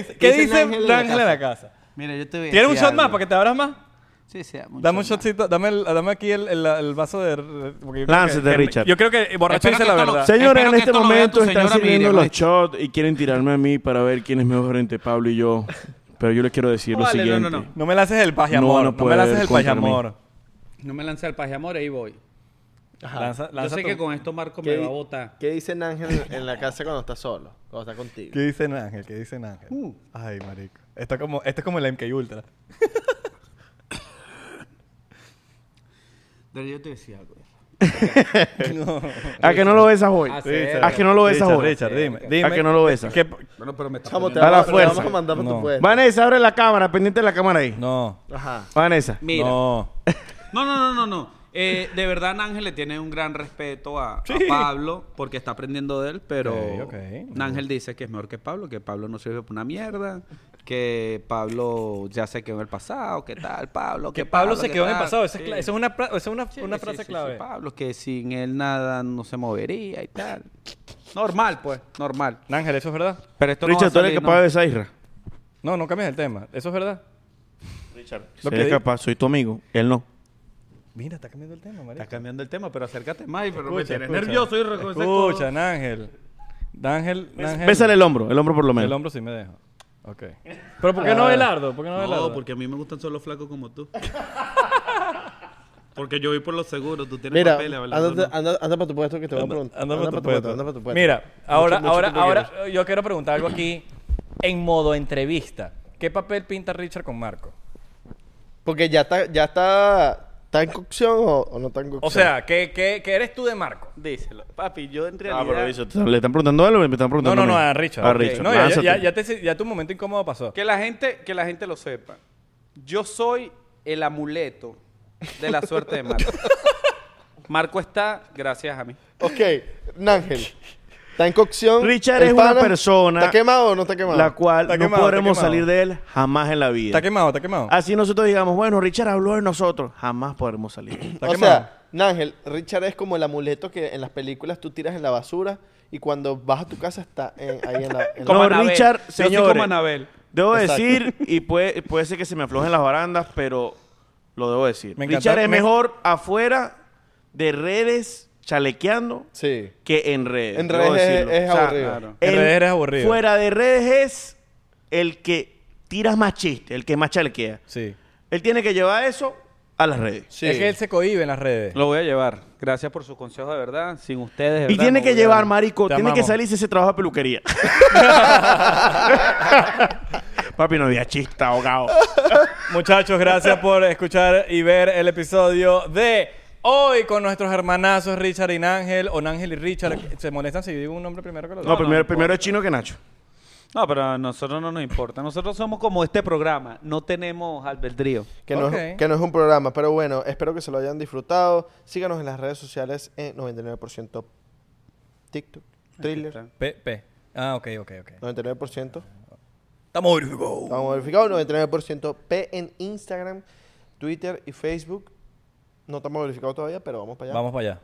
[SPEAKER 1] eh,
[SPEAKER 2] ¿Qué dice
[SPEAKER 1] Ángel en la
[SPEAKER 2] Ángel en
[SPEAKER 1] casa?
[SPEAKER 2] la casa?
[SPEAKER 5] Mira, yo te voy a
[SPEAKER 2] ¿Tienes un
[SPEAKER 5] decir
[SPEAKER 2] shot más
[SPEAKER 5] algo.
[SPEAKER 2] para que te abras más?
[SPEAKER 5] Sí, sí, da mucho
[SPEAKER 2] Dame un
[SPEAKER 5] más.
[SPEAKER 2] shotcito, dame, el- dame aquí el, el- el vaso de. porque yo creo
[SPEAKER 4] Lánzate,
[SPEAKER 2] que-
[SPEAKER 4] Richard.
[SPEAKER 2] Yo creo que borracho
[SPEAKER 5] Espero
[SPEAKER 2] dice
[SPEAKER 5] que
[SPEAKER 2] la
[SPEAKER 5] esto lo-
[SPEAKER 2] verdad.
[SPEAKER 4] Señores,
[SPEAKER 5] Espero
[SPEAKER 4] en
[SPEAKER 5] que
[SPEAKER 4] este
[SPEAKER 5] esto lo vea tu
[SPEAKER 4] momento están
[SPEAKER 5] señora
[SPEAKER 4] sirviendo
[SPEAKER 5] Miriam,
[SPEAKER 4] los
[SPEAKER 5] ¿oíste?
[SPEAKER 4] shots y quieren tirarme a mí para ver quién es mejor entre Pablo y yo. Pero yo les quiero decir lo
[SPEAKER 5] Vale, no,
[SPEAKER 4] siguiente.
[SPEAKER 5] no, no.
[SPEAKER 2] No me lances el
[SPEAKER 4] No
[SPEAKER 2] pajamor.
[SPEAKER 4] van a
[SPEAKER 2] No, me lances
[SPEAKER 4] poder
[SPEAKER 2] el
[SPEAKER 4] contra mí.
[SPEAKER 2] pajamor.
[SPEAKER 5] No me lancé al paje amor, ahí voy.
[SPEAKER 2] Lanza,
[SPEAKER 5] Yo
[SPEAKER 2] lanza
[SPEAKER 5] sé
[SPEAKER 2] tu-
[SPEAKER 5] que con esto Marco me
[SPEAKER 1] ¿Qué
[SPEAKER 5] va
[SPEAKER 1] di-
[SPEAKER 5] a botar.
[SPEAKER 1] ¿Qué dice Ángel en la casa cuando está solo? Cuando está contigo.
[SPEAKER 2] ¿Qué dice Ángel? ¿Qué dice Ángel? Ay, marico. Esto, como, esto es como el MK Ultra.
[SPEAKER 5] Pero yo te decía algo.
[SPEAKER 4] A que no lo besas hoy.
[SPEAKER 5] Ah, sí, sí.
[SPEAKER 4] A que no lo besas
[SPEAKER 2] Richard,
[SPEAKER 4] hoy.
[SPEAKER 2] Richard, dime.
[SPEAKER 5] ok.
[SPEAKER 2] dime.
[SPEAKER 4] A que no lo besas.
[SPEAKER 2] ¿Qué-
[SPEAKER 5] Bueno, pero me está
[SPEAKER 1] Chamo, te
[SPEAKER 4] A la
[SPEAKER 1] vamos- te
[SPEAKER 4] fuerza.
[SPEAKER 1] vamos a mandar para
[SPEAKER 2] No.
[SPEAKER 1] tu puesto. pues.
[SPEAKER 4] Vanessa, abre la cámara, pendiente de la cámara ahí.
[SPEAKER 2] No.
[SPEAKER 1] Ajá.
[SPEAKER 4] Vanessa.
[SPEAKER 5] Mira. No,
[SPEAKER 2] No.
[SPEAKER 5] no, no, no, no. Eh, de verdad, Ángel le tiene un gran respeto a, a Pablo porque está aprendiendo de él, pero
[SPEAKER 2] Ok, ok.
[SPEAKER 5] Ángel dice que es mejor que Pablo, que Pablo no sirve para una mierda, que Pablo ya se quedó en el pasado, que tal, Pablo.
[SPEAKER 2] Que Pablo se
[SPEAKER 5] qué
[SPEAKER 2] quedó en el
[SPEAKER 5] tal.
[SPEAKER 2] pasado. Esa es,
[SPEAKER 5] Sí.
[SPEAKER 2] cla- esa es una, pra- esa es una,
[SPEAKER 5] Sí,
[SPEAKER 2] una
[SPEAKER 5] sí,
[SPEAKER 2] frase
[SPEAKER 5] sí, sí,
[SPEAKER 2] clave.
[SPEAKER 5] Pablo, que sin él nada no se movería y tal. Normal, pues, normal.
[SPEAKER 2] Ángel, ¿eso es verdad?
[SPEAKER 5] Pero esto no va a
[SPEAKER 4] Richard, tú eres
[SPEAKER 5] salir,
[SPEAKER 4] capaz
[SPEAKER 5] ¿no?
[SPEAKER 4] de besar a Isra.
[SPEAKER 2] No, no cambies el tema. ¿Eso es verdad?
[SPEAKER 4] Lo
[SPEAKER 2] Lo
[SPEAKER 4] que
[SPEAKER 2] que
[SPEAKER 4] eres
[SPEAKER 2] digo.
[SPEAKER 4] capaz, soy tu amigo. Él no.
[SPEAKER 2] Mira, está cambiando el tema, marico.
[SPEAKER 5] Estás cambiando el tema, pero acércate más. Pero me
[SPEAKER 2] Escucha,
[SPEAKER 5] tienes
[SPEAKER 2] escucha.
[SPEAKER 5] nervioso y reconoce
[SPEAKER 2] Escucha, Ángel. Ángel, Ángel.
[SPEAKER 4] Bésale el hombro, el hombro por lo menos.
[SPEAKER 2] El hombro sí me deja. Ok. Pero ¿por
[SPEAKER 1] Ah.
[SPEAKER 2] qué no Belardo? ¿Por qué no Belardo?
[SPEAKER 5] No, porque a mí me gustan solo flacos como tú. porque yo voy por los seguros. Tú tienes
[SPEAKER 1] Mira,
[SPEAKER 5] papeles,
[SPEAKER 1] anda, anda, anda para tu puesto que te voy a preguntar.
[SPEAKER 2] Anda
[SPEAKER 1] pa'
[SPEAKER 2] para tu puesto.
[SPEAKER 1] anda pa' tu puesto.
[SPEAKER 2] Mira, ahora,
[SPEAKER 1] mucho
[SPEAKER 2] ahora,
[SPEAKER 1] tiempo
[SPEAKER 2] ahora yo quiero preguntar algo aquí en modo entrevista. ¿Qué papel pinta Richard con Marco?
[SPEAKER 1] Porque ya está, ya está, está en cocción o, o no está en cocción.
[SPEAKER 2] O sea, ¿qué, qué, qué eres tú de Marco?
[SPEAKER 5] Díselo. Papi, yo en
[SPEAKER 4] Ah,
[SPEAKER 5] realidad...
[SPEAKER 4] pero eso, te- le están preguntando a él o me están
[SPEAKER 2] No,
[SPEAKER 4] preguntando
[SPEAKER 2] no, no,
[SPEAKER 4] mí?
[SPEAKER 2] a Richard.
[SPEAKER 4] A
[SPEAKER 2] Ok.
[SPEAKER 4] Richard.
[SPEAKER 2] No, ya- ya,
[SPEAKER 4] lánzate.
[SPEAKER 2] ya, te- ya tu momento incómodo pasó.
[SPEAKER 5] Que la, gente, que la gente lo sepa. Yo soy el amuleto de la suerte de Marco. Marco está gracias a mí.
[SPEAKER 1] Ok, Nángel. Está en cocción.
[SPEAKER 4] Richard
[SPEAKER 1] el
[SPEAKER 4] es una
[SPEAKER 1] pana,
[SPEAKER 4] persona-
[SPEAKER 1] ¿Está quemado o no está quemado?
[SPEAKER 4] La cual
[SPEAKER 2] Está
[SPEAKER 4] no
[SPEAKER 2] quemado, está
[SPEAKER 4] podremos
[SPEAKER 2] quemado.
[SPEAKER 4] salir de él jamás en la vida.
[SPEAKER 2] Está quemado, está quemado.
[SPEAKER 1] Ah,
[SPEAKER 4] Así nosotros digamos, bueno, Richard habló de nosotros, jamás podremos salir.
[SPEAKER 1] o sea, Nángel, Richard es como el amuleto que en las películas tú tiras en la basura y cuando vas a tu casa está en- ahí en la... en la-
[SPEAKER 4] Como
[SPEAKER 5] Como
[SPEAKER 4] No,
[SPEAKER 5] Anabel.
[SPEAKER 4] Richard,
[SPEAKER 5] Yo soy
[SPEAKER 4] señores.
[SPEAKER 5] como Anabel.
[SPEAKER 4] Debo
[SPEAKER 1] Exacto.
[SPEAKER 4] decir, y puede, puede ser que se me aflojen las barandas, pero lo debo decir.
[SPEAKER 2] Me encanta-
[SPEAKER 4] Richard es
[SPEAKER 2] me-
[SPEAKER 4] mejor afuera de redes chalequeando
[SPEAKER 1] Sí.
[SPEAKER 4] que en redes.
[SPEAKER 1] En
[SPEAKER 4] Eh, debo
[SPEAKER 1] redes es-
[SPEAKER 4] decirlo.
[SPEAKER 1] es aburrido.
[SPEAKER 5] Claro.
[SPEAKER 2] En
[SPEAKER 4] el-
[SPEAKER 2] redes eres aburrido.
[SPEAKER 4] Fuera de redes es el que tiras más chiste, el que más chalequea.
[SPEAKER 2] Sí.
[SPEAKER 4] Él tiene que llevar eso a las redes.
[SPEAKER 1] Sí.
[SPEAKER 2] Es que él se cohíbe en las redes.
[SPEAKER 5] Lo voy a llevar. Gracias por su consejo de verdad. Sin ustedes, de
[SPEAKER 4] Y
[SPEAKER 5] verdad,
[SPEAKER 4] tiene
[SPEAKER 5] no
[SPEAKER 4] que
[SPEAKER 5] hubiera-
[SPEAKER 4] llevar, marico,
[SPEAKER 2] Te
[SPEAKER 4] tiene que
[SPEAKER 2] amamos.
[SPEAKER 4] salirse ese trabajo de peluquería. Papi, no había chista, ahogado.
[SPEAKER 2] Muchachos, gracias por escuchar y ver el episodio de hoy con nuestros hermanazos Richard y Ángel. O Ángel y Richard. ¿Se molestan si yo digo un nombre primero que los
[SPEAKER 4] No,
[SPEAKER 2] dos?
[SPEAKER 4] primero, primero es chino que Nacho.
[SPEAKER 5] No, pero a nosotros no nos importa. Nosotros somos como este programa. No tenemos albedrío.
[SPEAKER 1] Que no, es,
[SPEAKER 2] Ok.
[SPEAKER 1] que no es un programa, pero bueno, espero que se lo hayan disfrutado. Síganos en las redes sociales en 99% TikTok, Thriller,
[SPEAKER 2] P, P. Ah, ok, ok, ok.
[SPEAKER 1] 99%.
[SPEAKER 2] Estamos
[SPEAKER 1] Vamos verificado, 99% P en Instagram, Twitter y Facebook. No estamos verificados todavía, pero vamos para allá.
[SPEAKER 2] Vamos para allá.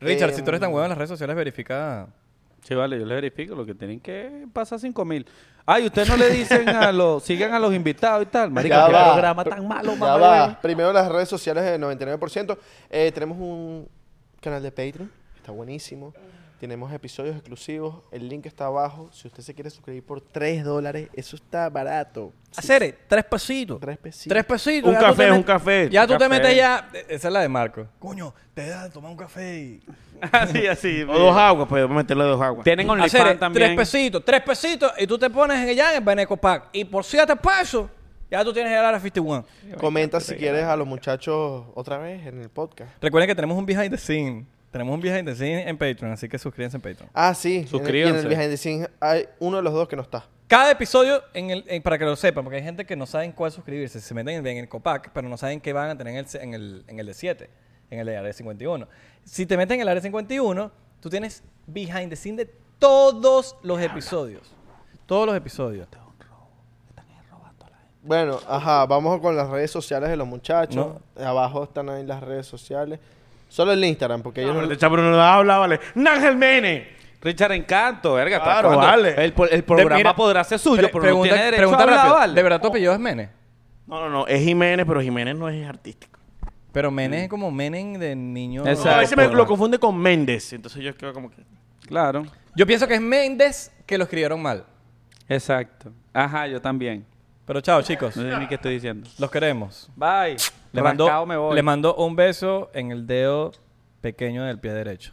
[SPEAKER 2] Richard,
[SPEAKER 1] Eh,
[SPEAKER 2] si tú eres tan huevo en las redes sociales, verifica.
[SPEAKER 5] Sí, vale, yo les verifico. Lo que tienen que pasar 5 mil. Ay, ustedes no le dicen a los... Sigan a los invitados y tal. Marica,
[SPEAKER 1] Ya
[SPEAKER 5] qué
[SPEAKER 1] va.
[SPEAKER 5] programa tan malo,
[SPEAKER 1] Ya
[SPEAKER 5] mamá.
[SPEAKER 1] va.
[SPEAKER 5] huevo.
[SPEAKER 1] Primero las redes sociales del 99%. Eh, tenemos un canal de Patreon, está buenísimo. Tenemos episodios exclusivos, el link está abajo. Si usted se quiere suscribir por 3 dólares, eso está barato.
[SPEAKER 2] Hacer tres pasitos.
[SPEAKER 1] Tres pesitos.
[SPEAKER 2] Tres pesitos.
[SPEAKER 4] Un
[SPEAKER 2] ya tú
[SPEAKER 4] café,
[SPEAKER 2] te
[SPEAKER 4] un
[SPEAKER 2] met-
[SPEAKER 4] café,
[SPEAKER 2] Ya
[SPEAKER 4] un
[SPEAKER 2] tú
[SPEAKER 4] café.
[SPEAKER 2] te metes ya. E-, Esa es la de Marco. Coño, te da tomar un café y.
[SPEAKER 5] así, así.
[SPEAKER 4] O dos aguas, pues vamos a meterle dos aguas.
[SPEAKER 5] Tienen
[SPEAKER 2] Hacer
[SPEAKER 5] OnlyFans
[SPEAKER 2] tres
[SPEAKER 5] también.
[SPEAKER 2] pesitos, tres pesitos y tú te pones en ya en el Beneco Pack. Y por siete pesos, ya tú tienes el Ara 51.
[SPEAKER 1] Comenta si quieres a los muchachos otra vez en el podcast.
[SPEAKER 2] Recuerden que tenemos un behind the scene. Tenemos un behind the scene en Patreon, así que suscríbanse en Patreon.
[SPEAKER 1] Ah, sí. en el- Y en
[SPEAKER 5] Suscríbanse.
[SPEAKER 1] el behind the scenes hay uno de los dos que no está.
[SPEAKER 2] Cada episodio, en el, en- para que lo sepan, porque hay gente que no saben cuál suscribirse. Se meten en, en el Copac, pero no saben qué van a tener en el, se- en el, en el de 7, en el de Área 51. Si te meten en el Área 51, tú tienes behind the scene de todos los episodios. Todos los episodios.
[SPEAKER 1] Bueno, ajá, vamos con las redes sociales de los muchachos. Abajo están ahí las redes sociales. Solo el Instagram, porque
[SPEAKER 5] Ah,
[SPEAKER 1] ellos no-
[SPEAKER 4] Este chapo no habla, vale. ¡Nángel Mene!
[SPEAKER 5] Richard Encanto, verga. ¿hasta
[SPEAKER 4] Claro,
[SPEAKER 5] cuándo?
[SPEAKER 4] vale.
[SPEAKER 5] El, po- el programa
[SPEAKER 2] mira,
[SPEAKER 5] podrá ser suyo,
[SPEAKER 2] Pre-
[SPEAKER 5] pero no tiene derecho a
[SPEAKER 2] pregunta
[SPEAKER 5] hablar,
[SPEAKER 2] rápido,
[SPEAKER 5] vale.
[SPEAKER 2] ¿De verdad tu apellido es Mene?
[SPEAKER 4] No, no, no. Es Jiménez, pero Jiménez no es artístico.
[SPEAKER 2] Pero Menem es como Menem de niño.
[SPEAKER 4] a
[SPEAKER 5] Exacto.
[SPEAKER 4] veces me lo confunde con Méndez. Entonces yo quedo como que...
[SPEAKER 5] Claro.
[SPEAKER 2] Yo pienso que es Méndez que lo escribieron mal.
[SPEAKER 5] Exacto. Ajá, yo también.
[SPEAKER 2] Pero chao, chicos.
[SPEAKER 5] No sé ni qué estoy diciendo.
[SPEAKER 2] Los queremos.
[SPEAKER 5] Bye.
[SPEAKER 2] Le mandó,
[SPEAKER 5] Rascado me voy.
[SPEAKER 2] le mandó un beso en el dedo pequeño del pie derecho.